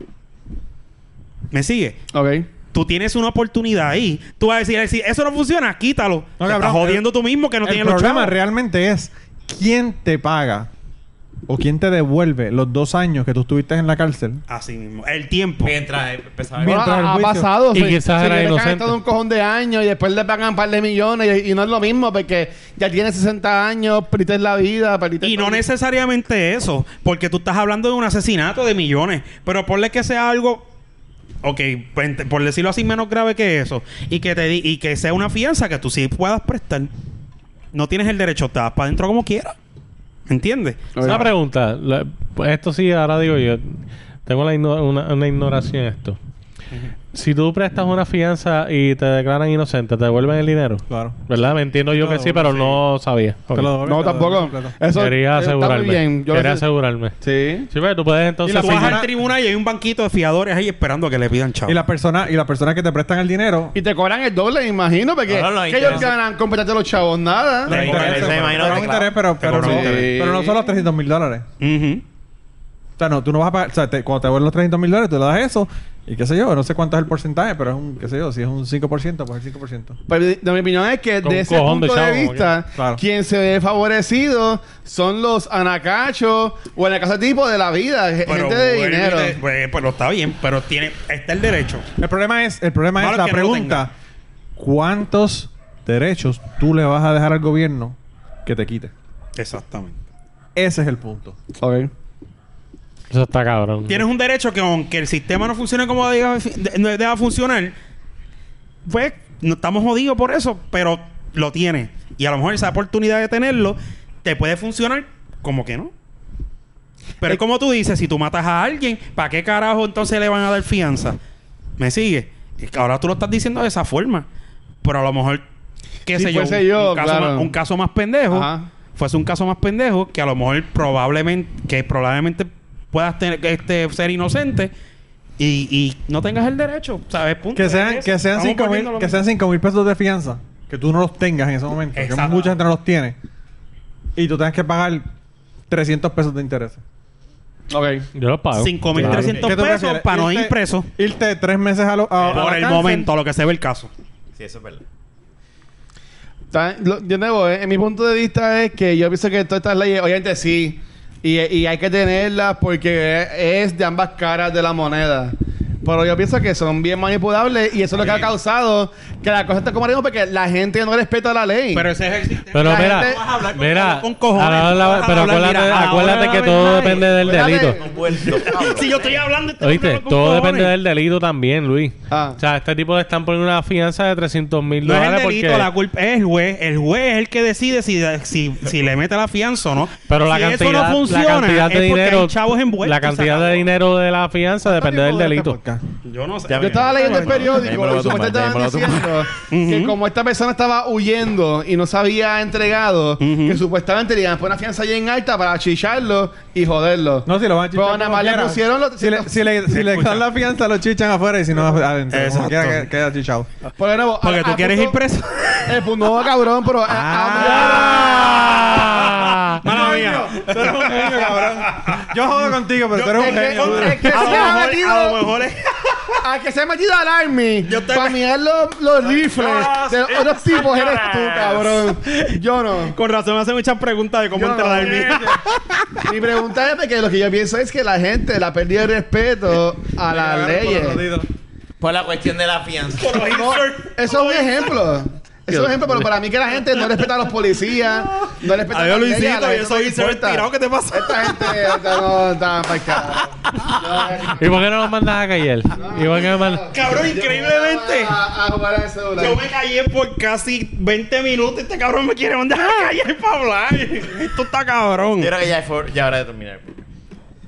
[SPEAKER 6] ¿Me sigue?
[SPEAKER 3] Ok.
[SPEAKER 6] Tú tienes una oportunidad ahí. Tú vas a decir, si eso no funciona, quítalo.
[SPEAKER 4] No,
[SPEAKER 6] Te
[SPEAKER 4] cabrón,
[SPEAKER 6] estás jodiendo tú mismo que no
[SPEAKER 4] el
[SPEAKER 6] tienes los
[SPEAKER 4] problema
[SPEAKER 6] chavos.
[SPEAKER 4] realmente es quién te paga o quién te devuelve los dos años que tú estuviste en la cárcel.
[SPEAKER 6] Así mismo. El tiempo.
[SPEAKER 1] Mientras eh, pues, empezaba
[SPEAKER 4] Mira,
[SPEAKER 1] el...
[SPEAKER 3] Bueno,
[SPEAKER 4] Mientras el
[SPEAKER 3] ha, ha
[SPEAKER 4] juicio.
[SPEAKER 3] pasado.
[SPEAKER 5] Y quizás era
[SPEAKER 3] le caen
[SPEAKER 5] inocente.
[SPEAKER 3] todo un cojón de años y después le pagan un par de millones y, y no es lo mismo porque ya tiene 60 años, perdiste la vida, perdiste
[SPEAKER 6] Y no
[SPEAKER 3] todo.
[SPEAKER 6] necesariamente eso, porque tú estás hablando de un asesinato de millones, pero ponle que sea algo, ok, pues, ent- por decirlo así, menos grave que eso, y que, te di- y que sea una fianza que tú sí puedas prestar, no tienes el derecho, te vas para adentro como quieras. ¿Entiendes?
[SPEAKER 5] Una pregunta. la- esto sí, ahora digo yo. Tengo la igno- una, una ignorancia en esto. Si tú prestas una fianza y te declaran inocente, ¿te devuelven el dinero?
[SPEAKER 4] Claro.
[SPEAKER 5] ¿Verdad? Me entiendo yo
[SPEAKER 4] Te lo
[SPEAKER 5] que sí, pero
[SPEAKER 4] devuelven,
[SPEAKER 5] no sabía.
[SPEAKER 4] Te lo
[SPEAKER 5] Ok.
[SPEAKER 4] devuelven,
[SPEAKER 3] No,
[SPEAKER 4] te lo
[SPEAKER 3] tampoco.
[SPEAKER 4] devuelven completo.
[SPEAKER 3] Eso
[SPEAKER 5] Quería
[SPEAKER 3] eso está muy bien.
[SPEAKER 5] asegurarme.
[SPEAKER 3] Yo
[SPEAKER 5] Quería
[SPEAKER 3] lo sé.
[SPEAKER 5] asegurarme.
[SPEAKER 3] Sí.
[SPEAKER 5] Sí, pero tú puedes
[SPEAKER 6] Y
[SPEAKER 5] entonces...
[SPEAKER 6] la tú vas
[SPEAKER 4] persona-
[SPEAKER 6] al tribunal y hay un banquito de fiadores ahí esperando a que le pidan chavo.
[SPEAKER 4] Y las personas y las personas que te prestan el dinero
[SPEAKER 3] Y te cobran el doble, me imagino, porque
[SPEAKER 1] Ahora los
[SPEAKER 3] que ellos
[SPEAKER 1] intereses.
[SPEAKER 3] ganan comprarte los chavos nada.
[SPEAKER 1] Te
[SPEAKER 4] Te
[SPEAKER 1] cobran,
[SPEAKER 4] interesa,
[SPEAKER 1] se
[SPEAKER 4] te
[SPEAKER 1] imagino
[SPEAKER 4] cobran
[SPEAKER 1] que
[SPEAKER 4] un
[SPEAKER 1] te
[SPEAKER 4] interés, pero,
[SPEAKER 1] clavan.
[SPEAKER 4] pero,
[SPEAKER 1] Te
[SPEAKER 4] no,
[SPEAKER 1] cobran un
[SPEAKER 3] interés.
[SPEAKER 4] pero no son los 300 mil dólares.
[SPEAKER 6] Ujú.
[SPEAKER 4] O sea, no, tú no vas a pagar. O sea, te- cuando te vuelven los 300 mil dólares, tú le das eso. Y qué sé yo, no sé cuánto es el porcentaje, pero es un, qué sé yo, si es un 5%, pues el 5%.
[SPEAKER 3] Pero de, de mi opinión es que
[SPEAKER 5] Con
[SPEAKER 3] de ese
[SPEAKER 5] cojón de
[SPEAKER 3] punto de,
[SPEAKER 5] chavo, como
[SPEAKER 3] vista,
[SPEAKER 4] que- claro.
[SPEAKER 3] quien se ve favorecido son los anacachos o en el caso de tipo de la vida, ge-
[SPEAKER 6] Pero
[SPEAKER 3] gente de
[SPEAKER 6] vuelve y
[SPEAKER 3] dinero.
[SPEAKER 6] te- pues, pero está bien, pero tiene, está el derecho.
[SPEAKER 4] El problema es, el problema
[SPEAKER 6] Malo
[SPEAKER 4] es la
[SPEAKER 6] que no lo
[SPEAKER 4] pregunta: ¿cuántos derechos tú le vas a dejar al gobierno que te quite?
[SPEAKER 6] Exactamente.
[SPEAKER 4] Ese es el punto.
[SPEAKER 3] Ok.
[SPEAKER 5] Eso está cabrón.
[SPEAKER 6] Tienes un derecho que aunque el sistema no funcione como deba, de- no deba funcionar, pues no estamos jodidos por eso, pero lo tienes. Y a lo mejor esa oportunidad de tenerlo te puede funcionar como que no. Pero es como tú dices, si tú matas a alguien, ¿para qué carajo entonces le van a dar fianza? ¿Me sigue? Es que ahora tú lo estás diciendo de esa forma. Pero a lo mejor, qué
[SPEAKER 3] Si
[SPEAKER 6] sé yo,
[SPEAKER 3] fuese pues yo,
[SPEAKER 6] un, caso
[SPEAKER 3] claro.
[SPEAKER 6] más, un caso más pendejo
[SPEAKER 3] Ajá.
[SPEAKER 6] fuese un caso más pendejo que a lo mejor probablemente que probablemente puedas tener este ser inocente y, y no tengas el derecho sabes punto
[SPEAKER 4] Que sean,
[SPEAKER 6] Es
[SPEAKER 4] que
[SPEAKER 6] eso.
[SPEAKER 4] sean
[SPEAKER 6] Estamos
[SPEAKER 4] 5
[SPEAKER 6] volviendo a
[SPEAKER 4] mil,
[SPEAKER 6] lo
[SPEAKER 4] que
[SPEAKER 6] mismo.
[SPEAKER 4] sean cinco mil pesos de fianza, que tú no los tengas en ese momento, que
[SPEAKER 6] Exacto.
[SPEAKER 4] mucha gente no los tiene, y tú tengas que pagar 300 pesos de interés.
[SPEAKER 3] Ok.
[SPEAKER 5] Yo lo pago.
[SPEAKER 6] 5.300
[SPEAKER 4] ¿Qué tú
[SPEAKER 6] pesos
[SPEAKER 4] prefieres?
[SPEAKER 6] para no
[SPEAKER 4] Irte-
[SPEAKER 6] ir preso
[SPEAKER 4] Irte tres meses a, lo, a- a
[SPEAKER 6] por
[SPEAKER 4] la
[SPEAKER 6] el
[SPEAKER 4] cárcel.
[SPEAKER 6] momento a lo que se ve el caso
[SPEAKER 1] Sí, eso es verdad.
[SPEAKER 3] Está- lo- Yo nuevo, eh, mi punto de vista es que yo pienso que todas estas leyes, obviamente sí, y, y hay que tenerlas porque es de ambas caras de la moneda. Pero yo pienso que son bien manipulables y eso es lo que ha causado que la cosa está como ahora mismo porque la gente no respeta la ley.
[SPEAKER 6] pero ese es el sistema
[SPEAKER 5] Pero
[SPEAKER 3] La
[SPEAKER 5] mira,
[SPEAKER 3] gente- Tú vas a
[SPEAKER 6] hablar con-
[SPEAKER 5] mira,
[SPEAKER 6] con cojones,
[SPEAKER 5] ahora la-
[SPEAKER 6] tú vas a
[SPEAKER 5] pero
[SPEAKER 6] hablar,
[SPEAKER 5] acuérdate,
[SPEAKER 6] mira, ahora
[SPEAKER 5] acuérdate
[SPEAKER 6] la
[SPEAKER 5] que
[SPEAKER 6] verdad
[SPEAKER 5] todo
[SPEAKER 6] es-
[SPEAKER 5] depende del
[SPEAKER 3] Acuérdate-
[SPEAKER 5] delito.
[SPEAKER 1] Un vuelto,
[SPEAKER 3] Ah,
[SPEAKER 1] cabrón.
[SPEAKER 6] si yo estoy hablando este estoy
[SPEAKER 5] Oíste,
[SPEAKER 6] hablando con
[SPEAKER 5] todo
[SPEAKER 6] cojones.
[SPEAKER 5] depende del delito también, Luis.
[SPEAKER 3] Ah.
[SPEAKER 5] O sea, este tipo le están poniendo una fianza de 300 mil
[SPEAKER 6] no es
[SPEAKER 5] dólares
[SPEAKER 6] el delito,
[SPEAKER 5] porque...
[SPEAKER 6] la culpa es el juez. El juez es el que decide si, si, si le mete la fianza o no.
[SPEAKER 5] Pero la
[SPEAKER 6] Si
[SPEAKER 5] cantidad,
[SPEAKER 6] eso no funciona,
[SPEAKER 5] la cantidad de
[SPEAKER 6] es porque
[SPEAKER 5] dinero,
[SPEAKER 6] hay chavos envueltos,
[SPEAKER 5] la cantidad
[SPEAKER 6] se
[SPEAKER 5] de
[SPEAKER 6] acabó.
[SPEAKER 5] dinero de la fianza depende del delito.
[SPEAKER 4] este Podcast.
[SPEAKER 6] Yo no sé.
[SPEAKER 1] Ya
[SPEAKER 3] Yo estaba leyendo el
[SPEAKER 1] Bueno, ahí me lo
[SPEAKER 3] periódico
[SPEAKER 1] voy
[SPEAKER 3] y
[SPEAKER 1] a tumbar,
[SPEAKER 3] supuestamente
[SPEAKER 1] ahí me lo
[SPEAKER 3] estaban
[SPEAKER 1] voy a tumbar.
[SPEAKER 3] diciendo que como esta persona estaba huyendo y no se había entregado, que supuestamente le iban a poner una fianza bien alta para chillarlo y joderlo.
[SPEAKER 4] No, si lo van a chichar.
[SPEAKER 3] Pero nada
[SPEAKER 4] como
[SPEAKER 3] más le
[SPEAKER 4] quiera.
[SPEAKER 3] pusieron los-
[SPEAKER 4] Si le, si le, si le
[SPEAKER 6] Escucha.
[SPEAKER 4] dan la fianza, lo chichan afuera y si no, adentro.
[SPEAKER 6] Exacto.
[SPEAKER 4] Como quiera, que- queda chichado.
[SPEAKER 3] Por de nuevo,
[SPEAKER 6] Porque
[SPEAKER 3] a-
[SPEAKER 6] tú
[SPEAKER 3] a
[SPEAKER 6] quieres
[SPEAKER 3] punto-
[SPEAKER 6] ir preso.
[SPEAKER 3] Eh, pues no, cabrón, pero. ah, a-
[SPEAKER 5] Ah.
[SPEAKER 6] Mala mía.
[SPEAKER 4] Tú eres un genio, cabrón. Yo jodo contigo, pero tú eres un
[SPEAKER 3] es que-
[SPEAKER 4] genio.
[SPEAKER 3] es
[SPEAKER 4] brother.
[SPEAKER 3] que se
[SPEAKER 6] A lo
[SPEAKER 3] ha
[SPEAKER 6] mejor-
[SPEAKER 3] metido-
[SPEAKER 6] a lo mejor es.
[SPEAKER 3] A que se ha metido al Army
[SPEAKER 6] Yo te-
[SPEAKER 3] para mirar los, los rifles
[SPEAKER 6] Dios,
[SPEAKER 3] de otros tipos eres tú, cabrón. Yo no.
[SPEAKER 6] Con razón me hacen muchas preguntas de cómo
[SPEAKER 3] Yo
[SPEAKER 6] entrar al
[SPEAKER 3] no.
[SPEAKER 6] mío.
[SPEAKER 3] Mi pregunta es porque lo que yo pienso es que la gente la pérdida de respeto a las
[SPEAKER 4] Agarra por
[SPEAKER 3] leyes.
[SPEAKER 4] los roditos.
[SPEAKER 1] Por la cuestión de la fianza.
[SPEAKER 3] No, eso es un ejemplo. Eso es un ejemplo, pero para mí que la gente no respeta a los policías, no respeta
[SPEAKER 6] Adiós,
[SPEAKER 3] a los
[SPEAKER 6] Luisito, y eso insert tirado, ¿qué te pasa?
[SPEAKER 3] Esta gente esta no está para acá.
[SPEAKER 5] ¿Y por qué no lo mandas a callar? ¿Y por qué no mandas-
[SPEAKER 6] Cabrón, increíblemente.
[SPEAKER 3] A, a jugar al celular.
[SPEAKER 6] Yo me callé por casi 20 minutos. Este cabrón me quiere mandar a callar para hablar. Esto está cabrón.
[SPEAKER 1] Yo creo que ya es for- ya hora de terminar.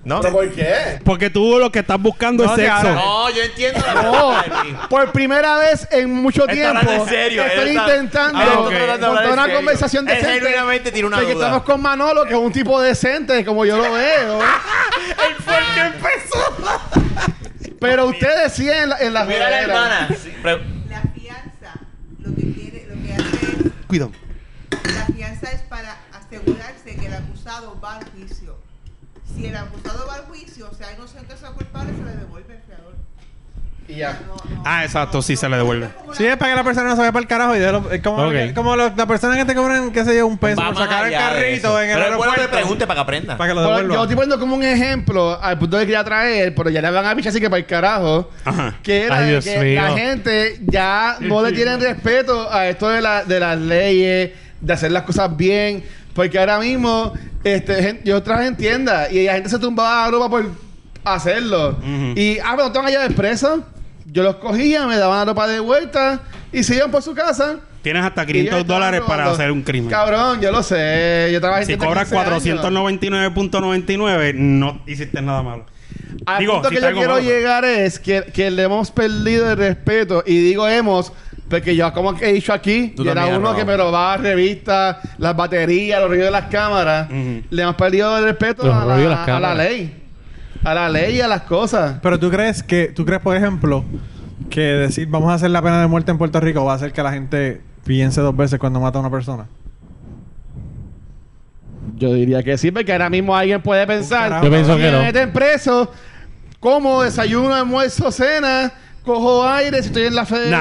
[SPEAKER 1] ¿No?
[SPEAKER 3] ¿Pero por qué?
[SPEAKER 6] Porque tú lo que estás buscando
[SPEAKER 4] No,
[SPEAKER 6] es
[SPEAKER 4] que
[SPEAKER 6] sexo.
[SPEAKER 4] ahora-
[SPEAKER 1] No, yo entiendo la
[SPEAKER 3] No,
[SPEAKER 1] pregunta de mí.
[SPEAKER 3] por primera vez en mucho
[SPEAKER 1] Está
[SPEAKER 3] tiempo
[SPEAKER 1] hablando en serio, él
[SPEAKER 3] estoy
[SPEAKER 1] está-
[SPEAKER 3] intentando
[SPEAKER 1] Ah, ok.
[SPEAKER 3] montar una conversación
[SPEAKER 1] Él
[SPEAKER 3] decente.
[SPEAKER 1] genuinamente tiene una
[SPEAKER 3] porque
[SPEAKER 1] duda.
[SPEAKER 3] estamos con Manolo, que es un tipo decente, como yo lo veo.
[SPEAKER 6] Él fue el que empezó.
[SPEAKER 3] Pero ustedes sí en, la, en las
[SPEAKER 1] Mira a la
[SPEAKER 3] jugaderas.
[SPEAKER 1] hermana. Sí, pre-
[SPEAKER 7] La fianza, lo que quiere, lo que hace
[SPEAKER 6] Cuidado.
[SPEAKER 7] es, la fianza es para hacer asegurarse que el acusado va al juicio. Si el acusado va al juicio, si hay inocentes o culpables, se le devuelve el fiador.
[SPEAKER 3] Y ya.
[SPEAKER 7] No, no,
[SPEAKER 4] Ah, exacto, sí, se le devuelve.
[SPEAKER 7] no es como
[SPEAKER 4] Sí,
[SPEAKER 7] una-
[SPEAKER 4] es para que la persona no se vaya para el carajo y déjalo- es como,
[SPEAKER 5] Ok.
[SPEAKER 4] como lo- la persona que te cobran, qué sé yo, un
[SPEAKER 3] Pues,
[SPEAKER 4] peso por sacar el carrito en el
[SPEAKER 1] Pero es bueno que
[SPEAKER 4] aeropuerto.
[SPEAKER 1] pregunte para que aprenda.
[SPEAKER 4] Para que lo
[SPEAKER 3] Pero yo
[SPEAKER 4] devuelva.
[SPEAKER 3] estoy poniendo como un ejemplo al punto que quería traer, pero ya le van a pichar así que para el carajo. Que era
[SPEAKER 5] Ay,
[SPEAKER 3] de
[SPEAKER 5] Dios
[SPEAKER 3] que la
[SPEAKER 5] mío.
[SPEAKER 3] gente ya no le tienen respeto a esto de, la- de las leyes, de hacer las cosas bien. Porque ahora mismo, este, gen- yo traje en tienda y la gente se tumbaba a ropa por hacerlo. Y, ah, pero no te van a llevar preso. Yo los cogía, me daban la ropa de vuelta y se iban por su casa.
[SPEAKER 6] Tienes hasta
[SPEAKER 3] Y ellos
[SPEAKER 6] 500
[SPEAKER 3] estaban
[SPEAKER 6] dólares para
[SPEAKER 3] robando.
[SPEAKER 6] hacer un crimen.
[SPEAKER 3] Cabrón, yo lo sé. Yo trabajé en
[SPEAKER 6] Si
[SPEAKER 3] tienda
[SPEAKER 6] cobras
[SPEAKER 3] 15 años.
[SPEAKER 6] 499.99, no hiciste nada malo.
[SPEAKER 3] Al
[SPEAKER 6] Digo,
[SPEAKER 3] punto
[SPEAKER 6] si
[SPEAKER 3] que
[SPEAKER 6] está
[SPEAKER 3] yo
[SPEAKER 6] algo
[SPEAKER 3] quiero
[SPEAKER 6] malo, pero-
[SPEAKER 3] llegar es que, que le hemos perdido el respeto. Y digo hemos, porque yo, como he dicho aquí,
[SPEAKER 1] Tú
[SPEAKER 3] yo era
[SPEAKER 1] también,
[SPEAKER 3] uno que
[SPEAKER 1] Raúl.
[SPEAKER 3] me robaba revistas, las baterías, los ruidos de las cámaras.
[SPEAKER 6] Ujú.
[SPEAKER 3] Le hemos perdido el respeto
[SPEAKER 5] Los
[SPEAKER 3] a la,
[SPEAKER 5] ruidos de las
[SPEAKER 3] a la
[SPEAKER 5] cámaras.
[SPEAKER 3] ley. A la ley y a las cosas.
[SPEAKER 4] Pero tú crees que, tú crees, por ejemplo, que decir vamos a hacer la pena de muerte en Puerto Rico va a hacer que la gente piense dos veces cuando mata a una persona.
[SPEAKER 3] Yo diría que sí, porque ahora mismo alguien puede pensar.
[SPEAKER 4] carajo. Yo
[SPEAKER 5] pienso
[SPEAKER 3] "Si
[SPEAKER 5] que
[SPEAKER 3] me
[SPEAKER 5] no".
[SPEAKER 3] meten preso, como desayuno, almuerzo, cena, cojo aire, si estoy en la federal.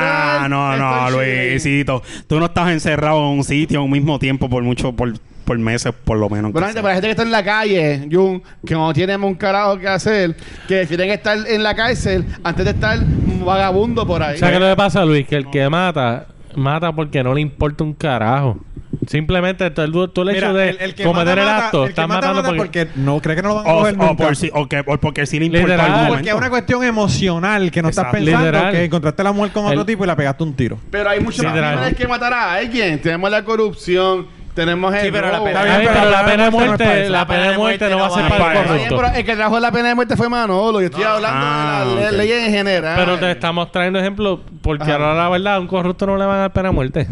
[SPEAKER 6] Nah, no, no,
[SPEAKER 3] estoy chilling".
[SPEAKER 6] Luisito. Tú no estás encerrado en un sitio a un mismo tiempo por mucho, por, por meses, por lo menos.
[SPEAKER 3] Bueno, gente, para la gente que está en la calle, Jun, que no tienen un carajo que hacer, que tienen que estar en la cárcel antes de estar un vagabundo por ahí.
[SPEAKER 5] ¿Sabes qué le pasa a Luis? Que el que mata, mata porque no le importa un carajo. Simplemente tú, tú- tú el hecho de cometer el acto,
[SPEAKER 4] el que
[SPEAKER 5] estás
[SPEAKER 4] mata,
[SPEAKER 5] matando
[SPEAKER 4] mata
[SPEAKER 5] porque...
[SPEAKER 4] porque... no cree que no lo van a
[SPEAKER 6] O,
[SPEAKER 4] coger
[SPEAKER 6] o,
[SPEAKER 4] nunca.
[SPEAKER 6] por si, o, que, o porque sí le importa
[SPEAKER 5] Literal.
[SPEAKER 6] algún
[SPEAKER 4] porque es una
[SPEAKER 6] momento.
[SPEAKER 4] cuestión emocional que no
[SPEAKER 6] Exacto.
[SPEAKER 4] estás pensando
[SPEAKER 5] Literal.
[SPEAKER 4] que encontraste la mujer con otro
[SPEAKER 5] El-
[SPEAKER 4] tipo y la pegaste un tiro.
[SPEAKER 3] Pero hay muchos
[SPEAKER 5] Literal.
[SPEAKER 3] crímenes que matar a alguien. Tenemos la corrupción, tenemos el.
[SPEAKER 1] Sí, pero la
[SPEAKER 3] robo.
[SPEAKER 1] pena-
[SPEAKER 5] Ay,
[SPEAKER 4] Está bien,
[SPEAKER 5] pero la pena de
[SPEAKER 4] no es para
[SPEAKER 5] muerte,
[SPEAKER 4] eso.
[SPEAKER 5] la pena de muerte no va a ser
[SPEAKER 1] para
[SPEAKER 5] para el
[SPEAKER 3] Está bien,
[SPEAKER 5] corrupto.
[SPEAKER 3] pero el que trajo la pena de muerte fue Manolo. Yo estoy hablando
[SPEAKER 6] Ah,
[SPEAKER 3] de las
[SPEAKER 6] ok.
[SPEAKER 3] le- leyes en general.
[SPEAKER 5] Pero te estamos trayendo ejemplo porque
[SPEAKER 3] Ajá.
[SPEAKER 5] ahora la verdad a un corrupto no le van a dar pena de muerte.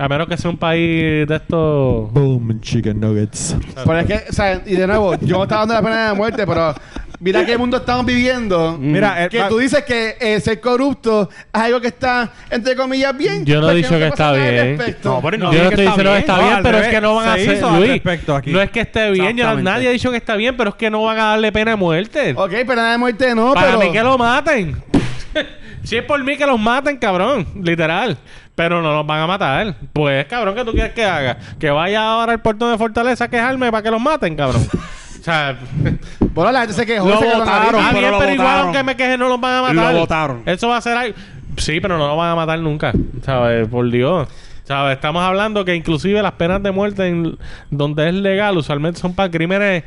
[SPEAKER 5] A menos que sea un país de estos...
[SPEAKER 4] Boom, chicken nuggets.
[SPEAKER 3] Pero es que, o sea, y de nuevo, yo estaba dando la pena de muerte, pero mira qué mundo estamos viviendo.
[SPEAKER 5] Mm.
[SPEAKER 4] Mira, el-
[SPEAKER 3] que
[SPEAKER 4] va-
[SPEAKER 3] tú dices que eh, ser corrupto es algo que está, entre comillas, bien. Pues,
[SPEAKER 5] Yo no he
[SPEAKER 3] porque
[SPEAKER 5] dicho
[SPEAKER 3] se
[SPEAKER 5] que
[SPEAKER 3] pasa
[SPEAKER 5] está
[SPEAKER 3] nada al
[SPEAKER 5] bien.
[SPEAKER 3] respecto.
[SPEAKER 4] No, pero no,
[SPEAKER 5] yo
[SPEAKER 4] es
[SPEAKER 5] no
[SPEAKER 4] que
[SPEAKER 5] estoy
[SPEAKER 4] está
[SPEAKER 5] diciendo que
[SPEAKER 4] bien.
[SPEAKER 5] está
[SPEAKER 4] No,
[SPEAKER 5] bien,
[SPEAKER 4] al
[SPEAKER 5] pero es
[SPEAKER 4] revés.
[SPEAKER 5] que no van a
[SPEAKER 4] Se
[SPEAKER 5] hacer
[SPEAKER 4] hizo al
[SPEAKER 5] Luis,
[SPEAKER 4] respecto aquí.
[SPEAKER 5] No es que esté bien, yo-
[SPEAKER 1] Exactamente.
[SPEAKER 5] nadie ha dicho que está bien, pero es que no van a darle pena de muerte.
[SPEAKER 3] Ok, pena de muerte Oh, no,
[SPEAKER 5] Para
[SPEAKER 3] pero.
[SPEAKER 5] mí que lo maten. si es por mí que los maten, cabrón, literal. Pero no los van a matar. Pues, cabrón, ¿qué tú quieres que haga? Que vaya ahora al puerto de Fortaleza a quejarme para que los maten, cabrón. o sea,
[SPEAKER 3] Bueno, la gente se quejó.
[SPEAKER 6] Lo
[SPEAKER 3] se quedaron
[SPEAKER 6] votaron,
[SPEAKER 3] ahí.
[SPEAKER 5] está bien,
[SPEAKER 6] pero lo
[SPEAKER 5] pero igual
[SPEAKER 6] votaron.
[SPEAKER 5] aunque me queje no los van a matar.
[SPEAKER 6] Lo votaron.
[SPEAKER 5] Eso va a ser algo... Sí, pero no los van a matar nunca, ¿sabes? Por Dios. ¿Sabes? Estamos hablando que inclusive las penas de muerte en- donde es legal usualmente son para crímenes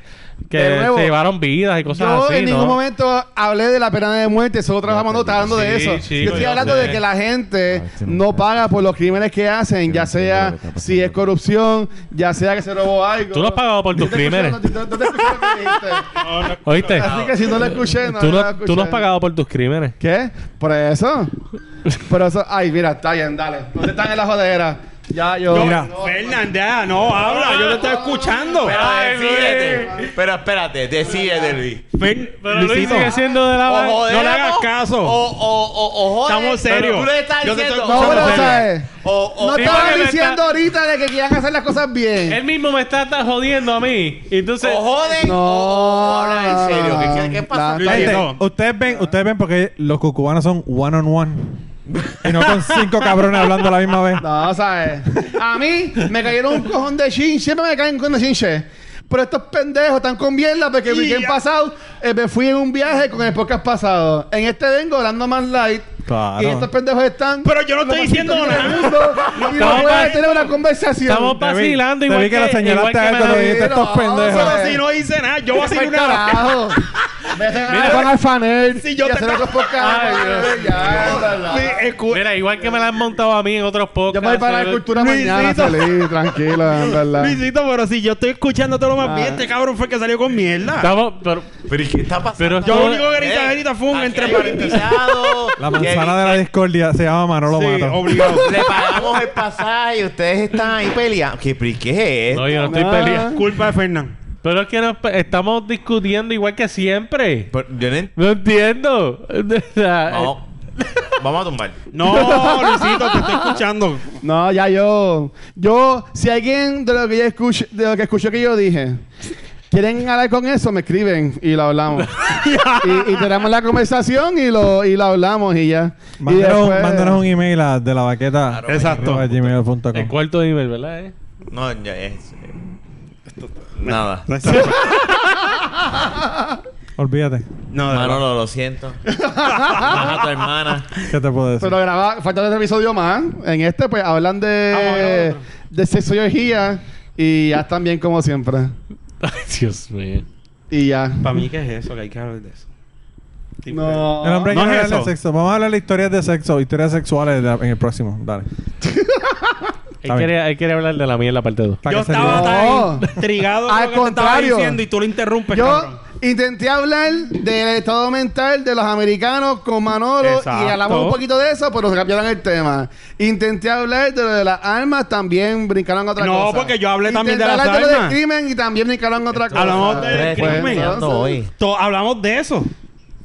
[SPEAKER 5] que
[SPEAKER 3] De nuevo,
[SPEAKER 5] se llevaron vidas y cosas
[SPEAKER 3] Yo
[SPEAKER 5] así,
[SPEAKER 3] en
[SPEAKER 5] ¿no?
[SPEAKER 3] ningún momento hablé de la pena de muerte, solo trabajamos no está hablando de
[SPEAKER 5] Sí,
[SPEAKER 3] eso.
[SPEAKER 5] chico,
[SPEAKER 3] yo estoy
[SPEAKER 5] yo
[SPEAKER 3] hablando
[SPEAKER 5] sé.
[SPEAKER 3] de que la gente
[SPEAKER 8] Ay, este no
[SPEAKER 3] no
[SPEAKER 8] está.
[SPEAKER 3] paga por los crímenes que
[SPEAKER 8] Yo
[SPEAKER 3] hacen, ya
[SPEAKER 8] no entiendo
[SPEAKER 3] sea
[SPEAKER 8] lo que está
[SPEAKER 3] si es
[SPEAKER 8] pasando.
[SPEAKER 3] corrupción, ya sea que se robó algo.
[SPEAKER 5] Tú no has pagado por
[SPEAKER 3] Yo
[SPEAKER 5] tus
[SPEAKER 3] te escuché,
[SPEAKER 5] crímenes.
[SPEAKER 3] no te- no te escuché lo que dijiste.
[SPEAKER 5] ¿Oíste?
[SPEAKER 3] Así que si no lo escuché, Ah, no
[SPEAKER 5] tú,
[SPEAKER 3] lo
[SPEAKER 5] no,
[SPEAKER 3] voy a
[SPEAKER 5] tú no has
[SPEAKER 3] escuchar.
[SPEAKER 5] pagado por tus crímenes.
[SPEAKER 3] ¿Qué? ¿Por eso? Por eso. Ay, mira, está bien, dale. No te están en la jodera. Ya yo.
[SPEAKER 4] Mira.
[SPEAKER 3] No,
[SPEAKER 6] Fernan, ya, no habla, yo te estoy escuchando.
[SPEAKER 1] Pero
[SPEAKER 5] Ay,
[SPEAKER 1] decídete. Pero espérate, decídete, Luis.
[SPEAKER 6] Fer-
[SPEAKER 5] Pero Luis
[SPEAKER 6] Luisito,
[SPEAKER 5] sigue siendo de la
[SPEAKER 1] O
[SPEAKER 6] no
[SPEAKER 1] joderemos,
[SPEAKER 6] le hagas caso.
[SPEAKER 1] O, o, o, o joder,
[SPEAKER 6] Estamos
[SPEAKER 1] pero
[SPEAKER 6] serios.
[SPEAKER 1] Tú le estás
[SPEAKER 6] Yo te estoy
[SPEAKER 1] diciendo.
[SPEAKER 3] No,
[SPEAKER 6] escuchando
[SPEAKER 3] pero,
[SPEAKER 6] serio.
[SPEAKER 3] ¿sabes?
[SPEAKER 1] O, o,
[SPEAKER 3] No
[SPEAKER 5] Oh, Sí,
[SPEAKER 3] estaban
[SPEAKER 5] porque me
[SPEAKER 3] diciendo
[SPEAKER 5] está-
[SPEAKER 3] ahorita de que quieran hacer las cosas bien.
[SPEAKER 5] Él mismo me está, está jodiendo a mí. Y Entonces,
[SPEAKER 1] o joden.
[SPEAKER 3] No,
[SPEAKER 1] o- o- ahora, en serio. ¿Qué, qué, qué pasa?
[SPEAKER 3] no,
[SPEAKER 1] Luis?
[SPEAKER 4] Gente,
[SPEAKER 6] no.
[SPEAKER 4] ustedes ven, ustedes ven porque los cucubanos son one on one. Y no con cinco cabrones hablando a la misma vez.
[SPEAKER 3] No, ¿sabes? A mí me cayeron un cojón de chin. Siempre me caen un cojón de chinche. Pero estos pendejos están con mierda porque el weekend pasado eh, me fui en un viaje con el podcast pasado. En este vengo hablando más light.
[SPEAKER 4] Claro.
[SPEAKER 3] Y estos pendejos están...
[SPEAKER 6] Pero yo no estoy diciendo nada.
[SPEAKER 3] No, y no
[SPEAKER 5] Estamos
[SPEAKER 3] pueden
[SPEAKER 5] pa-
[SPEAKER 3] tener una conversación.
[SPEAKER 5] estamos vacilando
[SPEAKER 4] te
[SPEAKER 5] igual
[SPEAKER 4] vi que la señalaste
[SPEAKER 5] igual que
[SPEAKER 4] a él cuando
[SPEAKER 5] Manolo.
[SPEAKER 4] dijiste estos
[SPEAKER 3] No,
[SPEAKER 4] pendejos.
[SPEAKER 3] eso
[SPEAKER 6] Pero si no hice nada, yo voy a
[SPEAKER 3] Pa'l
[SPEAKER 6] seguir una.
[SPEAKER 3] carajo. Me
[SPEAKER 5] Mira,
[SPEAKER 3] dejan a Alfaner
[SPEAKER 6] si yo
[SPEAKER 3] y
[SPEAKER 6] te-
[SPEAKER 3] hacer otros
[SPEAKER 5] Ay,
[SPEAKER 3] podcasts.
[SPEAKER 5] Dios
[SPEAKER 3] eh, Ya, bla, bla.
[SPEAKER 6] Sí, escu-
[SPEAKER 5] Mira, igual que me la han montado a mí en otros podcasts.
[SPEAKER 3] Yo me voy para la
[SPEAKER 5] ¿sabes?
[SPEAKER 3] cultura
[SPEAKER 6] Luisito.
[SPEAKER 3] mañana, feliz, tranquila, en verdad.
[SPEAKER 6] Luisito, pero si yo estoy escuchando todo lo más bien, este cabrón fue el que salió con mierda.
[SPEAKER 5] Estamos, pero,
[SPEAKER 1] Pero ¿y qué está pasando? Eh,
[SPEAKER 5] Pero- Yo lo
[SPEAKER 6] único que grita, grita, fue un
[SPEAKER 1] aquí
[SPEAKER 6] entre
[SPEAKER 1] hay
[SPEAKER 6] paréntesis.
[SPEAKER 1] invitado,
[SPEAKER 4] La
[SPEAKER 1] que
[SPEAKER 4] manzana de la discordia se llama Manolo
[SPEAKER 6] Sí,
[SPEAKER 4] Mato.
[SPEAKER 6] obligado.
[SPEAKER 1] Le pagamos el pasaje y ustedes están ahí peleando. ¿Qué, pero ¿y qué es esto?
[SPEAKER 5] no, yo no estoy
[SPEAKER 3] No.
[SPEAKER 5] peleando.
[SPEAKER 6] Culpa de Fernán.
[SPEAKER 5] Pero es que nos pe- estamos discutiendo igual que siempre.
[SPEAKER 1] Pero Yo no entiendo.
[SPEAKER 5] No entiendo. O sea,
[SPEAKER 1] No. Vamos a tumbar.
[SPEAKER 6] No, Luisito, te estoy escuchando.
[SPEAKER 3] No, ya yo. Yo, si alguien de lo que yo escuché, de lo que escuchó que yo dije, quieren hablar con eso, me escriben y lo hablamos. y, y tenemos la conversación y lo, y lo hablamos y ya. Y
[SPEAKER 4] Mándanos,
[SPEAKER 3] después-
[SPEAKER 4] mándanos un email a de la baqueta.
[SPEAKER 1] Exacto.
[SPEAKER 5] El cuarto de nivel, ¿verdad? eh?
[SPEAKER 1] No, ya es. eh, Nada.
[SPEAKER 4] Olvídate.
[SPEAKER 6] No, de verdad.
[SPEAKER 1] Manolo, lo siento. Más a tu hermana.
[SPEAKER 4] ¿Qué te puedo decir?
[SPEAKER 3] Pero graba, falta otro episodio más. En este, pues hablan
[SPEAKER 6] Vamos a grabar
[SPEAKER 3] de,
[SPEAKER 6] otro.
[SPEAKER 3] de sexo y orgía y ya están bien como siempre.
[SPEAKER 5] Ay, Dios mío.
[SPEAKER 3] Y ya.
[SPEAKER 6] Para mí, ¿qué es eso? Que hay que hablar de eso. Tipo,
[SPEAKER 3] No.
[SPEAKER 4] El hombre
[SPEAKER 6] No
[SPEAKER 4] quiere
[SPEAKER 6] es
[SPEAKER 4] hablar de
[SPEAKER 6] eso.
[SPEAKER 4] sexo. Vamos a hablar de historias de sexo, historias sexuales en la- en el próximo. Dale.
[SPEAKER 5] Él quiere, él quiere hablar de la mía en la parte 2.
[SPEAKER 4] Pa'
[SPEAKER 6] Yo
[SPEAKER 4] que se
[SPEAKER 6] estaba
[SPEAKER 4] diga.
[SPEAKER 3] No.
[SPEAKER 6] tan intrigado con
[SPEAKER 3] Al
[SPEAKER 6] lo que te estaba
[SPEAKER 3] contrario.
[SPEAKER 6] diciendo y tú lo interrumpes,
[SPEAKER 3] Yo
[SPEAKER 6] pues, cabrón.
[SPEAKER 3] intenté hablar del estado mental de los americanos con Manolo
[SPEAKER 6] Exacto.
[SPEAKER 3] y hablamos un poquito de eso, pero se cambiaron el tema. Intenté hablar de lo de las armas, también brincaron a otra
[SPEAKER 6] No,
[SPEAKER 3] cosa.
[SPEAKER 6] porque yo hablé también
[SPEAKER 3] Intenté
[SPEAKER 6] de las
[SPEAKER 3] hablar lo
[SPEAKER 6] armas.
[SPEAKER 3] del crimen y también brincaron a otra cosa.
[SPEAKER 6] Hablamos de-
[SPEAKER 1] Ustedes están
[SPEAKER 6] Pues,
[SPEAKER 1] peleando
[SPEAKER 3] entonces-
[SPEAKER 1] hoy.
[SPEAKER 6] To- hablamos de eso.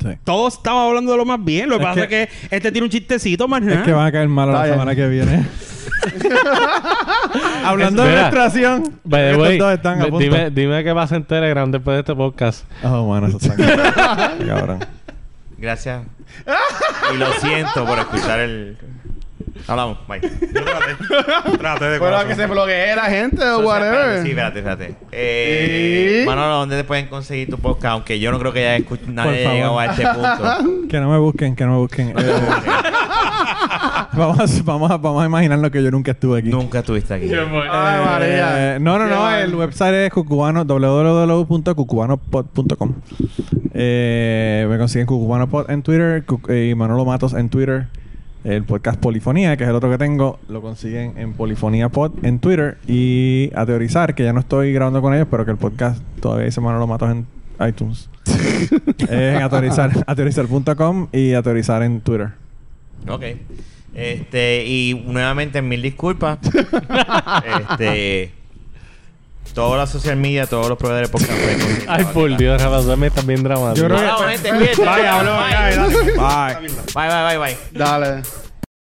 [SPEAKER 4] Sí.
[SPEAKER 6] Todos estábamos hablando de lo más bien. Lo que
[SPEAKER 4] Es
[SPEAKER 6] pasa
[SPEAKER 4] que-
[SPEAKER 6] es que este tiene un chistecito, ¿eh? más
[SPEAKER 4] Es
[SPEAKER 6] nada.
[SPEAKER 4] que van a caer mal la
[SPEAKER 3] Está bien.
[SPEAKER 4] semana que viene. Hablando de
[SPEAKER 5] Espera.
[SPEAKER 4] menstruación.
[SPEAKER 5] By the
[SPEAKER 4] estos
[SPEAKER 5] way,
[SPEAKER 4] dos están a
[SPEAKER 5] d-
[SPEAKER 4] punto.
[SPEAKER 5] dime, dime qué pasa en Telegram después de este podcast.
[SPEAKER 4] Oh, bueno, eso está cabrón.
[SPEAKER 1] Gracias. Y lo siento por escuchar el. Hablamos, bye.
[SPEAKER 6] Trate de
[SPEAKER 3] Pero que se bloquee la gente o
[SPEAKER 1] Entonces,
[SPEAKER 3] whatever.
[SPEAKER 1] espérate, Sí, espérate, espérate. Eh,
[SPEAKER 3] ¿Y?
[SPEAKER 1] Manolo, ¿dónde te pueden conseguir tu podcast? Aunque yo no creo que ya escu-
[SPEAKER 4] Por
[SPEAKER 1] nadie haya
[SPEAKER 4] favor.
[SPEAKER 1] llegado a este punto.
[SPEAKER 4] Que no me busquen, que no me busquen. Eh, vamos, a- vamos, a- vamos a imaginarnos que yo nunca estuve aquí.
[SPEAKER 1] Nunca estuviste aquí.
[SPEAKER 3] Ay, Ah, María.
[SPEAKER 4] Eh, no, no,
[SPEAKER 3] Qué
[SPEAKER 4] no.
[SPEAKER 3] mal.
[SPEAKER 4] El website es cucubano, www.cucubanopod.com. Eh, me consiguen cucubanopod en Twitter Cu- eh, y Manolo Matos en Twitter. El podcast Polifonía, que es el otro que tengo, lo consiguen en Polifonía Pod en Twitter. Y a teorizar, que ya no estoy grabando con ellos, pero que el podcast todavía dice Manolo Matos en iTunes. Eh, en ateorizar, ateorizar.com y ateorizar en Twitter.
[SPEAKER 1] Ok. Este, y nuevamente, mil disculpas. este. Todas las social media, todos los proveedores de podcast. pueden conseguir
[SPEAKER 5] Ay,
[SPEAKER 1] la
[SPEAKER 5] por
[SPEAKER 1] vaqueta.
[SPEAKER 5] Dios, Rafa, también están bien dramáticos.
[SPEAKER 4] Yo creo
[SPEAKER 1] Manolo, gente, cuídate.
[SPEAKER 6] Vaya, habló acá y dale.
[SPEAKER 4] Bye.
[SPEAKER 1] Bye, bye, bye, bye.
[SPEAKER 3] Dale.